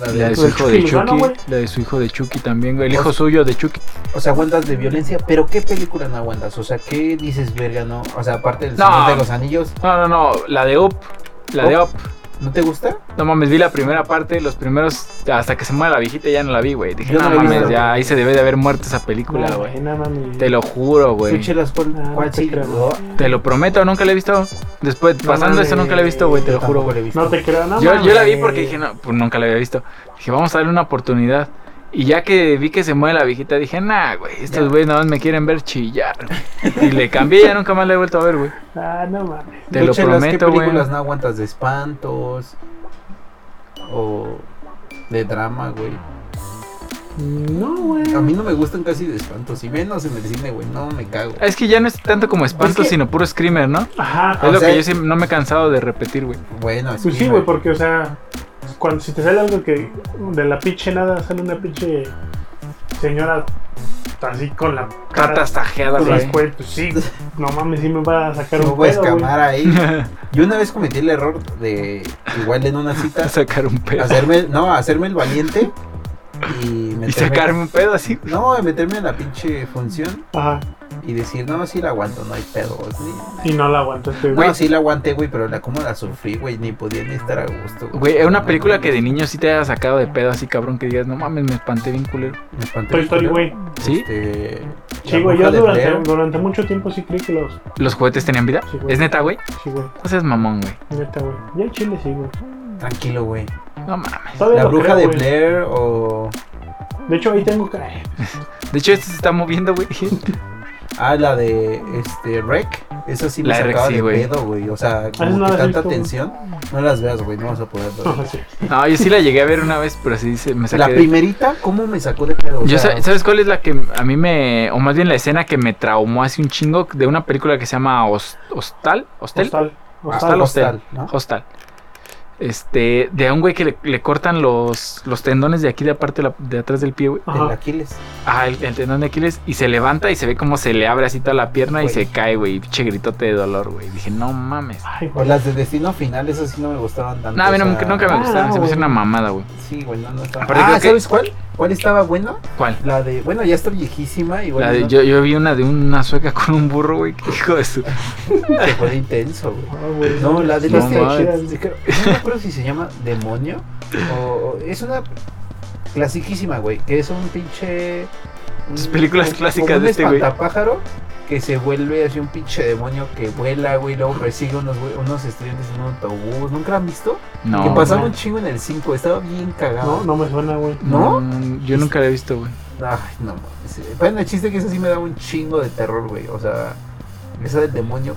[SPEAKER 3] La de-
[SPEAKER 1] La de su
[SPEAKER 2] ¿Del
[SPEAKER 1] hijo de
[SPEAKER 2] Chucky Lozano,
[SPEAKER 1] Chucky.
[SPEAKER 2] güey?
[SPEAKER 1] La de su hijo de Chucky también, güey. El
[SPEAKER 3] O
[SPEAKER 1] hijo
[SPEAKER 3] sea-
[SPEAKER 1] suyo de Chucky.
[SPEAKER 3] O sea, aguantas de violencia, pero ¿qué película no aguantas? O sea, ¿qué dices, verga, no? O sea, aparte del
[SPEAKER 1] No.
[SPEAKER 3] Señor de los Anillos,
[SPEAKER 1] No, no, no. La de Up. La de Up.
[SPEAKER 3] ¿no te gusta?
[SPEAKER 1] No mames, vi la primera parte, los primeros. Hasta que se muere la viejita ya no la vi, güey. Dije,
[SPEAKER 3] Yo
[SPEAKER 1] no,
[SPEAKER 3] no la vi,
[SPEAKER 1] mames,
[SPEAKER 3] no.
[SPEAKER 1] ya ahí se debe de haber muerto esa película,
[SPEAKER 2] No,
[SPEAKER 1] güey.
[SPEAKER 2] güey, no mami.
[SPEAKER 1] Te lo juro,
[SPEAKER 3] ¿Tú
[SPEAKER 1] güey.
[SPEAKER 3] chelas cuál,
[SPEAKER 2] Ah, No,
[SPEAKER 3] cuál
[SPEAKER 2] no te
[SPEAKER 3] sí?
[SPEAKER 2] creo.
[SPEAKER 3] No,
[SPEAKER 1] Te lo prometo, nunca la he visto. Después,
[SPEAKER 2] No
[SPEAKER 1] pasando eso, nunca la he visto, güey. Te lo
[SPEAKER 3] tampoco
[SPEAKER 1] juro, güey.
[SPEAKER 3] la he visto.
[SPEAKER 2] No te creo, no
[SPEAKER 1] Yo,
[SPEAKER 2] mames.
[SPEAKER 1] yo la vi porque dije, no, pues nunca la había visto. Dije, vamos a darle una oportunidad. Y ya que vi que se mueve la viejita, dije, nah, güey, estos
[SPEAKER 3] Ya.
[SPEAKER 1] güeyes nada más me quieren ver chillar. güey". Y le cambié y ya nunca más la he vuelto a ver, güey.
[SPEAKER 2] Ah, no mames.
[SPEAKER 1] Te
[SPEAKER 3] ¿Tú,
[SPEAKER 1] lo
[SPEAKER 3] Chelas,
[SPEAKER 1] prometo,
[SPEAKER 3] ¿Qué
[SPEAKER 1] güey.
[SPEAKER 3] películas no aguantas de espantos? O de drama, güey.
[SPEAKER 2] No, güey.
[SPEAKER 3] A mí no me gustan casi de espantos. Y menos en el cine, güey. No me cago.
[SPEAKER 2] Eh,
[SPEAKER 1] Es que ya no es tanto como espanto,
[SPEAKER 3] Es que-
[SPEAKER 1] sino puro screamer, ¿no?
[SPEAKER 2] Ajá.
[SPEAKER 1] Es
[SPEAKER 3] O
[SPEAKER 1] lo
[SPEAKER 3] sea-
[SPEAKER 1] que yo siempre- no me he cansado de repetir, güey.
[SPEAKER 3] Bueno,
[SPEAKER 2] Pues sí,
[SPEAKER 3] Screamer.
[SPEAKER 2] güey, porque, o sea, cuando si te sale algo que de la pinche nada sale una pinche señora así con la cara
[SPEAKER 1] Patas tajeadas,
[SPEAKER 2] con las
[SPEAKER 1] güey.
[SPEAKER 2] cuentas, pues sí, no mames, sí me va a sacar
[SPEAKER 3] No
[SPEAKER 2] un
[SPEAKER 3] voy a
[SPEAKER 2] pedo, güey.
[SPEAKER 3] escamar ahí. Yo una vez cometí el error de, igual en una
[SPEAKER 1] A
[SPEAKER 2] *laughs*
[SPEAKER 3] cita,
[SPEAKER 1] *laughs* sacar un pedo.
[SPEAKER 3] hacerme, no, hacerme el valiente y meterme.
[SPEAKER 1] Y sacarme un pedo así.
[SPEAKER 3] No, meterme en la pinche función
[SPEAKER 2] Ajá,
[SPEAKER 3] y decir, no, sí la aguanto, no hay pedo. sí.
[SPEAKER 2] y no la aguantaste, güey.
[SPEAKER 3] No, sí la aguanté, güey, pero la cómo la sufrí, güey, ni podía ni estar a gusto.
[SPEAKER 1] Güey, es una
[SPEAKER 3] No,
[SPEAKER 1] película que de
[SPEAKER 3] mames.
[SPEAKER 1] niño sí te haya sacado de pedo así, cabrón, que digas, no mames, me espanté bien culero.
[SPEAKER 3] Me espanté
[SPEAKER 2] Toy
[SPEAKER 3] el
[SPEAKER 2] Story,
[SPEAKER 3] culo.
[SPEAKER 2] güey.
[SPEAKER 1] ¿Sí?
[SPEAKER 3] Este,
[SPEAKER 2] Sí,
[SPEAKER 3] La
[SPEAKER 2] güey,
[SPEAKER 3] Bruja
[SPEAKER 2] yo
[SPEAKER 3] de
[SPEAKER 2] durante,
[SPEAKER 3] Blair.
[SPEAKER 2] durante mucho tiempo sí creí que los...
[SPEAKER 1] ¿Los juguetes tenían vida?
[SPEAKER 2] Sí, güey.
[SPEAKER 1] ¿Es neta, güey?
[SPEAKER 2] Sí, güey,
[SPEAKER 1] No seas mamón, güey.
[SPEAKER 2] neta, güey. Ya en Chile sí, güey.
[SPEAKER 3] Tranquilo, güey.
[SPEAKER 1] No mames.
[SPEAKER 2] Todavía
[SPEAKER 3] La
[SPEAKER 2] lo
[SPEAKER 3] bruja
[SPEAKER 2] creo,
[SPEAKER 3] de
[SPEAKER 2] güey.
[SPEAKER 3] Blair o.
[SPEAKER 2] De hecho, ahí tengo... *laughs* ay,
[SPEAKER 1] De hecho, este se está moviendo, güey.
[SPEAKER 3] Ah, la de este Rec. Esa sí me
[SPEAKER 1] La de Rec,
[SPEAKER 3] sacaba
[SPEAKER 1] sí,
[SPEAKER 3] de
[SPEAKER 1] güey.
[SPEAKER 3] pedo, güey. O sea,
[SPEAKER 2] Ah, no
[SPEAKER 3] como
[SPEAKER 2] las
[SPEAKER 3] que
[SPEAKER 2] he
[SPEAKER 3] tanta
[SPEAKER 2] visto, güey.
[SPEAKER 3] tensión. No las veas, güey. No vas a poder
[SPEAKER 1] *laughs*
[SPEAKER 2] No,
[SPEAKER 3] dormir.
[SPEAKER 2] sí.
[SPEAKER 1] No, yo sí la llegué a ver una vez, pero sí dice, me saqué
[SPEAKER 3] La
[SPEAKER 1] de-
[SPEAKER 3] primerita, ¿cómo me sacó de pedo? O
[SPEAKER 1] Yo
[SPEAKER 3] sea,
[SPEAKER 1] sa- ¿Sabes cuál es la que a mí me... O más bien la escena que me traumó hace un chingo de una película que se llama Hos- Hostal? ¿Hostel?
[SPEAKER 2] Hostal,
[SPEAKER 1] Hostal,
[SPEAKER 2] hostal.
[SPEAKER 1] hostel.
[SPEAKER 3] ¿no?
[SPEAKER 1] Hostal. Este, de a un güey que le, le cortan los, los tendones de aquí de la parte de, la- de atrás del pie, güey.
[SPEAKER 3] Del
[SPEAKER 2] Ajá.
[SPEAKER 3] Aquiles.
[SPEAKER 1] Ah, el, el tendón de Aquiles. Y se levanta y se ve como se le abre así toda la pierna y
[SPEAKER 3] Güey.
[SPEAKER 1] se cae, güey. y Pinche gritote de dolor, güey. Dije, no mames.
[SPEAKER 2] Ay,
[SPEAKER 3] O
[SPEAKER 2] güey.
[SPEAKER 3] las de Destino Final, esas sí no me gustaban tanto.
[SPEAKER 1] No, a mí
[SPEAKER 3] o
[SPEAKER 1] no-
[SPEAKER 3] sea,
[SPEAKER 1] nunca, nunca me
[SPEAKER 2] Ah,
[SPEAKER 1] gustaron. se me hizo
[SPEAKER 2] güey.
[SPEAKER 1] una mamada, güey.
[SPEAKER 3] Sí, güey, no, no estaba.
[SPEAKER 1] Aparte
[SPEAKER 3] ah,
[SPEAKER 1] creo que-
[SPEAKER 3] ¿sabes cuál? ¿Cuál estaba buena?
[SPEAKER 1] ¿Cuál?
[SPEAKER 3] La de. Bueno, ya está viejísima. Igual
[SPEAKER 1] La de-
[SPEAKER 3] no
[SPEAKER 1] yo, yo vi una de una sueca con un burro, güey. que *laughs* hijo de su.
[SPEAKER 3] se fue de intenso, güey.
[SPEAKER 2] Ah, güey.
[SPEAKER 3] No, la de
[SPEAKER 1] No
[SPEAKER 3] los que-
[SPEAKER 1] manches.
[SPEAKER 3] de que- No me acuerdo si se llama Demonio o o- es una clasiquísima, güey, que es un pinche un-
[SPEAKER 1] Sus películas
[SPEAKER 3] como-
[SPEAKER 1] clásicas
[SPEAKER 3] como
[SPEAKER 1] de este güey.
[SPEAKER 3] Un espantapájaro que se vuelve así un pinche demonio que vuela, güey, luego persigue unos güey- unos estudiantes en un autobús. ¿Nunca la han visto?
[SPEAKER 1] No.
[SPEAKER 3] que pasaba
[SPEAKER 2] no.
[SPEAKER 3] un chingo en el 5, estaba bien cagado.
[SPEAKER 2] No, no me suena, güey.
[SPEAKER 3] ¿No?
[SPEAKER 1] Mm, Yo nunca la he visto, güey.
[SPEAKER 3] eh, Ay, no. mames. Bueno, el chiste es que eso sí me da un chingo de terror, güey. O sea, Esa del demonio.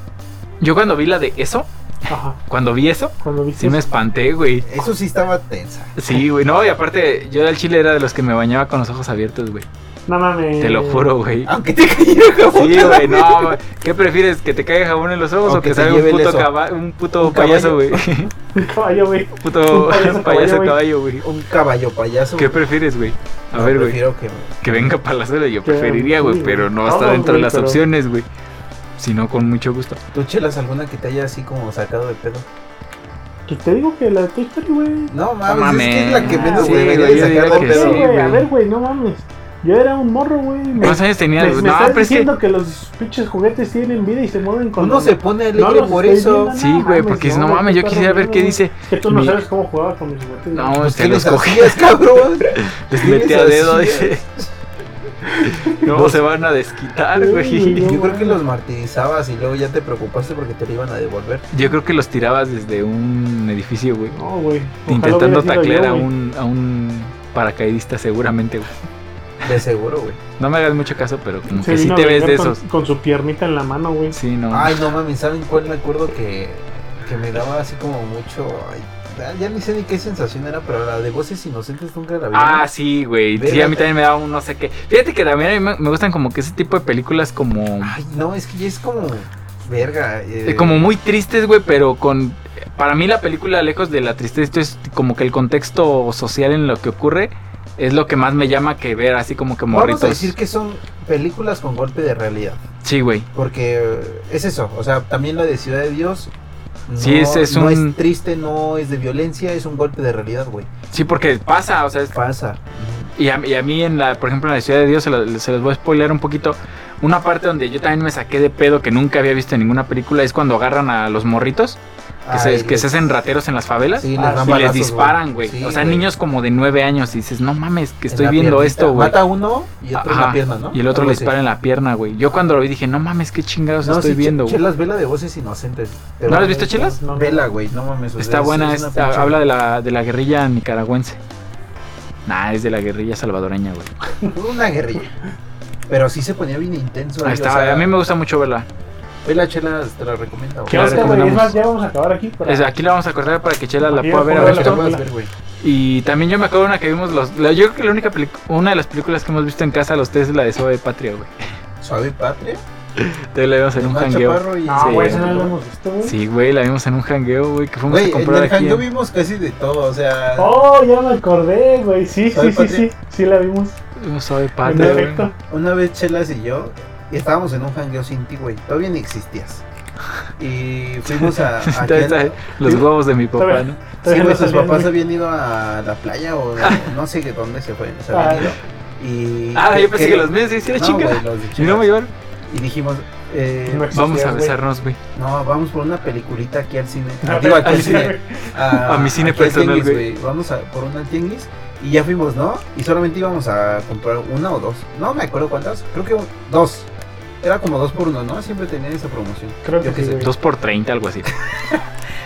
[SPEAKER 1] Yo cuando vi la de eso,
[SPEAKER 2] Ajá.
[SPEAKER 1] cuando vi eso,
[SPEAKER 2] Cuando viste.
[SPEAKER 1] sí me espanté, güey.
[SPEAKER 3] Eso sí estaba tensa.
[SPEAKER 1] Sí, güey, no, y aparte, yo del chile era de los que me bañaba con los ojos abiertos, güey.
[SPEAKER 2] No mames.
[SPEAKER 1] Te lo
[SPEAKER 3] Eh,
[SPEAKER 2] *laughs*
[SPEAKER 1] juro, güey.
[SPEAKER 3] Aunque te *laughs* cayera jabón.
[SPEAKER 1] Sí,
[SPEAKER 3] te
[SPEAKER 1] güey,
[SPEAKER 3] la-
[SPEAKER 1] no, güey. ¿qué prefieres? ¿Que te caiga jabón en los ojos
[SPEAKER 3] O
[SPEAKER 1] o que
[SPEAKER 3] que te
[SPEAKER 1] salga un
[SPEAKER 3] lleve el
[SPEAKER 1] puto,
[SPEAKER 3] eso.
[SPEAKER 1] caba- un puto
[SPEAKER 3] Un
[SPEAKER 1] payaso,
[SPEAKER 3] caballo.
[SPEAKER 1] güey?
[SPEAKER 2] Caballo, güey.
[SPEAKER 1] puto
[SPEAKER 2] Un
[SPEAKER 1] payaso
[SPEAKER 2] payaso caballo, güey.
[SPEAKER 1] caballo, güey.
[SPEAKER 3] Un caballo payaso.
[SPEAKER 1] ¿Qué prefieres, güey? A
[SPEAKER 3] No,
[SPEAKER 1] ver, güey,
[SPEAKER 3] Prefiero que.
[SPEAKER 1] que venga Palazuelo, yo
[SPEAKER 2] Que-
[SPEAKER 1] preferiría, güey,
[SPEAKER 2] sí,
[SPEAKER 1] pero no
[SPEAKER 2] güey.
[SPEAKER 1] está
[SPEAKER 2] Todo,
[SPEAKER 1] dentro de
[SPEAKER 2] güey,
[SPEAKER 1] las
[SPEAKER 2] pero-
[SPEAKER 1] opciones, güey. Si no, con mucho gusto.
[SPEAKER 3] ¿Tú chelas alguna que te haya así como sacado de pedo?
[SPEAKER 2] Que te digo que la de Toy Story, güey.
[SPEAKER 3] No mames, es que
[SPEAKER 1] mames.
[SPEAKER 3] es la que menos
[SPEAKER 2] Sí,
[SPEAKER 3] debería
[SPEAKER 1] güey,
[SPEAKER 3] de
[SPEAKER 1] yo
[SPEAKER 3] sacar
[SPEAKER 1] diría
[SPEAKER 3] de
[SPEAKER 1] que
[SPEAKER 2] Sí,
[SPEAKER 3] pedo.
[SPEAKER 1] sí.
[SPEAKER 2] güey, a
[SPEAKER 1] güey.
[SPEAKER 2] ver, güey, no mames. Yo era un morro, güey. Me,
[SPEAKER 1] ¿Cuántos años
[SPEAKER 2] me-
[SPEAKER 1] tenías?
[SPEAKER 2] me
[SPEAKER 1] güey? No,
[SPEAKER 2] estás
[SPEAKER 1] pero es que...
[SPEAKER 2] diciendo que... los pinches juguetes tienen vida y se mueven con.
[SPEAKER 3] Uno se pone
[SPEAKER 2] No
[SPEAKER 3] alegre
[SPEAKER 2] los
[SPEAKER 3] por
[SPEAKER 2] estoy
[SPEAKER 3] eso.
[SPEAKER 2] viendo,
[SPEAKER 1] Sí, güey,
[SPEAKER 2] mames,
[SPEAKER 1] porque dices,
[SPEAKER 2] no,
[SPEAKER 1] no
[SPEAKER 2] güey,
[SPEAKER 1] mames,
[SPEAKER 2] qué
[SPEAKER 1] yo quisiera
[SPEAKER 2] perro,
[SPEAKER 1] ver qué
[SPEAKER 2] güey.
[SPEAKER 1] dice.
[SPEAKER 2] Que tú no
[SPEAKER 1] Mi-
[SPEAKER 2] sabes cómo jugaba con mis juguetes.
[SPEAKER 1] No,
[SPEAKER 3] Pues,
[SPEAKER 1] es
[SPEAKER 3] ¿Qué
[SPEAKER 1] que
[SPEAKER 3] les
[SPEAKER 1] los cogí,
[SPEAKER 3] hacías, cabrón?
[SPEAKER 1] les
[SPEAKER 3] ¿Qué
[SPEAKER 1] metí
[SPEAKER 3] les
[SPEAKER 1] a dedo,
[SPEAKER 3] hacías?
[SPEAKER 1] dice. No, se van a desquitar,
[SPEAKER 2] Sí,
[SPEAKER 1] güey.
[SPEAKER 2] güey.
[SPEAKER 3] Yo creo que los martirizabas y luego ya te preocupaste porque te lo iban a devolver.
[SPEAKER 1] Yo creo que los tirabas desde un edificio, güey.
[SPEAKER 2] No, güey. Ojalá
[SPEAKER 1] Intentando
[SPEAKER 2] hubiera sido
[SPEAKER 1] taclear
[SPEAKER 2] yo,
[SPEAKER 1] a
[SPEAKER 2] güey.
[SPEAKER 1] un, a un paracaidista seguramente, güey.
[SPEAKER 3] De seguro, güey.
[SPEAKER 1] No me hagas mucho caso, pero como
[SPEAKER 2] Se
[SPEAKER 1] que sí
[SPEAKER 2] vino a
[SPEAKER 1] te ves de
[SPEAKER 2] vengar con-
[SPEAKER 1] esos.
[SPEAKER 2] Con su piernita en la mano, güey.
[SPEAKER 1] Sí, no.
[SPEAKER 3] Ay, no mames, ¿saben cuál me acuerdo que, que me daba así como mucho. ay, ya- ya ni sé ni qué sensación era, pero la de voces inocentes nunca la vi.
[SPEAKER 1] Ah, sí, güey. Sí,
[SPEAKER 3] Verga.
[SPEAKER 1] a mí también me da un no sé qué. Fíjate que también a mí me me gustan como que ese tipo de películas como...
[SPEAKER 3] Ay, no, es que ya es como. Verga. eh,
[SPEAKER 1] eh, Como muy tristes, güey, pero con... Para mí la película, lejos de la tristeza, esto es como que el contexto social en lo que ocurre es lo que más me llama que ver, así como que
[SPEAKER 3] Vamos a
[SPEAKER 1] morritos.
[SPEAKER 3] decir que son películas con golpe de realidad.
[SPEAKER 1] Sí, güey.
[SPEAKER 3] Porque eh, es eso, o sea, también la de Ciudad de Dios. No,
[SPEAKER 1] Sí, es- es
[SPEAKER 3] no
[SPEAKER 1] un-
[SPEAKER 3] es triste, no es de violencia, es un golpe de realidad, güey.
[SPEAKER 1] Sí, porque pasa, o sea, es-
[SPEAKER 3] Pasa.
[SPEAKER 1] Y a, y a mí, en la, por ejemplo, en la Ciudad de Dios, se, lo- se los voy a spoilear un poquito. Una parte donde yo también me saqué de pedo que nunca había visto en ninguna película es cuando agarran a los morritos, que,
[SPEAKER 3] Ay,
[SPEAKER 1] se, que
[SPEAKER 3] les-
[SPEAKER 1] se hacen rateros en las favelas.
[SPEAKER 3] Sí, les
[SPEAKER 2] Ah,
[SPEAKER 3] dan
[SPEAKER 1] y les
[SPEAKER 3] balazos,
[SPEAKER 1] disparan, güey.
[SPEAKER 3] Sí,
[SPEAKER 1] o sea, niños como de nueve años. Y dices, no mames, que
[SPEAKER 3] En
[SPEAKER 1] estoy
[SPEAKER 3] la
[SPEAKER 1] viendo
[SPEAKER 3] piernita.
[SPEAKER 1] esto, güey.
[SPEAKER 3] Mata a uno y otro en
[SPEAKER 1] Ajá,
[SPEAKER 3] la pierna, ¿no?
[SPEAKER 1] Y el otro
[SPEAKER 3] Algo
[SPEAKER 1] le
[SPEAKER 3] así.
[SPEAKER 1] dispara en la pierna, güey. Yo cuando lo vi dije, no mames, qué chingados
[SPEAKER 3] No,
[SPEAKER 1] estoy
[SPEAKER 3] sí,
[SPEAKER 1] viendo,
[SPEAKER 3] Che-
[SPEAKER 1] güey.
[SPEAKER 3] Chelas Vela de Voces Inocentes.
[SPEAKER 1] ¿No la has visto, Chelas?
[SPEAKER 2] No, no.
[SPEAKER 3] Vela, güey, no mames. o sea,
[SPEAKER 1] Está
[SPEAKER 3] es-
[SPEAKER 1] buena,
[SPEAKER 3] es una
[SPEAKER 1] esta-
[SPEAKER 3] pinche-
[SPEAKER 1] habla de la, de la guerrilla nicaragüense. Nah, es de la guerrilla salvadoreña, güey.
[SPEAKER 3] *laughs* Una guerrilla. Pero sí se ponía bien intenso.
[SPEAKER 1] Ahí
[SPEAKER 3] güey,
[SPEAKER 1] Ah, está,
[SPEAKER 3] o sea,
[SPEAKER 1] a mí me gusta mucho verla.
[SPEAKER 3] Vela, Chelas, te la recomiendo.
[SPEAKER 2] ¿Qué
[SPEAKER 1] La
[SPEAKER 2] onda, güey?
[SPEAKER 1] recomendamos.
[SPEAKER 2] Es más, ya vamos a acabar aquí. para-
[SPEAKER 1] Es- Aquí la vamos a cortar para que Chela la
[SPEAKER 2] Ahí
[SPEAKER 1] pueda
[SPEAKER 2] es,
[SPEAKER 1] ver
[SPEAKER 2] ponla,
[SPEAKER 1] a
[SPEAKER 3] Para que
[SPEAKER 1] gusto.
[SPEAKER 3] la puedas ver, güey.
[SPEAKER 1] Y también yo me acuerdo de una que vimos los. la- yo creo que la única pelic- una de las películas que hemos visto en casa los tres es la de Suave Patria, güey.
[SPEAKER 3] Suave Patria.
[SPEAKER 1] Entonces la vimos en un
[SPEAKER 3] Omar
[SPEAKER 1] jangueo.
[SPEAKER 3] Chaparro y-
[SPEAKER 2] No,
[SPEAKER 1] Sí.
[SPEAKER 2] güey, esa no la hemos visto, güey.
[SPEAKER 1] Sí, güey, la vimos en un jangueo, güey, que fuimos a
[SPEAKER 3] Güey, en
[SPEAKER 1] comprar
[SPEAKER 3] el
[SPEAKER 1] aquí.
[SPEAKER 3] jangueo
[SPEAKER 1] en-
[SPEAKER 3] vimos casi de todo, o sea.
[SPEAKER 2] Oh, ya me acordé, güey. Sí, sí,
[SPEAKER 3] ¿Sabe,
[SPEAKER 2] sí,
[SPEAKER 3] Patri?
[SPEAKER 2] sí. Sí la vimos.
[SPEAKER 1] Vimos Suave
[SPEAKER 2] En
[SPEAKER 1] Patria, güey.
[SPEAKER 2] efecto.
[SPEAKER 3] Una vez Chelas y yo y estábamos en un jangueo sin ti, güey. Todavía ni existías. Y
[SPEAKER 2] *laughs*
[SPEAKER 3] fuimos a. a
[SPEAKER 1] Está- está- Los huevos de mi papá, ¿no?
[SPEAKER 3] Sí,
[SPEAKER 2] Todavía
[SPEAKER 3] güey,
[SPEAKER 2] no
[SPEAKER 3] sus
[SPEAKER 2] salían,
[SPEAKER 3] papás
[SPEAKER 2] güey.
[SPEAKER 3] habían ido a la
[SPEAKER 2] *laughs*
[SPEAKER 3] playa o a- no sé qué dónde se fue, se
[SPEAKER 2] Ah,
[SPEAKER 3] habían ido. Y
[SPEAKER 1] Ah, yo pensé que los míos se hicieron
[SPEAKER 3] no,
[SPEAKER 1] chinga.
[SPEAKER 3] güey, los de
[SPEAKER 1] Y no
[SPEAKER 3] Chelas.
[SPEAKER 1] me llevaron.
[SPEAKER 3] Y dijimos, eh,
[SPEAKER 2] No existías,
[SPEAKER 1] Vamos a
[SPEAKER 2] güey.
[SPEAKER 1] besarnos, güey.
[SPEAKER 3] no, vamos por una peliculita aquí al cine.
[SPEAKER 2] No,
[SPEAKER 3] Ah, digo, aquí
[SPEAKER 2] al
[SPEAKER 3] al
[SPEAKER 2] cine,
[SPEAKER 3] cine. A,
[SPEAKER 1] A mi cine
[SPEAKER 3] aquí al
[SPEAKER 1] personal,
[SPEAKER 3] tianguis,
[SPEAKER 1] güey.
[SPEAKER 3] Vamos a por una al tianguis. Y ya fuimos, ¿no? Y solamente íbamos a comprar una o dos. No me acuerdo cuántas. Creo que un- dos. Era como dos por uno, ¿no? Siempre tenían esa promoción.
[SPEAKER 2] Creo que
[SPEAKER 3] Yo qué
[SPEAKER 2] sí,
[SPEAKER 3] sé.
[SPEAKER 2] güey.
[SPEAKER 1] Dos por 30, algo así.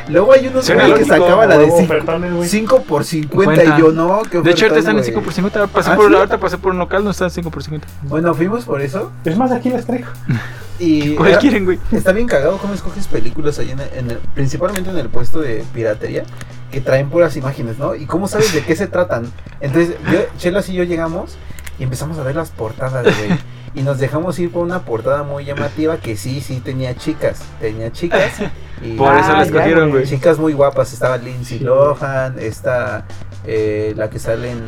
[SPEAKER 3] Luego hay unos
[SPEAKER 1] Suena
[SPEAKER 3] güeyes que
[SPEAKER 1] lógico,
[SPEAKER 3] sacaba la de
[SPEAKER 2] Huevo,
[SPEAKER 3] cinco-
[SPEAKER 2] ofertones, güey.
[SPEAKER 3] 5 por 50
[SPEAKER 1] Cuenta.
[SPEAKER 3] y yo no. qué
[SPEAKER 1] De hecho, ahorita
[SPEAKER 3] ofertón,
[SPEAKER 1] están en
[SPEAKER 3] güey.
[SPEAKER 1] 5 por 50. Pasé
[SPEAKER 3] ¿Ah,
[SPEAKER 1] por
[SPEAKER 3] sí?
[SPEAKER 1] la ahorita pasé por un local, no están en 5 por 50.
[SPEAKER 3] Bueno, fuimos por eso
[SPEAKER 2] Es más, aquí las traigo.
[SPEAKER 3] y
[SPEAKER 1] ¿Cuál
[SPEAKER 3] era-
[SPEAKER 1] quieren, güey?
[SPEAKER 3] está bien cagado cómo escoges películas ahí en el- en el- principalmente en el puesto de piratería que traen puras imágenes, ¿no? Y cómo sabes de qué se tratan. Entonces, yo, Chelas y yo llegamos y empezamos a ver las portadas, güey. Y nos dejamos ir por una portada muy llamativa que sí, sí tenía chicas, tenía chicas. Y
[SPEAKER 1] Por eso
[SPEAKER 2] Ah,
[SPEAKER 1] les
[SPEAKER 2] ya,
[SPEAKER 1] cogieron,
[SPEAKER 2] güey.
[SPEAKER 1] güey.
[SPEAKER 3] Chicas muy guapas, estaba Lindsay
[SPEAKER 2] Sí.
[SPEAKER 3] Lohan, está eh, la que sale en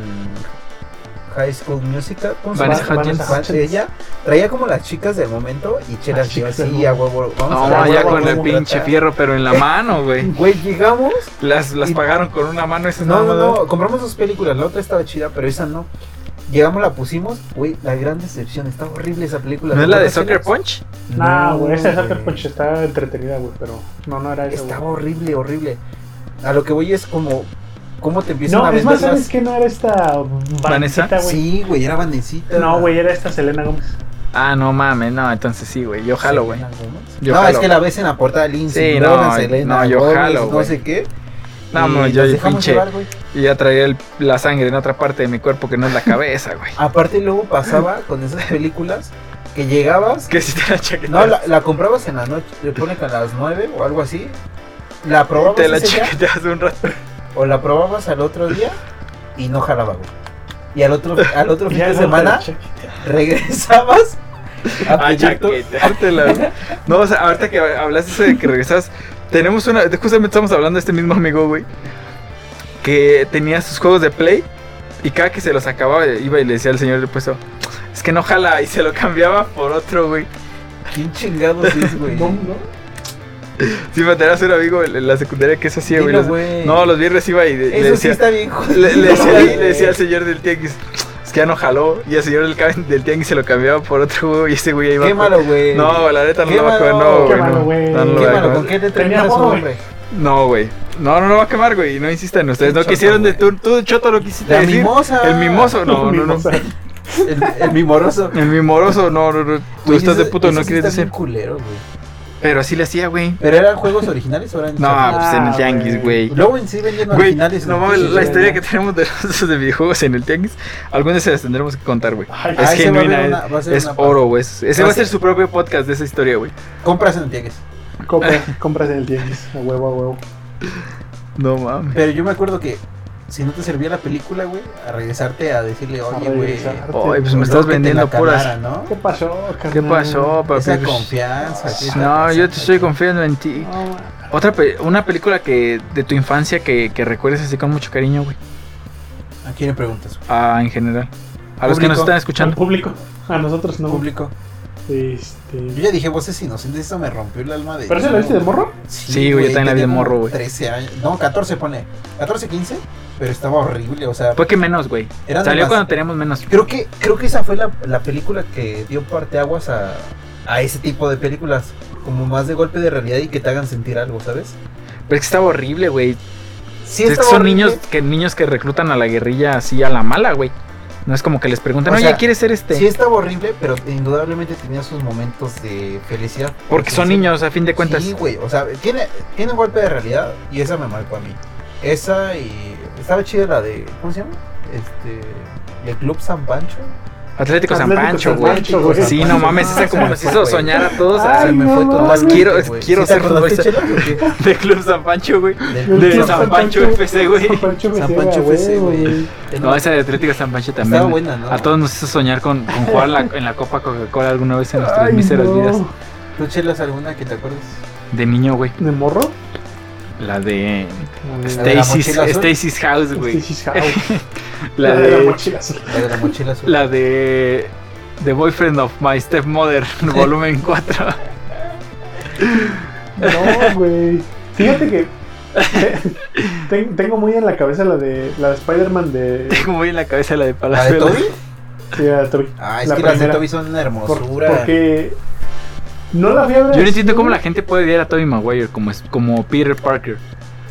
[SPEAKER 3] High School Musical, ¿cómo se
[SPEAKER 1] Vanessa
[SPEAKER 3] llama?
[SPEAKER 1] Hudgens.
[SPEAKER 3] Van- Ella traía como las chicas del momento y chelas
[SPEAKER 2] Ah, Las
[SPEAKER 3] yo
[SPEAKER 2] chicas del
[SPEAKER 3] así
[SPEAKER 2] momento.
[SPEAKER 3] a huevo. Vamos
[SPEAKER 1] No,
[SPEAKER 3] a Eh.
[SPEAKER 2] la
[SPEAKER 1] ya
[SPEAKER 2] huevo,
[SPEAKER 1] con el
[SPEAKER 2] vamos a
[SPEAKER 1] pinche fierro, pero en la mano, güey.
[SPEAKER 3] Güey, llegamos.
[SPEAKER 1] Las, las
[SPEAKER 3] Y-
[SPEAKER 1] pagaron con una mano esas
[SPEAKER 3] No, no,
[SPEAKER 1] mamadas.
[SPEAKER 3] no, compramos dos películas, la otra estaba chida, pero esa no. Llegamos, la pusimos, güey, la gran decepción, está horrible esa película.
[SPEAKER 1] ¿No es la de
[SPEAKER 3] Chelas?
[SPEAKER 1] Soccer Punch?
[SPEAKER 2] No, güey, esa de
[SPEAKER 3] güey.
[SPEAKER 2] Sucker Punch está entretenida, güey, pero no, no era esa, güey.
[SPEAKER 3] Estaba horrible, horrible. A lo que voy es como, ¿cómo te empiezan
[SPEAKER 2] No,
[SPEAKER 3] a
[SPEAKER 2] es
[SPEAKER 3] vender
[SPEAKER 2] más,
[SPEAKER 3] las-
[SPEAKER 2] ¿sabes qué? No era esta
[SPEAKER 1] ¿Vanessa?
[SPEAKER 2] Vanesita, güey.
[SPEAKER 3] Sí, güey, era Vanesita.
[SPEAKER 2] No, güey, era esta Selena Gómez.
[SPEAKER 1] Ah, no mames, no, entonces sí, güey. Yo jalo, güey.
[SPEAKER 3] Selena Gómez.
[SPEAKER 1] Yo
[SPEAKER 3] no,
[SPEAKER 1] jalo.
[SPEAKER 3] es que la ves en la portada de Lindsay.
[SPEAKER 1] Sí,
[SPEAKER 3] Lohan,
[SPEAKER 1] no,
[SPEAKER 3] Selena,
[SPEAKER 1] no, yo
[SPEAKER 3] Gómez,
[SPEAKER 1] jalo,
[SPEAKER 3] No
[SPEAKER 1] güey.
[SPEAKER 3] sé qué.
[SPEAKER 1] No,
[SPEAKER 3] y
[SPEAKER 1] no, yo
[SPEAKER 3] nos
[SPEAKER 1] el
[SPEAKER 3] dejamos
[SPEAKER 1] pinche.
[SPEAKER 3] llevar, güey.
[SPEAKER 1] Y ya traía el- la sangre en otra parte de mi cuerpo que no es la cabeza, güey. *laughs*
[SPEAKER 3] Aparte, luego pasaba con esas películas que llegabas,
[SPEAKER 1] Que si te la chaqueteas.
[SPEAKER 3] no, la, la comprabas en la noche, le pone que a las 9 o algo así, la probabas
[SPEAKER 1] te la
[SPEAKER 3] ese día,
[SPEAKER 1] chaqueteas un rato.
[SPEAKER 3] o la probabas al otro día y no jalaba, güey. Y
[SPEAKER 1] *laughs*
[SPEAKER 3] al otro, al otro fin
[SPEAKER 2] Ya
[SPEAKER 3] de
[SPEAKER 2] no te
[SPEAKER 3] semana regresabas
[SPEAKER 1] *laughs*
[SPEAKER 3] a
[SPEAKER 1] A
[SPEAKER 3] proyecto.
[SPEAKER 1] chaqueteártela. Ah, No, o sea, ahorita que hablaste eso de que regresas, tenemos una. Justamente estamos hablando de este mismo amigo, güey. Que tenía sus juegos de play. Y cada que se los acababa, iba y le decía al señor del puesto: Es que no jala. Y se lo cambiaba por otro, güey.
[SPEAKER 3] ¿Quién chingados es, güey?
[SPEAKER 2] No, no.
[SPEAKER 1] Sí, me tenías un amigo en la secundaria que eso hacía, güey.
[SPEAKER 3] Dilo,
[SPEAKER 1] Los-
[SPEAKER 3] güey.
[SPEAKER 1] No, los viernes iba y de- le
[SPEAKER 3] Eso sí
[SPEAKER 1] decía.
[SPEAKER 3] está bien, jodido,
[SPEAKER 1] Le, le decía,
[SPEAKER 3] güey.
[SPEAKER 1] le decía al señor del tianguis, es que ya no jaló. Y al señor del, ca- del tianguis se lo cambiaba por otro güey. Y ese güey ahí va.
[SPEAKER 3] Qué malo, güey.
[SPEAKER 1] No, la neta no
[SPEAKER 3] Qué
[SPEAKER 1] lo va a acabar.
[SPEAKER 3] malo,
[SPEAKER 1] No,
[SPEAKER 2] qué
[SPEAKER 1] güey.
[SPEAKER 2] malo,
[SPEAKER 1] no.
[SPEAKER 2] güey.
[SPEAKER 1] No, no lo va
[SPEAKER 3] Qué
[SPEAKER 1] a
[SPEAKER 3] malo,
[SPEAKER 1] acabar.
[SPEAKER 3] ¿con qué le
[SPEAKER 2] Tenía
[SPEAKER 3] terminas a su
[SPEAKER 2] modo,
[SPEAKER 3] nombre?
[SPEAKER 1] No, güey. No, no, no va a quemar, güey. No insistan ustedes. No
[SPEAKER 3] Choto,
[SPEAKER 1] quisieron de
[SPEAKER 3] güey.
[SPEAKER 1] tú, tú, Choto, lo quisiste
[SPEAKER 3] La
[SPEAKER 1] decir.
[SPEAKER 3] mimosa.
[SPEAKER 1] El mimoso,
[SPEAKER 2] *laughs*
[SPEAKER 1] no, no, no.
[SPEAKER 2] Mimosa.
[SPEAKER 3] El, el mimoroso.
[SPEAKER 1] El mimoroso, no, no, no. Tú
[SPEAKER 3] Güey,
[SPEAKER 1] estás
[SPEAKER 3] eso-
[SPEAKER 1] de puto,
[SPEAKER 3] eso
[SPEAKER 1] no
[SPEAKER 3] sí
[SPEAKER 1] quieres
[SPEAKER 3] está bien
[SPEAKER 1] decir.
[SPEAKER 3] culero, güey.
[SPEAKER 1] Pero así le hacía, güey.
[SPEAKER 3] ¿Pero eran juegos originales o eran
[SPEAKER 1] No,
[SPEAKER 3] chapas?
[SPEAKER 1] pues en el
[SPEAKER 2] güey.
[SPEAKER 1] tianguis, güey.
[SPEAKER 3] Luego en sí vendían
[SPEAKER 1] Güey,
[SPEAKER 3] originales.
[SPEAKER 1] no
[SPEAKER 3] en
[SPEAKER 1] mames,
[SPEAKER 3] pinches
[SPEAKER 1] la historia que
[SPEAKER 3] tiendas.
[SPEAKER 1] tenemos de los de videojuegos en el tianguis, algún día se las tendremos que contar, güey.
[SPEAKER 2] Ay,
[SPEAKER 1] Es
[SPEAKER 3] Ah, ese va a haber
[SPEAKER 1] genuina,
[SPEAKER 3] una- va a
[SPEAKER 1] es,
[SPEAKER 3] ser
[SPEAKER 1] es
[SPEAKER 3] una pa-
[SPEAKER 1] oro, güey. Ese
[SPEAKER 3] Va
[SPEAKER 1] va
[SPEAKER 3] a
[SPEAKER 1] a ser
[SPEAKER 3] ser-
[SPEAKER 1] su propio podcast de esa historia, güey.
[SPEAKER 3] Compras en el tianguis.
[SPEAKER 2] Compras, compras en el tianguis, a huevo, a huevo.
[SPEAKER 1] No mames.
[SPEAKER 3] Pero yo me acuerdo que si no te servía la película, güey, a regresarte a decirle, oye, güey.
[SPEAKER 2] regresarte.
[SPEAKER 1] Ay, pues
[SPEAKER 3] no,
[SPEAKER 1] me
[SPEAKER 3] que
[SPEAKER 1] estás
[SPEAKER 3] te
[SPEAKER 1] vendiendo
[SPEAKER 3] la
[SPEAKER 1] puras.
[SPEAKER 3] calara,
[SPEAKER 2] ¿Qué
[SPEAKER 3] ¿no?
[SPEAKER 2] pasó, carnal?
[SPEAKER 1] ¿Qué pasó, papi?
[SPEAKER 3] Esa
[SPEAKER 1] Pues,
[SPEAKER 3] confianza. ¿qué está
[SPEAKER 1] No, yo
[SPEAKER 3] pasando
[SPEAKER 1] te estoy
[SPEAKER 3] aquí?
[SPEAKER 1] confiando en ti.
[SPEAKER 2] No, ma-
[SPEAKER 1] Otra pe- una película que de tu infancia que, que recuerdes así con mucho cariño, güey.
[SPEAKER 3] ¿A quién le preguntas?
[SPEAKER 1] Ah, en general. A los que nos
[SPEAKER 3] Público.
[SPEAKER 1] están
[SPEAKER 2] al
[SPEAKER 1] escuchando.
[SPEAKER 2] público. A nosotros no.
[SPEAKER 3] Público. Yo
[SPEAKER 2] Este.
[SPEAKER 3] ya dije voces inocentes, eso me rompió el alma de.
[SPEAKER 2] ¿Pero ese lo viste de morro?
[SPEAKER 1] Sí, güey, yo también la vi de
[SPEAKER 3] tenía como
[SPEAKER 1] morro, güey.
[SPEAKER 3] 13 años. No, 14 pone. 14, 15. Pero estaba horrible, o sea.
[SPEAKER 1] Fue que menos, güey.
[SPEAKER 3] Eran
[SPEAKER 1] Pues, Salió
[SPEAKER 3] demasi-
[SPEAKER 1] cuando teníamos menos.
[SPEAKER 3] Creo que, creo que esa fue la, la película que dio parteaguas a, a ese tipo de películas. Como más de golpe de realidad y que te hagan sentir algo, ¿sabes?
[SPEAKER 1] Pero es que estaba horrible, güey.
[SPEAKER 3] Sí,
[SPEAKER 1] Es que
[SPEAKER 3] estaba
[SPEAKER 1] son
[SPEAKER 3] horrible.
[SPEAKER 1] niños que, niños que reclutan a la guerrilla así a la mala, güey. No es como que les preguntan,
[SPEAKER 3] O
[SPEAKER 1] oye,
[SPEAKER 3] sea,
[SPEAKER 1] ¿quieres ser este?
[SPEAKER 3] Sí, estaba horrible, pero indudablemente tenía sus momentos de felicidad.
[SPEAKER 1] Porque son
[SPEAKER 3] Sí, sí.
[SPEAKER 1] niños, a fin de cuentas.
[SPEAKER 3] Sí, güey. O sea, tiene, tiene un golpe de realidad y esa me marcó a mí. Esa y. Estaba chida la de. ¿Cómo se llama? Este. y El Club San Pancho.
[SPEAKER 1] Atlético San
[SPEAKER 2] Atlético
[SPEAKER 1] Pancho,
[SPEAKER 2] San
[SPEAKER 1] güey.
[SPEAKER 2] Pancho, güey.
[SPEAKER 1] Sí, no mames, esa como nos hizo soñar a todos.
[SPEAKER 2] Ay,
[SPEAKER 1] o sea, *laughs*
[SPEAKER 3] se me fue
[SPEAKER 2] no
[SPEAKER 3] todo.
[SPEAKER 2] mames.
[SPEAKER 3] el
[SPEAKER 1] Quiero-
[SPEAKER 3] mente, güey.
[SPEAKER 1] quiero
[SPEAKER 3] ¿Sí te
[SPEAKER 1] ser
[SPEAKER 3] acordaste,
[SPEAKER 1] futbolista.
[SPEAKER 3] Chelo, porque-
[SPEAKER 1] De Club San Pancho, güey. *laughs*
[SPEAKER 3] del
[SPEAKER 1] De
[SPEAKER 3] Club
[SPEAKER 1] San Pancho FC, güey.
[SPEAKER 2] San Pancho
[SPEAKER 3] San
[SPEAKER 2] FC,
[SPEAKER 3] Pancho
[SPEAKER 2] güey,
[SPEAKER 3] FC, güey.
[SPEAKER 2] güey.
[SPEAKER 1] No, esa de Atlético San Pancho
[SPEAKER 3] Estaba
[SPEAKER 1] también.
[SPEAKER 3] buena, ¿no?
[SPEAKER 1] A todos nos hizo soñar con, con jugar la- en la Copa Coca-Cola alguna vez en nuestras
[SPEAKER 2] Ay,
[SPEAKER 1] míseras
[SPEAKER 2] no.
[SPEAKER 1] vidas.
[SPEAKER 3] ¿Tú chelas alguna que te acuerdes?
[SPEAKER 1] De niño, güey.
[SPEAKER 2] ¿De morro?
[SPEAKER 1] La de
[SPEAKER 3] La de la
[SPEAKER 1] Stacy's,
[SPEAKER 3] mochila azul.
[SPEAKER 1] Stacy's House, güey.
[SPEAKER 2] Stacy's House.
[SPEAKER 1] *laughs* La
[SPEAKER 2] la
[SPEAKER 1] de,
[SPEAKER 2] mochila azul.
[SPEAKER 3] La de la mochila azul.
[SPEAKER 1] la de The Boyfriend of My
[SPEAKER 3] *laughs*
[SPEAKER 1] Stepmother, volumen 4. *laughs*
[SPEAKER 2] No, güey. Fíjate que ten- tengo muy en la cabeza la de la de Spider-Man de,
[SPEAKER 1] Tengo muy en la cabeza la de
[SPEAKER 3] ¿La de
[SPEAKER 1] Palazuelos.
[SPEAKER 3] Toby?
[SPEAKER 2] de Toby.
[SPEAKER 3] Ah, es
[SPEAKER 2] La
[SPEAKER 3] que las de
[SPEAKER 2] primera.
[SPEAKER 3] Toby son una
[SPEAKER 2] Por-
[SPEAKER 3] hermosura.
[SPEAKER 2] porque no la vi a ver.
[SPEAKER 1] Yo no entiendo cómo la gente puede odiar a Toby Maguire como, es- como Peter Parker.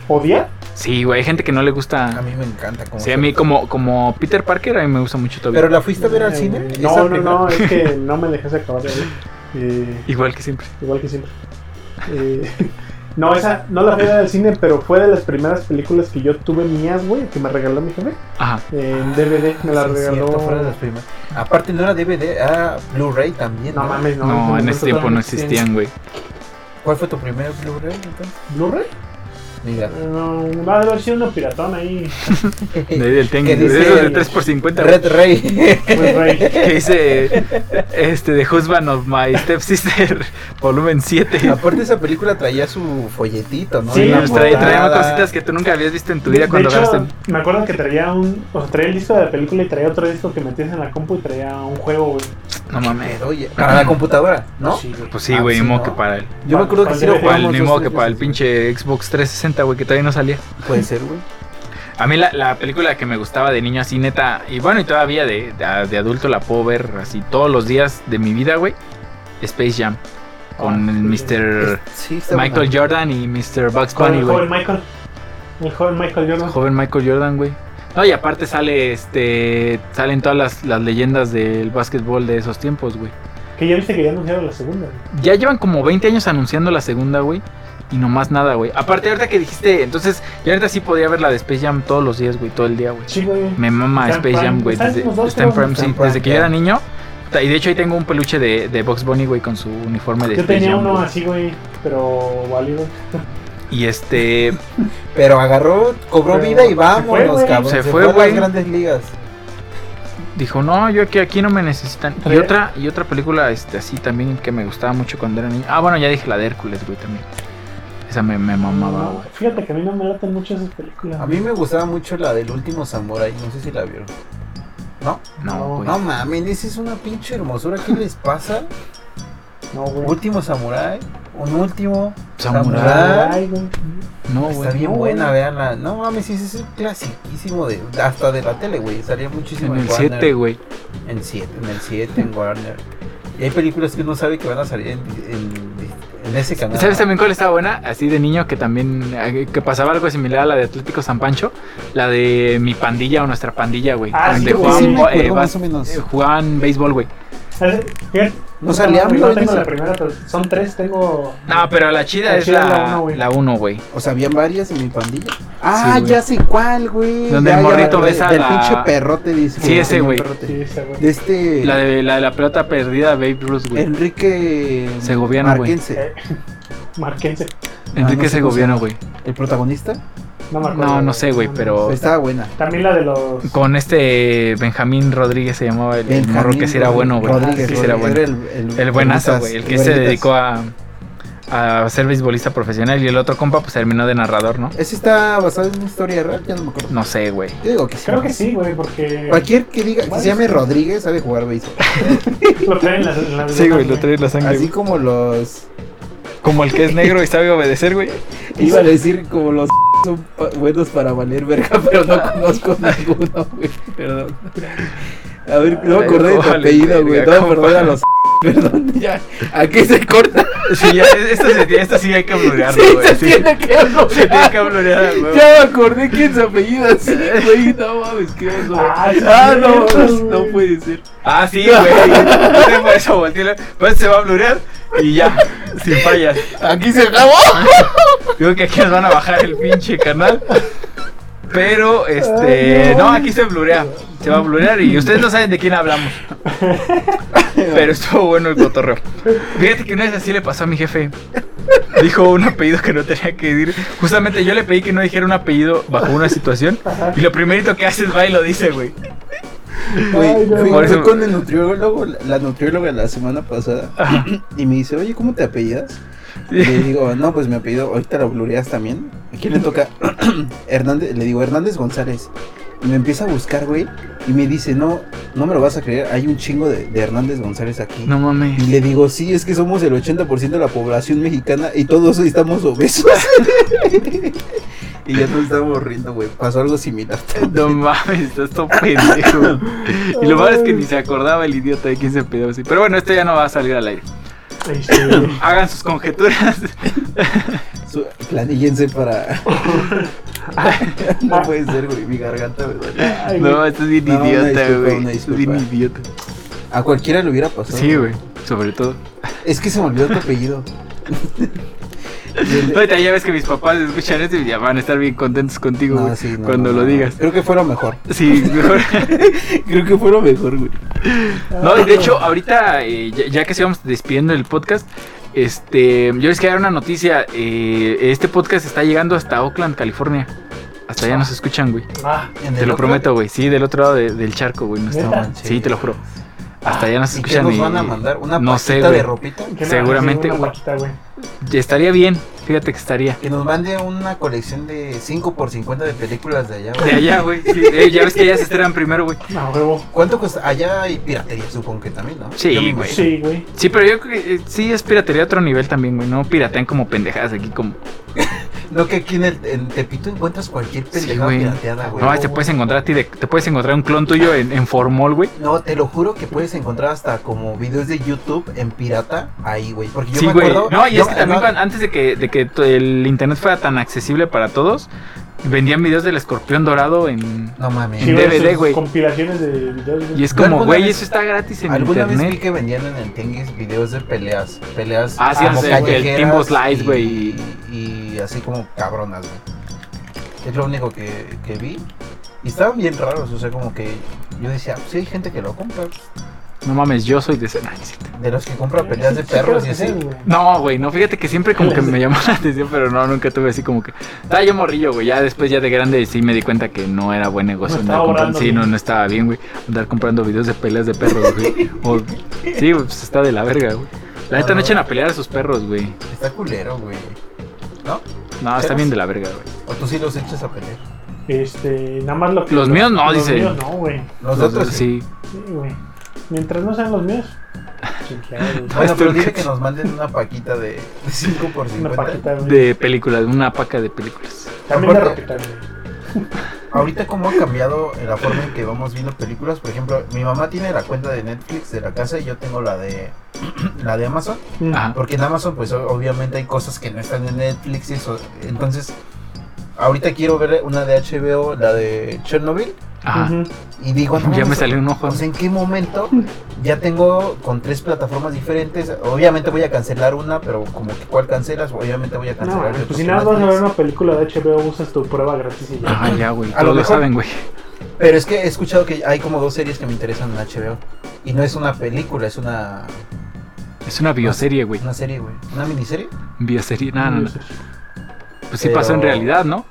[SPEAKER 2] ¿Odia?
[SPEAKER 1] Sí, güey, hay gente que no le
[SPEAKER 3] A
[SPEAKER 1] gusta.
[SPEAKER 3] mí me encanta. Como
[SPEAKER 1] Sí, a mí como, como Peter Parker, a mí me gusta mucho Toby.
[SPEAKER 3] ¿Pero la fuiste a ver al
[SPEAKER 2] Eh,
[SPEAKER 3] cine? ¿Esa
[SPEAKER 2] No, no,
[SPEAKER 3] película?
[SPEAKER 2] no, es
[SPEAKER 3] *laughs*
[SPEAKER 2] que no me dejas acabar de ver. Eh,
[SPEAKER 1] Igual que siempre.
[SPEAKER 2] igual que siempre. Eh, *laughs* no, esa no la vi a ver al cine, pero fue de las primeras películas que yo tuve mías, güey, que me regaló mi jefe.
[SPEAKER 1] Ajá.
[SPEAKER 2] En DVD me la
[SPEAKER 3] Ah, Sí, es
[SPEAKER 2] regaló.
[SPEAKER 3] cierto, fueron las primeras. Aparte no era DVD, era Blu-ray también.
[SPEAKER 2] no
[SPEAKER 3] ¿no?
[SPEAKER 2] mames, no.
[SPEAKER 1] No, en
[SPEAKER 2] ese
[SPEAKER 1] ese tiempo no
[SPEAKER 2] momento todavía
[SPEAKER 1] existían, güey.
[SPEAKER 3] ¿Cuál fue tu primer Blu-ray entonces?
[SPEAKER 2] ¿Blu-ray?
[SPEAKER 3] Mira.
[SPEAKER 2] No, va a haber sido una piratón ahí.
[SPEAKER 1] De
[SPEAKER 3] *laughs*
[SPEAKER 1] ahí del tianguis.
[SPEAKER 3] Que dice
[SPEAKER 1] De esos de 3x50.
[SPEAKER 3] el-
[SPEAKER 1] güey.
[SPEAKER 3] Red Ray.
[SPEAKER 1] *laughs*
[SPEAKER 2] Blu-ray.
[SPEAKER 1] Que dice este, The Husband of My Stepsister, *laughs* volumen 7.
[SPEAKER 3] Aparte esa película traía su folletito, ¿no?
[SPEAKER 2] Sí,
[SPEAKER 3] Y la
[SPEAKER 1] nos trae, traemos
[SPEAKER 3] portada.
[SPEAKER 1] pues, cositas que tú nunca habías visto en tu
[SPEAKER 2] De
[SPEAKER 1] vida cuando
[SPEAKER 2] hecho,
[SPEAKER 1] agarraste.
[SPEAKER 2] me acuerdo que traía un. O sea, traía el disco de la película y traía otro disco que metías en la compu y traía un juego, güey.
[SPEAKER 1] No mames.
[SPEAKER 3] Pero, oye, para la computadora, ¿no?
[SPEAKER 2] Sí, güey.
[SPEAKER 1] Pues sí,
[SPEAKER 3] Ah,
[SPEAKER 1] güey,
[SPEAKER 3] sí,
[SPEAKER 1] ni modo
[SPEAKER 3] ¿no?
[SPEAKER 1] que para el.
[SPEAKER 3] Yo me acuerdo que sí lo
[SPEAKER 2] Para-
[SPEAKER 1] para el-
[SPEAKER 3] jugamos.
[SPEAKER 1] ni
[SPEAKER 3] dos,
[SPEAKER 1] modo que
[SPEAKER 3] tres
[SPEAKER 1] para el
[SPEAKER 3] veces.
[SPEAKER 1] pinche Xbox 360, güey, que todavía no salía.
[SPEAKER 3] Puede ser, güey.
[SPEAKER 1] A mí la, la película que me gustaba de niño así neta, y bueno, y todavía de, de, de adulto la puedo ver así todos los días de mi vida, güey. Space Jam. Con
[SPEAKER 2] Ah,
[SPEAKER 1] el
[SPEAKER 2] sí,
[SPEAKER 1] Mr.
[SPEAKER 3] Es- sí, está
[SPEAKER 1] Michael
[SPEAKER 3] buena.
[SPEAKER 1] Jordan y Mr. Bugs
[SPEAKER 2] Con
[SPEAKER 1] Bunny,
[SPEAKER 2] el
[SPEAKER 1] güey.
[SPEAKER 2] joven Michael. El joven Michael Jordan.
[SPEAKER 1] Joven Michael Jordan, güey. No, y aparte sale este. Salen todas las, las leyendas del básquetbol de esos tiempos, güey.
[SPEAKER 2] Que ya viste que ya anunciaron la segunda. güey.
[SPEAKER 1] Ya llevan como 20 años anunciando la segunda, güey. Y nomás nada, güey. Aparte, ahorita que dijiste, entonces, yo ahorita sí podía ver la de Space Jam todos los días, güey, todo el día, güey.
[SPEAKER 2] Sí, güey.
[SPEAKER 1] Me mama
[SPEAKER 2] Está en
[SPEAKER 1] Space
[SPEAKER 2] Prime.
[SPEAKER 1] Jam, güey.
[SPEAKER 2] Está en
[SPEAKER 1] Desde,
[SPEAKER 2] los dos,
[SPEAKER 1] está en
[SPEAKER 2] creo,
[SPEAKER 1] Prime,
[SPEAKER 3] está en
[SPEAKER 1] sí.
[SPEAKER 3] Prime,
[SPEAKER 1] Desde que yo
[SPEAKER 3] ya.
[SPEAKER 1] era niño, Puta, Y de hecho ahí tengo un peluche de, de Box Bunny, güey, con su uniforme de
[SPEAKER 2] Yo
[SPEAKER 1] Space
[SPEAKER 2] tenía
[SPEAKER 1] Jam,
[SPEAKER 2] uno
[SPEAKER 1] güey.
[SPEAKER 2] así, güey, pero válido.
[SPEAKER 1] Y este,
[SPEAKER 3] Pero agarró, cobró
[SPEAKER 2] Pero
[SPEAKER 3] vida y
[SPEAKER 2] se fue,
[SPEAKER 3] vámonos,
[SPEAKER 2] güey.
[SPEAKER 3] cabrón.
[SPEAKER 1] Se
[SPEAKER 3] Se,
[SPEAKER 1] fue,
[SPEAKER 3] fue, a
[SPEAKER 1] güey.
[SPEAKER 3] las grandes ligas.
[SPEAKER 1] dijo, no, yo aquí, aquí no me necesitan. Y
[SPEAKER 2] Traía-
[SPEAKER 1] otra, y otra película este, así también que me gustaba mucho cuando era niño. Ah, bueno, ya dije la de Hércules, güey, también. Esa me, me mamaba,
[SPEAKER 2] No,
[SPEAKER 1] güey.
[SPEAKER 2] Fíjate que a mí no me laten mucho esas películas.
[SPEAKER 3] A mí me gustaba mucho la del último samurai, no sé si la vieron. ¿No?
[SPEAKER 1] No,
[SPEAKER 2] No,
[SPEAKER 1] güey.
[SPEAKER 3] No mames, esa es una pinche hermosura. ¿Qué les pasa?
[SPEAKER 2] No, güey.
[SPEAKER 3] Último samurai, un último.
[SPEAKER 1] Samurai.
[SPEAKER 3] Samurai.
[SPEAKER 2] Ay, güey.
[SPEAKER 1] No, güey.
[SPEAKER 3] Está bien
[SPEAKER 2] no,
[SPEAKER 3] buena,
[SPEAKER 2] güey.
[SPEAKER 3] veanla. No mames, ese es un clasiquísimo de, hasta de la tele, güey. Salía muchísimo
[SPEAKER 1] En el
[SPEAKER 3] Warner.
[SPEAKER 1] 7, güey.
[SPEAKER 3] En 7, en el 7, en Warner. Y hay películas que uno sabe que van a salir en, en- en ese canal.
[SPEAKER 1] ¿Sabes también cuál estaba buena? Así de niño que también eh, que pasaba algo similar a la de Atlético San Pancho, la de mi pandilla o nuestra pandilla, güey.
[SPEAKER 2] Ah, sí,
[SPEAKER 1] donde
[SPEAKER 2] güey.
[SPEAKER 1] jugaban,
[SPEAKER 2] Sí, me
[SPEAKER 1] bo- eh,
[SPEAKER 3] acuerdo
[SPEAKER 1] bas-
[SPEAKER 3] más o menos.
[SPEAKER 1] eh, jugaban béisbol, güey.
[SPEAKER 2] ¿Sabes? Fíjate,
[SPEAKER 3] No salía
[SPEAKER 2] no,
[SPEAKER 3] AMLO
[SPEAKER 2] no
[SPEAKER 3] en
[SPEAKER 2] tengo
[SPEAKER 3] esa.
[SPEAKER 2] la primera, pero son tres, tengo...
[SPEAKER 1] No, pero la chida
[SPEAKER 2] La
[SPEAKER 1] es
[SPEAKER 2] chida es la
[SPEAKER 1] la
[SPEAKER 2] uno, güey.
[SPEAKER 1] la 1, güey.
[SPEAKER 3] O sea, habían varias en mi pandilla.
[SPEAKER 1] Sí, güey.
[SPEAKER 3] Ah, sé cuál, güey.
[SPEAKER 1] Donde el morrito
[SPEAKER 3] de-
[SPEAKER 1] besa la-
[SPEAKER 3] perrote dice.
[SPEAKER 1] Sí, ese, güey.
[SPEAKER 2] Sí, esa, güey.
[SPEAKER 3] De este.
[SPEAKER 1] La de la, de la pelota perdida Babe Ruth, güey.
[SPEAKER 3] Enrique.
[SPEAKER 1] Segoviano, güey.
[SPEAKER 2] Eh,
[SPEAKER 3] Marquense.
[SPEAKER 2] *laughs* Marquense.
[SPEAKER 1] Enrique
[SPEAKER 3] no sé cómo se
[SPEAKER 1] Segoviano,
[SPEAKER 3] llama.
[SPEAKER 1] güey.
[SPEAKER 3] El protagonista.
[SPEAKER 2] No me acuerdo.
[SPEAKER 1] No, no sé, güey, pero
[SPEAKER 3] Estaba buena.
[SPEAKER 2] También la de los...
[SPEAKER 1] con este Benjamín Rodríguez se llamaba el, el morro que sí era bueno, güey.
[SPEAKER 3] Rodríguez,
[SPEAKER 1] Que sí era
[SPEAKER 3] Rodríguez,
[SPEAKER 1] bueno.
[SPEAKER 3] era el,
[SPEAKER 1] El buenazo, güey. El que se
[SPEAKER 3] Rueditas.
[SPEAKER 1] dedicó a, a ser beisbolista profesional y el otro compa pues terminó de narrador, ¿no?
[SPEAKER 3] Ese está basado en una historia real, ya no me acuerdo.
[SPEAKER 1] No sé, güey.
[SPEAKER 3] Yo digo que sí.
[SPEAKER 2] Creo que sí, güey, porque...
[SPEAKER 3] Cualquier que diga que
[SPEAKER 2] ¿Cuál
[SPEAKER 3] se llame
[SPEAKER 2] es?
[SPEAKER 3] Rodríguez sabe jugar béisbol.
[SPEAKER 2] Lo traen en las... en las venas,
[SPEAKER 1] en la
[SPEAKER 3] Así
[SPEAKER 2] *laughs*
[SPEAKER 3] como los.
[SPEAKER 1] Como el que es negro y sabe obedecer, güey.
[SPEAKER 3] Iba a decir como los *laughs* son pa- buenos para valer verga, pero no
[SPEAKER 2] *laughs*
[SPEAKER 3] conozco ninguno, güey. Perdón. A ver, no me acordé de tu
[SPEAKER 1] Vale,
[SPEAKER 3] apellido, güey.
[SPEAKER 1] verga,
[SPEAKER 3] No,
[SPEAKER 1] compa.
[SPEAKER 3] perdón a los. *laughs* Perdón, ya. ¿A qué se corta?
[SPEAKER 1] Sí, ya, esto, sí- esto sí hay que
[SPEAKER 3] Sí,
[SPEAKER 1] blurearlo, güey.
[SPEAKER 3] se
[SPEAKER 1] Sí,
[SPEAKER 3] tiene que
[SPEAKER 1] se tiene que
[SPEAKER 3] hablar.
[SPEAKER 1] blurear, güey.
[SPEAKER 3] Ya me acordé que su apellido así, güey. No mames, qué oso.
[SPEAKER 2] Ah, sí,
[SPEAKER 3] Ah, no,
[SPEAKER 2] cierto,
[SPEAKER 3] no, no
[SPEAKER 2] güey.
[SPEAKER 3] puede ser.
[SPEAKER 1] Ah, sí, güey. Yo por eso volteé. la- Pues se va a blurear y ya. Sin fallas.
[SPEAKER 3] Aquí se acabó.
[SPEAKER 1] Digo que aquí nos van a bajar el pinche canal. Pero, este.
[SPEAKER 2] Ay, no.
[SPEAKER 1] no. aquí se blurea. Se va a blurear y ustedes no saben de quién hablamos. Pero estuvo bueno el cotorreo. Fíjate que una vez así le pasó a mi jefe. Dijo un apellido que no tenía que decir. Justamente yo le pedí que no dijera un apellido bajo una situación.
[SPEAKER 2] Ajá.
[SPEAKER 1] Y lo primerito que haces va y lo dice, güey.
[SPEAKER 2] Ay,
[SPEAKER 3] Güey,
[SPEAKER 2] no.
[SPEAKER 3] fui,
[SPEAKER 1] Por
[SPEAKER 3] fui
[SPEAKER 1] eso-
[SPEAKER 3] con el nutriólogo, la nutrióloga la semana pasada, y me dice, oye, ¿cómo te apellidas? Y le digo, no, pues mi apellido, ahorita lo blureas también. ¿A quién le toca? *clears throat* Hernández, le digo, Hernández González. Y me empieza a buscar, güey, y me dice, no, no me lo vas a creer, hay un chingo de, de Hernández González aquí.
[SPEAKER 1] No
[SPEAKER 3] Y
[SPEAKER 1] mames.
[SPEAKER 3] le digo, sí, es que somos el 80% de la población mexicana y todos estamos obesos. *laughs* y ya nos estamos riendo, güey. Pasó algo similar. *laughs*
[SPEAKER 1] No mames, estás todo pendejo. güey. Y lo malo es que ni se acordaba el idiota de quién se pedía así. Pero bueno, esto ya no va a salir al aire.
[SPEAKER 2] Este,
[SPEAKER 1] Hagan sus conjeturas.
[SPEAKER 3] Su- Planíllense para. *laughs* no puede ser, güey. Mi garganta me duele.
[SPEAKER 1] *laughs*
[SPEAKER 2] ay,
[SPEAKER 1] No,
[SPEAKER 2] güey.
[SPEAKER 1] esto es bien
[SPEAKER 3] No, una
[SPEAKER 1] idiota,
[SPEAKER 3] disculpa,
[SPEAKER 1] güey.
[SPEAKER 3] una
[SPEAKER 1] Esto es bien
[SPEAKER 3] disculpa.
[SPEAKER 1] idiota.
[SPEAKER 3] A cualquiera le hubiera pasado.
[SPEAKER 1] Sí, güey. Sobre todo.
[SPEAKER 3] Es que se me olvidó
[SPEAKER 1] *laughs*
[SPEAKER 3] tu apellido.
[SPEAKER 1] Ahorita ya ves que mis papás escuchan esto y ya van a estar bien contentos contigo, güey.
[SPEAKER 3] No, sí, no,
[SPEAKER 1] cuando
[SPEAKER 3] no,
[SPEAKER 1] lo
[SPEAKER 3] no.
[SPEAKER 1] digas.
[SPEAKER 3] Creo que fue lo mejor.
[SPEAKER 1] Sí, mejor. *laughs*
[SPEAKER 3] Creo que fue lo mejor, güey.
[SPEAKER 1] No, de hecho, ahorita, eh, ya, ya que se vamos despidiendo el podcast, este, yo les quería dar una noticia. eh, este podcast está llegando hasta Oakland, California. Hasta allá nos escuchan, güey.
[SPEAKER 2] Ah,
[SPEAKER 1] Te lo prometo, güey. Sí, del otro lado de- del charco, güey. No
[SPEAKER 2] ¿Neta?
[SPEAKER 1] estamos- Sí, te lo juro. Hasta allá nos
[SPEAKER 3] ¿Eh? ¿Y qué
[SPEAKER 1] escuchan.
[SPEAKER 3] nos
[SPEAKER 1] y-
[SPEAKER 3] van a mandar? ¿Una
[SPEAKER 1] no sé,
[SPEAKER 3] paquita
[SPEAKER 1] güey.
[SPEAKER 3] de ropita?
[SPEAKER 2] ¿qué me-
[SPEAKER 1] seguramente-
[SPEAKER 2] una vaquita, güey.
[SPEAKER 1] y Estaría bien. Fíjate que estaría.
[SPEAKER 3] Que nos mande una colección de 5 por 50 de películas de allá, güey.
[SPEAKER 1] De allá, güey. sí. Eh, ya ves que allá se estrenan primero, güey.
[SPEAKER 2] A huevo.
[SPEAKER 3] ¿Cuánto cuesta? Allá hay piratería, supongo que también, ¿no?
[SPEAKER 1] Sí,
[SPEAKER 3] Yo me
[SPEAKER 1] güey.
[SPEAKER 2] Sí, güey.
[SPEAKER 1] Sí, pero yo creo que eh, sí es piratería a otro nivel también, güey. No piratean como pendejadas aquí como.
[SPEAKER 3] No que aquí en, el, en Tepito encuentras cualquier
[SPEAKER 1] Sí,
[SPEAKER 3] pendejada
[SPEAKER 1] güey.
[SPEAKER 3] pirateada, güey.
[SPEAKER 1] No, este te puedes encontrar a ti de- te puedes encontrar un clon tuyo en, en Formol, güey.
[SPEAKER 3] No, te lo juro que puedes encontrar hasta como videos de YouTube en pirata ahí, güey. Porque yo
[SPEAKER 1] Sí,
[SPEAKER 3] me
[SPEAKER 1] güey.
[SPEAKER 3] acuerdo.
[SPEAKER 1] No, y
[SPEAKER 3] yo
[SPEAKER 1] es que
[SPEAKER 3] me
[SPEAKER 1] también
[SPEAKER 3] acuerdo-
[SPEAKER 1] cuando- antes de que, de que to- el internet fuera tan accesible para todos, vendían videos del escorpión dorado en.
[SPEAKER 3] No mames.
[SPEAKER 1] Sí, En
[SPEAKER 2] güey,
[SPEAKER 1] DVD,
[SPEAKER 2] sus
[SPEAKER 1] güey.
[SPEAKER 2] Compilaciones de videos,
[SPEAKER 1] Y es
[SPEAKER 3] Yo
[SPEAKER 1] como,
[SPEAKER 3] alguna
[SPEAKER 1] güey,
[SPEAKER 3] vez-
[SPEAKER 1] eso está gratis en
[SPEAKER 3] Alguna vez vi
[SPEAKER 1] internet.
[SPEAKER 3] que vendían en el tianguis videos de peleas. Peleas
[SPEAKER 1] Ah, sí,
[SPEAKER 3] como
[SPEAKER 2] el- el
[SPEAKER 3] callejeras
[SPEAKER 1] Timbo Slice,
[SPEAKER 3] y-
[SPEAKER 1] güey.
[SPEAKER 3] Y así como cabronas, güey. Es lo único que, que vi. Y estaban bien raros, o sea, como que yo decía, sí hay gente que lo compra. pues,
[SPEAKER 1] No mames, yo soy de ese. Ay, sí.
[SPEAKER 4] De los que compra peleas de perros y así.
[SPEAKER 1] No, güey, no, fíjate que siempre como que me llamó la atención, pero no, nunca tuve así como que. Estaba yo morrillo, güey. Ya después, ya de grande, sí me di cuenta que no era buen negocio
[SPEAKER 2] No
[SPEAKER 1] andar
[SPEAKER 2] estaba
[SPEAKER 1] comprando.
[SPEAKER 2] ahorrando
[SPEAKER 1] Sí, no,
[SPEAKER 2] bien.
[SPEAKER 1] no estaba bien, güey. Andar comprando videos de peleas de perros, güey. O- sí, güey, pues está de la verga, güey. La neta no echen a pelear a sus perros, güey.
[SPEAKER 3] Está culero, güey.
[SPEAKER 1] No, está bien de la verga, güey.
[SPEAKER 3] O tú sí los echas a pelear.
[SPEAKER 2] Este, nada más lo que.
[SPEAKER 1] Los míos no, dice.
[SPEAKER 2] Los míos no, güey.
[SPEAKER 3] Los,
[SPEAKER 1] Los-
[SPEAKER 3] otros sí.
[SPEAKER 1] sí.
[SPEAKER 2] Sí, güey. Mientras no sean los míos.
[SPEAKER 1] *laughs*
[SPEAKER 2] chingado, güey.
[SPEAKER 3] Bueno, pero
[SPEAKER 1] Esto-
[SPEAKER 3] dile que nos manden una paquita de 5 por
[SPEAKER 2] Una
[SPEAKER 3] 50.
[SPEAKER 2] paquita, güey.
[SPEAKER 1] De películas, una paca de películas.
[SPEAKER 2] También de
[SPEAKER 3] Aparte-
[SPEAKER 2] Roquetán, güey.
[SPEAKER 3] Ahorita cómo ha cambiado la forma en que vamos viendo películas. Por ejemplo, mi mamá tiene la cuenta de Netflix de la casa y yo tengo la de *clears throat* la de Amazon.
[SPEAKER 2] mm.
[SPEAKER 1] Ajá.
[SPEAKER 3] Porque en Amazon, pues o- obviamente hay cosas que no están en Netflix y eso. Entonces, ahorita quiero ver una de HBO, la de Chernobyl.
[SPEAKER 1] Ajá.
[SPEAKER 2] Ujú.
[SPEAKER 3] Y digo,
[SPEAKER 1] Ya
[SPEAKER 3] no,
[SPEAKER 1] me
[SPEAKER 3] mames,
[SPEAKER 1] salió un ojo.
[SPEAKER 3] o sea, ¿en qué momento ya tengo con tres plataformas diferentes? Obviamente voy a cancelar una, pero como que cuál cancelas, obviamente voy a
[SPEAKER 2] No,
[SPEAKER 3] cancelar.
[SPEAKER 2] güey,
[SPEAKER 3] yo
[SPEAKER 2] pues
[SPEAKER 3] creo
[SPEAKER 2] si
[SPEAKER 3] que
[SPEAKER 2] nada más vas a ver
[SPEAKER 3] Netflix.
[SPEAKER 2] una película de HBO, usas tu prueba gratis y ya.
[SPEAKER 1] Ajá, ya, güey.
[SPEAKER 3] A lo
[SPEAKER 1] Todos lo
[SPEAKER 3] mejor-
[SPEAKER 1] saben, güey.
[SPEAKER 3] Pero es que he escuchado que hay como dos series que me interesan en HBO. Y no es una película, es una,
[SPEAKER 1] Es una bioserie, güey.
[SPEAKER 3] una serie, güey. ¿Una miniserie?
[SPEAKER 1] Bioserie, nada, no, no.
[SPEAKER 2] Este,
[SPEAKER 1] Pues sí
[SPEAKER 3] Pero-
[SPEAKER 1] pasó en realidad, ¿no?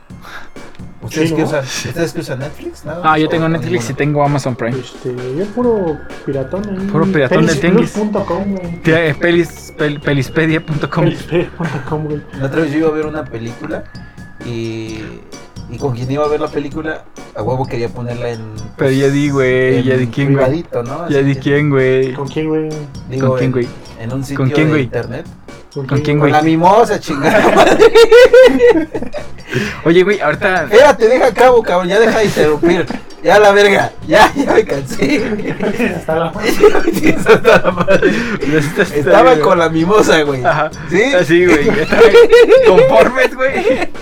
[SPEAKER 3] ¿Ustedes,
[SPEAKER 2] Sí,
[SPEAKER 3] qué
[SPEAKER 2] ¿no?
[SPEAKER 3] usan? ¿Ustedes qué usan Netflix? ¿Nada?
[SPEAKER 1] Ah, yo
[SPEAKER 3] ¿O-
[SPEAKER 1] tengo
[SPEAKER 3] o
[SPEAKER 1] Netflix y
[SPEAKER 3] ninguna?
[SPEAKER 1] tengo Amazon Prime.
[SPEAKER 2] Este, yo puro piratón ¿eh? ahí.
[SPEAKER 1] Puro piratón del tianguis.
[SPEAKER 2] Pelisplus.com, güey.
[SPEAKER 1] Te- eh, Pelis, pel- pelispedia.com.
[SPEAKER 2] Pelisplus.com, güey.
[SPEAKER 3] La otra vez yo iba a ver una película y, y con quien iba a ver la película, a huevo quería ponerla en.
[SPEAKER 1] Pero ya di, güey,
[SPEAKER 3] en
[SPEAKER 1] ya di quién, güey.
[SPEAKER 3] privadito, ¿no?
[SPEAKER 1] Ya
[SPEAKER 3] Así
[SPEAKER 1] di
[SPEAKER 3] que-
[SPEAKER 1] quién, güey.
[SPEAKER 2] ¿Con quién, güey?
[SPEAKER 3] digo,
[SPEAKER 1] ¿Con quién,
[SPEAKER 3] en-
[SPEAKER 1] güey?
[SPEAKER 3] En un sitio
[SPEAKER 1] ¿Con quién,
[SPEAKER 3] de
[SPEAKER 1] güey?
[SPEAKER 3] internet.
[SPEAKER 1] ¿Con quién, güey?
[SPEAKER 3] Con la mimosa, chingada
[SPEAKER 1] *laughs*
[SPEAKER 3] madre.
[SPEAKER 1] Oye, güey,
[SPEAKER 3] *laughs*
[SPEAKER 1] ahorita.
[SPEAKER 3] Espérate, deja a cabo, cabrón. Ya deja de interrumpir. Ya la verga. Ya, ya me cansé.
[SPEAKER 2] Hasta la
[SPEAKER 3] Eso está la madre. Estaba con la mimosa, güey.
[SPEAKER 1] Ajá.
[SPEAKER 3] ¿Sí?
[SPEAKER 1] Así, güey.
[SPEAKER 3] *laughs*
[SPEAKER 1] Estaba Conformes, güey.
[SPEAKER 2] Ay,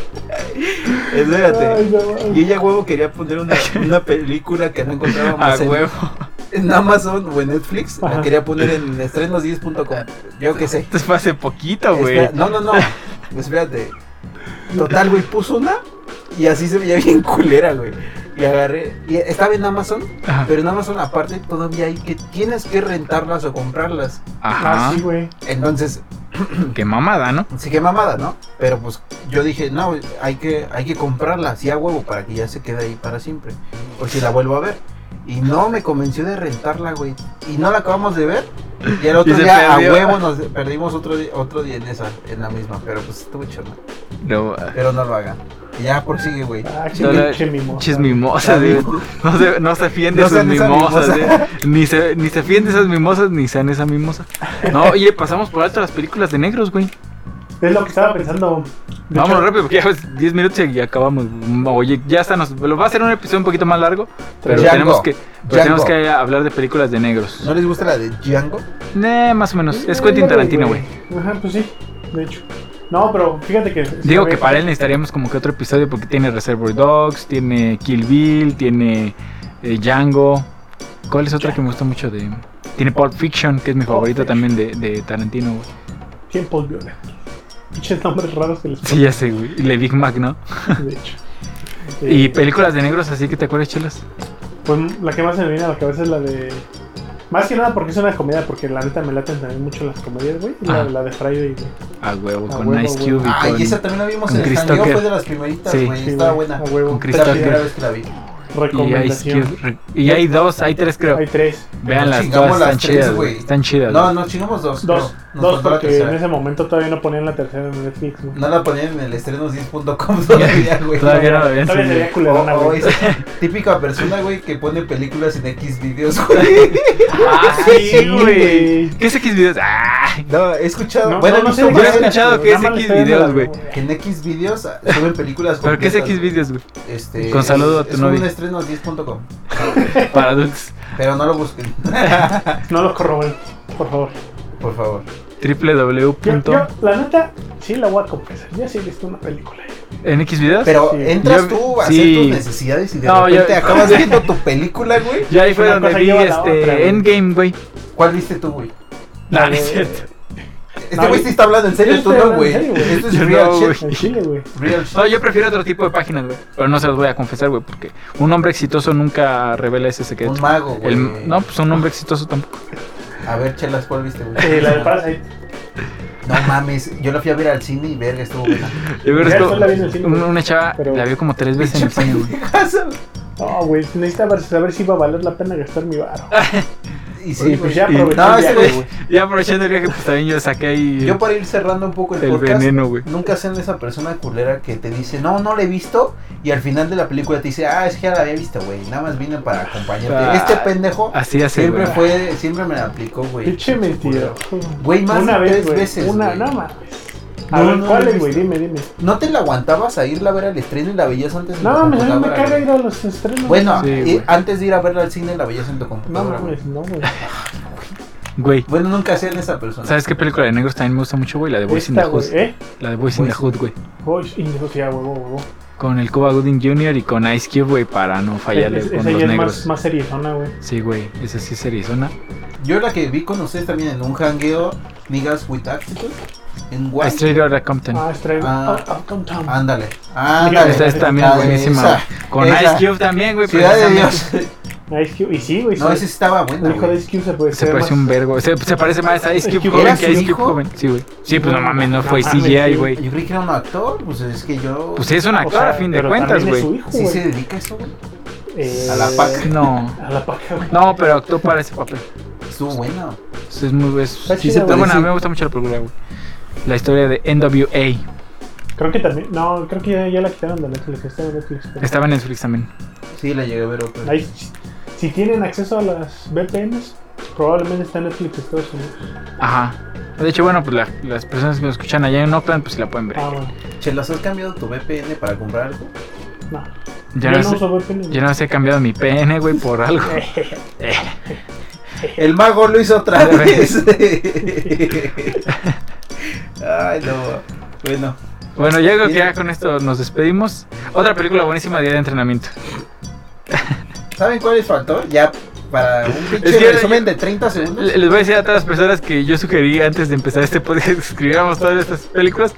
[SPEAKER 3] Espérate.
[SPEAKER 2] no, güey.
[SPEAKER 3] Y ella, huevo, quería poner una, una película que no encontrábamos
[SPEAKER 1] A
[SPEAKER 3] en,
[SPEAKER 1] huevo.
[SPEAKER 3] en Amazon o en Netflix. La
[SPEAKER 2] Ajá.
[SPEAKER 3] quería poner en estrenos10.com. Yo qué sé.
[SPEAKER 1] Esto fue hace poquito, Ah, güey.
[SPEAKER 3] Espera- no, no, no. Espérate. Total, güey, puso una y así se veía bien culera, güey. Y agarré. Y estaba en Amazon,
[SPEAKER 1] Ajá.
[SPEAKER 3] pero en Amazon aparte todavía hay que tienes que rentarlas o comprarlas.
[SPEAKER 1] Ajá.
[SPEAKER 2] Ah, sí, güey.
[SPEAKER 3] Entonces,
[SPEAKER 1] Qué mamada, ¿no?
[SPEAKER 3] sí que mamada, ¿no? Pero pues yo dije, no, hay que, hay que comprarla, sí a huevo, para que ya se quede ahí para siempre. Por si la vuelvo a ver. Y no me convenció de rentarla, güey. Y no la acabamos de ver.
[SPEAKER 1] *laughs*
[SPEAKER 3] Y el otro
[SPEAKER 1] se
[SPEAKER 3] día
[SPEAKER 1] perdió.
[SPEAKER 3] a huevo nos perdimos otro, di- otro día en esa, en la misma. Pero pues estuvo chona.
[SPEAKER 1] No,
[SPEAKER 3] Pero no lo hagan. Ya prosigue, güey.
[SPEAKER 2] Ah,
[SPEAKER 1] Dale,
[SPEAKER 2] che, mimosa.
[SPEAKER 1] Chis mimosas,
[SPEAKER 3] Ya,
[SPEAKER 1] güey. No se, no se fíen de
[SPEAKER 3] No
[SPEAKER 1] esas
[SPEAKER 3] sean esa
[SPEAKER 1] mimosas, güey. Ni se, ni se fíen de esas mimosas, ni sean esa mimosa. No, oye, pasamos por alto las películas de negros, güey.
[SPEAKER 2] Es lo que estaba pensando. De
[SPEAKER 1] Vámonos
[SPEAKER 2] hecho,
[SPEAKER 1] rápido, porque ya ves, 10 minutos y acabamos. Oye, ya está, nos, lo va a ser un episodio un poquito más largo, pero
[SPEAKER 3] Django.
[SPEAKER 1] tenemos que pero tenemos
[SPEAKER 3] Django.
[SPEAKER 1] que hablar de películas de negros.
[SPEAKER 3] ¿No les gusta la de Django?
[SPEAKER 1] Nah, más o menos. Es
[SPEAKER 2] eh,
[SPEAKER 1] Quentin
[SPEAKER 2] dale,
[SPEAKER 1] Tarantino, güey.
[SPEAKER 2] Ajá, pues sí. De hecho. No, pero fíjate que.
[SPEAKER 1] Digo que
[SPEAKER 2] güey,
[SPEAKER 1] para él necesitaríamos como que otro episodio porque tiene Reservoir Dogs, tiene Kill Bill, tiene eh, Django. ¿Cuál es otra que me gusta mucho de...? Tiene Pulp Fiction, que es mi
[SPEAKER 2] Pulp
[SPEAKER 1] favorita
[SPEAKER 2] Fiction.
[SPEAKER 1] también de, de Tarantino, güey.
[SPEAKER 2] Tiempos violentos. Pinches nombres raros que les
[SPEAKER 1] Sí, ya sé, güey. Y Le Big Mac, ¿no?
[SPEAKER 2] ponen, de hecho.
[SPEAKER 1] Y
[SPEAKER 2] Eh,
[SPEAKER 1] películas de negros, así que te acuerdas, chelas.
[SPEAKER 2] Pues la que más se me viene a la cabeza es la de. Más que nada porque es una comedia, porque la neta me laten también mucho las comedias, güey. La,
[SPEAKER 1] Ah.
[SPEAKER 2] la de Friday, güey.
[SPEAKER 1] A huevo,
[SPEAKER 2] A
[SPEAKER 1] con
[SPEAKER 2] huevo,
[SPEAKER 1] Ice
[SPEAKER 2] güey.
[SPEAKER 1] Cube y
[SPEAKER 3] Ay,
[SPEAKER 1] con-
[SPEAKER 3] esa también la vimos
[SPEAKER 1] con
[SPEAKER 3] en
[SPEAKER 1] Chris
[SPEAKER 3] Sangueo,
[SPEAKER 1] Tucker.
[SPEAKER 3] fue de las primeritas,
[SPEAKER 1] Sí.
[SPEAKER 3] güey.
[SPEAKER 2] Sí,
[SPEAKER 3] Estaba
[SPEAKER 2] güey,
[SPEAKER 3] buena.
[SPEAKER 2] A huevo.
[SPEAKER 1] con Chris
[SPEAKER 3] Fue la primera
[SPEAKER 1] Tucker.
[SPEAKER 3] vez que la vi.
[SPEAKER 1] y Ice
[SPEAKER 2] Recomendación.
[SPEAKER 1] Cube. Re- Y hay dos, hay tres, creo.
[SPEAKER 2] Hay tres.
[SPEAKER 1] Vean las
[SPEAKER 3] Chingamos
[SPEAKER 1] dos,
[SPEAKER 3] las
[SPEAKER 1] están
[SPEAKER 3] tres,
[SPEAKER 1] chidas, güey.
[SPEAKER 3] güey.
[SPEAKER 1] Están chidas.
[SPEAKER 3] No,
[SPEAKER 1] güey.
[SPEAKER 3] no, chingamos dos.
[SPEAKER 2] Dos.
[SPEAKER 3] no. Nos
[SPEAKER 2] dos
[SPEAKER 3] faltó la
[SPEAKER 2] porque en
[SPEAKER 3] tercera.
[SPEAKER 2] ese momento todavía no ponían la tercera en Netflix, güey.
[SPEAKER 3] No la ponían en el estrenos10.com *laughs* todavía, güey.
[SPEAKER 1] Todavía no la habían subido.
[SPEAKER 2] Todavía sería culerona,
[SPEAKER 3] O- o
[SPEAKER 2] güey.
[SPEAKER 3] esa típica persona, güey, que pone películas en X videos, güey.
[SPEAKER 1] *laughs* Ah, sí,
[SPEAKER 2] Sí,
[SPEAKER 1] güey.
[SPEAKER 2] güey.
[SPEAKER 1] ¿Qué es X videos? Ah,
[SPEAKER 3] No, he escuchado.
[SPEAKER 2] No,
[SPEAKER 3] bueno,
[SPEAKER 2] no, no
[SPEAKER 3] he
[SPEAKER 2] sé,
[SPEAKER 3] visto
[SPEAKER 1] yo he
[SPEAKER 2] güey,
[SPEAKER 1] escuchado
[SPEAKER 2] nada
[SPEAKER 1] que es
[SPEAKER 2] más le
[SPEAKER 1] X
[SPEAKER 2] estoy dando
[SPEAKER 1] videos,
[SPEAKER 2] la-
[SPEAKER 1] güey.
[SPEAKER 3] que en X videos ah, suben películas
[SPEAKER 1] ¿Pero qué es
[SPEAKER 3] completas,
[SPEAKER 1] X videos, güey?
[SPEAKER 3] güey. Este,
[SPEAKER 1] Con saludo a
[SPEAKER 3] es-
[SPEAKER 1] tu novia.
[SPEAKER 3] Es un estrenos10.com,
[SPEAKER 1] Para adultos.
[SPEAKER 3] pero no lo busquen, *laughs*
[SPEAKER 2] No los corroboren, por favor.
[SPEAKER 3] por favor.
[SPEAKER 1] Ah,
[SPEAKER 2] Yo, yo,
[SPEAKER 1] www.
[SPEAKER 2] la neta, sí la voy a confesar. Ya sí he visto una película.
[SPEAKER 1] ¿En X videos?
[SPEAKER 3] Pero
[SPEAKER 2] Sí.
[SPEAKER 3] entras
[SPEAKER 1] Yo-
[SPEAKER 3] tú a
[SPEAKER 1] sí.
[SPEAKER 3] hacer tus necesidades y de
[SPEAKER 1] No, yo- *laughs*
[SPEAKER 3] repente acabas viendo tu película, güey.
[SPEAKER 1] Ya ahí fue
[SPEAKER 2] Una
[SPEAKER 1] donde
[SPEAKER 2] cosa
[SPEAKER 1] vi
[SPEAKER 2] lleva a la otra,
[SPEAKER 1] este
[SPEAKER 2] güey.
[SPEAKER 1] Endgame, güey.
[SPEAKER 3] ¿Cuál viste tú, güey?
[SPEAKER 1] No, no
[SPEAKER 2] de-
[SPEAKER 1] es cierto.
[SPEAKER 3] Este güey sí está hablando en serio,
[SPEAKER 2] Yo
[SPEAKER 3] tú
[SPEAKER 2] estoy
[SPEAKER 3] no,
[SPEAKER 2] hablando
[SPEAKER 3] güey.
[SPEAKER 2] en serio, güey.
[SPEAKER 3] Esto
[SPEAKER 1] Yo
[SPEAKER 3] es real
[SPEAKER 1] no,
[SPEAKER 3] shit.
[SPEAKER 2] Al chile,
[SPEAKER 1] *laughs*
[SPEAKER 2] güey.
[SPEAKER 3] Real shit.
[SPEAKER 1] No, yo prefiero otro tipo de páginas, güey. Pero no se los voy a confesar, güey, porque un hombre exitoso nunca revela ese secreto.
[SPEAKER 3] Un mago, güey.
[SPEAKER 1] El- no, pues un hombre exitoso tampoco.
[SPEAKER 3] A ver, chelas, ¿cuál viste, güey?
[SPEAKER 2] Eh, la de Parasite.
[SPEAKER 3] No mames, yo la fui a ver al cine y verga, estuvo buena.
[SPEAKER 1] Yo creo que
[SPEAKER 2] Ya
[SPEAKER 1] esto-
[SPEAKER 2] solo la vi
[SPEAKER 3] *laughs*
[SPEAKER 2] en el cine,
[SPEAKER 1] una,
[SPEAKER 2] güey.
[SPEAKER 1] una chava
[SPEAKER 2] Pero-
[SPEAKER 1] la vio como tres veces en el cine, güey.
[SPEAKER 2] No, güey. Necesitaba saber si iba a valer la pena gastar mi barro.
[SPEAKER 3] Y
[SPEAKER 2] Sí,
[SPEAKER 3] sí,
[SPEAKER 2] pues
[SPEAKER 3] güey.
[SPEAKER 2] ya
[SPEAKER 1] y-
[SPEAKER 2] aproveché
[SPEAKER 3] No,
[SPEAKER 2] el
[SPEAKER 3] ese
[SPEAKER 2] viaje,
[SPEAKER 3] güey-
[SPEAKER 1] Y aprovechando el viaje, pues también yo saqué ahí
[SPEAKER 3] Yo para ir cerrando un poco el,
[SPEAKER 1] el
[SPEAKER 3] podcast,
[SPEAKER 1] veneno, güey.
[SPEAKER 3] nunca sean esa persona culera que te dice, no, no la he visto, y al final de la película te dice, ah, es que ya la había visto, güey, nada más vine para acompañarte.
[SPEAKER 1] Ah,
[SPEAKER 3] este pendejo
[SPEAKER 1] Así hace,
[SPEAKER 3] siempre
[SPEAKER 1] güey.
[SPEAKER 3] fue, siempre me la aplicó, güey.
[SPEAKER 2] Pinche mentira.
[SPEAKER 3] Güey, más
[SPEAKER 2] Una
[SPEAKER 3] de
[SPEAKER 2] vez,
[SPEAKER 3] tres
[SPEAKER 2] güey.
[SPEAKER 3] veces,
[SPEAKER 2] Una,
[SPEAKER 3] güey.
[SPEAKER 2] no mames. A
[SPEAKER 3] No,
[SPEAKER 2] ver,
[SPEAKER 3] no,
[SPEAKER 2] ¿cuál
[SPEAKER 3] no,
[SPEAKER 2] es, güey?
[SPEAKER 3] no.
[SPEAKER 2] Dime, dime.
[SPEAKER 3] ¿No te la aguantabas a irla a ver al estreno y la veías antes en
[SPEAKER 2] No
[SPEAKER 3] tu
[SPEAKER 2] mames, a mí me
[SPEAKER 3] computadora,
[SPEAKER 2] caga
[SPEAKER 3] güey?
[SPEAKER 2] ir a los estrenos.
[SPEAKER 3] Bueno,
[SPEAKER 1] Sí,
[SPEAKER 3] eh,
[SPEAKER 1] güey.
[SPEAKER 3] antes de ir a verla al cine la veías en tu
[SPEAKER 2] No
[SPEAKER 3] computadora, güey.
[SPEAKER 2] mames, no, güey.
[SPEAKER 1] Güey,
[SPEAKER 3] Bueno, nunca sean esa persona.
[SPEAKER 1] ¿sabes qué película de negros también me gusta mucho, güey? La de Boys in the
[SPEAKER 2] Esta, güey.
[SPEAKER 1] Hood.
[SPEAKER 2] ¿Eh?
[SPEAKER 1] La de Boys in the
[SPEAKER 3] Boys in-
[SPEAKER 1] Hood, güey.
[SPEAKER 2] Uy, y yo, sí, a huevo, huevo.
[SPEAKER 1] Con el Cuba Gooding Jr. y con Ice Cube, güey, para no
[SPEAKER 3] Ah,
[SPEAKER 1] fallarle
[SPEAKER 2] Es- es-
[SPEAKER 1] con
[SPEAKER 2] Esa
[SPEAKER 1] los
[SPEAKER 2] ya es
[SPEAKER 1] negros.
[SPEAKER 2] más, más seriezona, güey.
[SPEAKER 1] Sí, güey, esa sí es Arizona.
[SPEAKER 3] Yo la que vi con ustedes también en un hangueo, Niggas with Attitude, en White.
[SPEAKER 1] Straight Outta Compton.
[SPEAKER 2] Ah, estreno.
[SPEAKER 3] Ah.
[SPEAKER 2] Ah, Compton.
[SPEAKER 3] Ándale, ándale.
[SPEAKER 1] esa es también
[SPEAKER 3] Ah,
[SPEAKER 1] buenísima.
[SPEAKER 3] esa.
[SPEAKER 1] güey. Con
[SPEAKER 3] esa.
[SPEAKER 1] Ice Cube también, güey.
[SPEAKER 3] Ciudad de
[SPEAKER 1] precisamente.
[SPEAKER 3] Dios. *laughs*
[SPEAKER 2] Ice Cube. Ah, Y sí, güey.
[SPEAKER 3] No,
[SPEAKER 2] sí.
[SPEAKER 3] ese estaba bueno.
[SPEAKER 2] El hijo de
[SPEAKER 3] güey.
[SPEAKER 2] Ice Cube se puede
[SPEAKER 1] Se
[SPEAKER 2] ser
[SPEAKER 1] parece
[SPEAKER 2] más-
[SPEAKER 1] un vergo. Se, se parece más a Ice
[SPEAKER 2] ¿Era
[SPEAKER 1] Cube joven
[SPEAKER 3] su
[SPEAKER 1] que a Ice Cube
[SPEAKER 3] hijo?
[SPEAKER 1] joven. Sí, güey. Sí, pues no mames, no
[SPEAKER 2] No
[SPEAKER 1] fue
[SPEAKER 2] mames,
[SPEAKER 1] CGI,
[SPEAKER 2] sí.
[SPEAKER 1] güey.
[SPEAKER 3] Yo creí que era un actor, pues es que yo.
[SPEAKER 1] Pues es un
[SPEAKER 2] o
[SPEAKER 1] actor
[SPEAKER 2] sea,
[SPEAKER 1] a fin de
[SPEAKER 2] pero
[SPEAKER 1] cuentas,
[SPEAKER 2] también es
[SPEAKER 1] güey.
[SPEAKER 2] su hijo,
[SPEAKER 3] ¿Sí
[SPEAKER 2] güey.
[SPEAKER 3] se dedica a eso, güey?
[SPEAKER 2] Eh,
[SPEAKER 3] a la paca.
[SPEAKER 1] No.
[SPEAKER 2] A la paca, güey.
[SPEAKER 1] No, pero actuó para ese papel.
[SPEAKER 3] Estuvo bueno.
[SPEAKER 1] Eso es muy es,
[SPEAKER 2] Está
[SPEAKER 1] sí
[SPEAKER 2] chida,
[SPEAKER 1] se-
[SPEAKER 2] güey.
[SPEAKER 1] Bueno, a mí
[SPEAKER 3] Sí.
[SPEAKER 1] me gusta mucho la película, güey. La historia de NWA.
[SPEAKER 2] Creo que también. No, creo que ya, ya la quitaron de Netflix. Está en Netflix. pero-
[SPEAKER 1] Estaba en Netflix también.
[SPEAKER 3] Sí, la llegué a ver otra.
[SPEAKER 2] Ahí, si tienen acceso a las VPNs, probablemente está en Netflix de Estados Unidos.
[SPEAKER 1] Ajá. De hecho, bueno, pues la- las personas que nos escuchan allá en Oakland, pues sí la pueden ver.
[SPEAKER 2] Ah, bueno.
[SPEAKER 3] Chelas, ¿has cambiado tu VPN para comprar algo?
[SPEAKER 2] No.
[SPEAKER 1] Ya no
[SPEAKER 2] yo no
[SPEAKER 1] sé-
[SPEAKER 2] uso VPN.
[SPEAKER 1] Yo no sé, he cambiado mi pene, güey, por algo. Eh,
[SPEAKER 3] El mago lo hizo otra
[SPEAKER 1] Otra
[SPEAKER 3] vez. *laughs* Ay, no. Bueno,
[SPEAKER 1] Bueno, ya creo que ya con esto nos despedimos. Otra película buenísima, Día de Entrenamiento.
[SPEAKER 3] ¿saben cuál les faltó? Ya para un pinche
[SPEAKER 1] Es que era-
[SPEAKER 3] resumen de 30 segundos.
[SPEAKER 1] Le- Les voy a decir a todas las personas que yo sugerí antes de empezar este podcast que escribiéramos todas estas películas.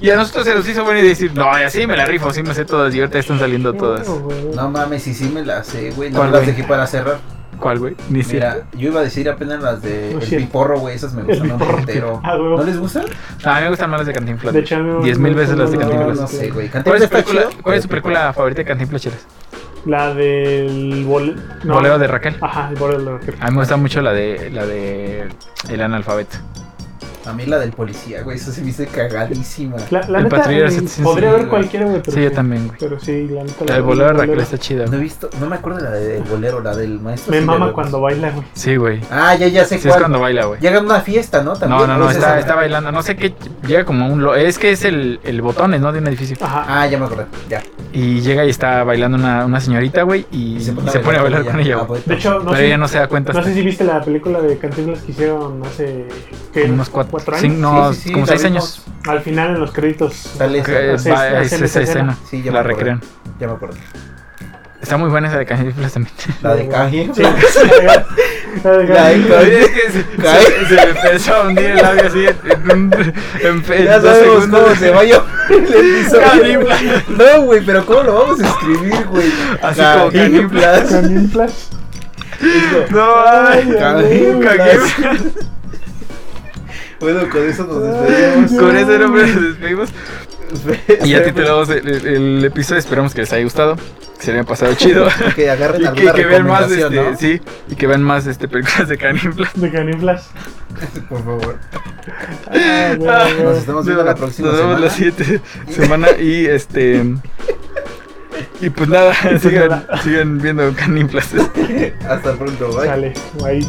[SPEAKER 1] Y a nosotros se nos hizo bueno y decir, no, así me la rifo, sí me sé todas. Y ahorita están saliendo todas.
[SPEAKER 2] No, Oh, güey.
[SPEAKER 3] No mames, y sí me la sé, güey. No
[SPEAKER 1] ¿Cuál,
[SPEAKER 3] me las
[SPEAKER 1] güey?
[SPEAKER 3] dejé para cerrar.
[SPEAKER 1] ¿Cuál, güey? Ni siquiera.
[SPEAKER 3] Mira, yo iba a decir apenas las de
[SPEAKER 2] No es
[SPEAKER 3] El
[SPEAKER 2] cierto.
[SPEAKER 3] Piporro, güey. Esas me
[SPEAKER 2] El
[SPEAKER 3] gustan un
[SPEAKER 2] Piporro.
[SPEAKER 3] montero.
[SPEAKER 2] Ah, güey.
[SPEAKER 3] ¿No les gustan?
[SPEAKER 1] No, Ah, a mí me gustan más las de Cantinflas.
[SPEAKER 2] De hecho, a mí me
[SPEAKER 1] Diez mil veces
[SPEAKER 2] gustan
[SPEAKER 1] las de
[SPEAKER 2] más
[SPEAKER 3] No,
[SPEAKER 1] Cantinflas.
[SPEAKER 3] no sé,
[SPEAKER 1] ¿Cuál
[SPEAKER 3] güey.
[SPEAKER 1] es,
[SPEAKER 3] Cantinflas
[SPEAKER 1] su película,
[SPEAKER 3] chido,
[SPEAKER 1] cuál es su
[SPEAKER 3] pero-
[SPEAKER 1] película favorita de Cantinflas, Chelas?
[SPEAKER 2] La del bol... no.
[SPEAKER 1] Bolero de Raquel.
[SPEAKER 2] Ajá, el bolero de Raquel.
[SPEAKER 1] A mí me gusta mucho la de, la de El analfabeto.
[SPEAKER 3] A mí la del policía, güey. Esa se me hice cagadísima.
[SPEAKER 2] La, la
[SPEAKER 1] El
[SPEAKER 2] neta,
[SPEAKER 1] patrullero
[SPEAKER 2] eh,
[SPEAKER 1] 700,
[SPEAKER 2] podría
[SPEAKER 3] sí,
[SPEAKER 2] haber
[SPEAKER 3] güey.
[SPEAKER 2] cualquiera, güey. pero
[SPEAKER 1] Sí, yo también, güey.
[SPEAKER 2] Pero sí, la neta.
[SPEAKER 1] La del
[SPEAKER 2] del
[SPEAKER 1] bolero de Raquel está chida.
[SPEAKER 3] No
[SPEAKER 1] güey.
[SPEAKER 3] he visto, no me acuerdo de la del bolero, la del maestro.
[SPEAKER 2] Me
[SPEAKER 3] sin
[SPEAKER 2] mama
[SPEAKER 3] dedos.
[SPEAKER 2] cuando baila, güey.
[SPEAKER 1] Sí, güey.
[SPEAKER 3] Ah, ya, ya sé
[SPEAKER 1] Sí, es
[SPEAKER 3] cuál.
[SPEAKER 1] cuando baila, güey.
[SPEAKER 3] Llega a una fiesta, ¿no?
[SPEAKER 1] No, no, no,
[SPEAKER 3] Esa
[SPEAKER 1] está,
[SPEAKER 3] es
[SPEAKER 1] está
[SPEAKER 3] la-
[SPEAKER 1] bailando. No sé qué. Llega como un. lo- Es que es el, el botones, ¿no? De un edificio.
[SPEAKER 2] Ajá.
[SPEAKER 3] Ah, ya me acordé, ya.
[SPEAKER 1] Y llega y está bailando una, una señorita, güey. Y, se, pone a bailar con ella,
[SPEAKER 3] Ah,
[SPEAKER 1] güey.
[SPEAKER 3] pues,
[SPEAKER 2] De hecho, no
[SPEAKER 1] Pero
[SPEAKER 2] sé,
[SPEAKER 1] ella no se da cuenta.
[SPEAKER 2] no
[SPEAKER 1] hasta
[SPEAKER 2] sé si viste la película de Cantinflas que hicieron hace. ¿qué?
[SPEAKER 1] como unos cuatro,
[SPEAKER 2] ¿Cuatro
[SPEAKER 1] cinco-
[SPEAKER 2] años?
[SPEAKER 1] no,
[SPEAKER 3] Sí, sí, sí,
[SPEAKER 1] como
[SPEAKER 3] la
[SPEAKER 1] seis
[SPEAKER 3] vimos.
[SPEAKER 1] años.
[SPEAKER 2] Al final, en los créditos.
[SPEAKER 3] Sale esa-
[SPEAKER 1] que, eh,
[SPEAKER 2] Hace-
[SPEAKER 1] va- es
[SPEAKER 2] hacen
[SPEAKER 1] esa
[SPEAKER 2] esa escena.
[SPEAKER 1] escena.
[SPEAKER 3] Sí, ya me
[SPEAKER 1] la
[SPEAKER 3] acordé.
[SPEAKER 1] recrean.
[SPEAKER 3] Ya me acordé.
[SPEAKER 1] Está muy buena esa de Cantinflas
[SPEAKER 3] *laughs*
[SPEAKER 1] también.
[SPEAKER 3] La de Caji.
[SPEAKER 2] Sí, la de-
[SPEAKER 3] La de-
[SPEAKER 1] Oye, es que se,
[SPEAKER 3] Ay.
[SPEAKER 1] se- se me empezó a hundir el labio así. En, un- en- en
[SPEAKER 3] Ya
[SPEAKER 1] dos
[SPEAKER 3] sabemos
[SPEAKER 1] segundos.
[SPEAKER 3] cómo se va a llamar el episodio.
[SPEAKER 1] Cantinflas.
[SPEAKER 3] No, güey, pero ¿cómo lo vamos a escribir, güey?
[SPEAKER 1] Así como
[SPEAKER 3] Cantinflas.
[SPEAKER 2] Cantinflas.
[SPEAKER 1] *laughs* No, ay.
[SPEAKER 3] Cantinflas. Bueno, con eso nos despedimos.
[SPEAKER 1] Con
[SPEAKER 3] *laughs*
[SPEAKER 1] ese nombre nos despedimos. Y ya
[SPEAKER 3] Esperemos
[SPEAKER 1] titulamos el, el- el episodio. Esperamos que les haya gustado. Que se le haya pasado chido.
[SPEAKER 3] *laughs* Que
[SPEAKER 1] *laughs*
[SPEAKER 3] agarren
[SPEAKER 1] y
[SPEAKER 3] alguna
[SPEAKER 1] que, que vean más este,
[SPEAKER 3] recomendación, ¿no?
[SPEAKER 1] sí, y que vean más este películas de Cantinflas.
[SPEAKER 2] De
[SPEAKER 3] *laughs*
[SPEAKER 2] Cantinflas.
[SPEAKER 3] Por favor.
[SPEAKER 2] Ah, güey,
[SPEAKER 1] Ah,
[SPEAKER 2] güey.
[SPEAKER 3] Nos estamos viendo la próxima
[SPEAKER 1] Nos vemos
[SPEAKER 3] semana.
[SPEAKER 1] la siguiente semana y este y
[SPEAKER 3] *laughs*
[SPEAKER 1] pues nada, sigan, sigan viendo Cantinflas.
[SPEAKER 3] Hasta pronto, bye.
[SPEAKER 2] Sale, ahí.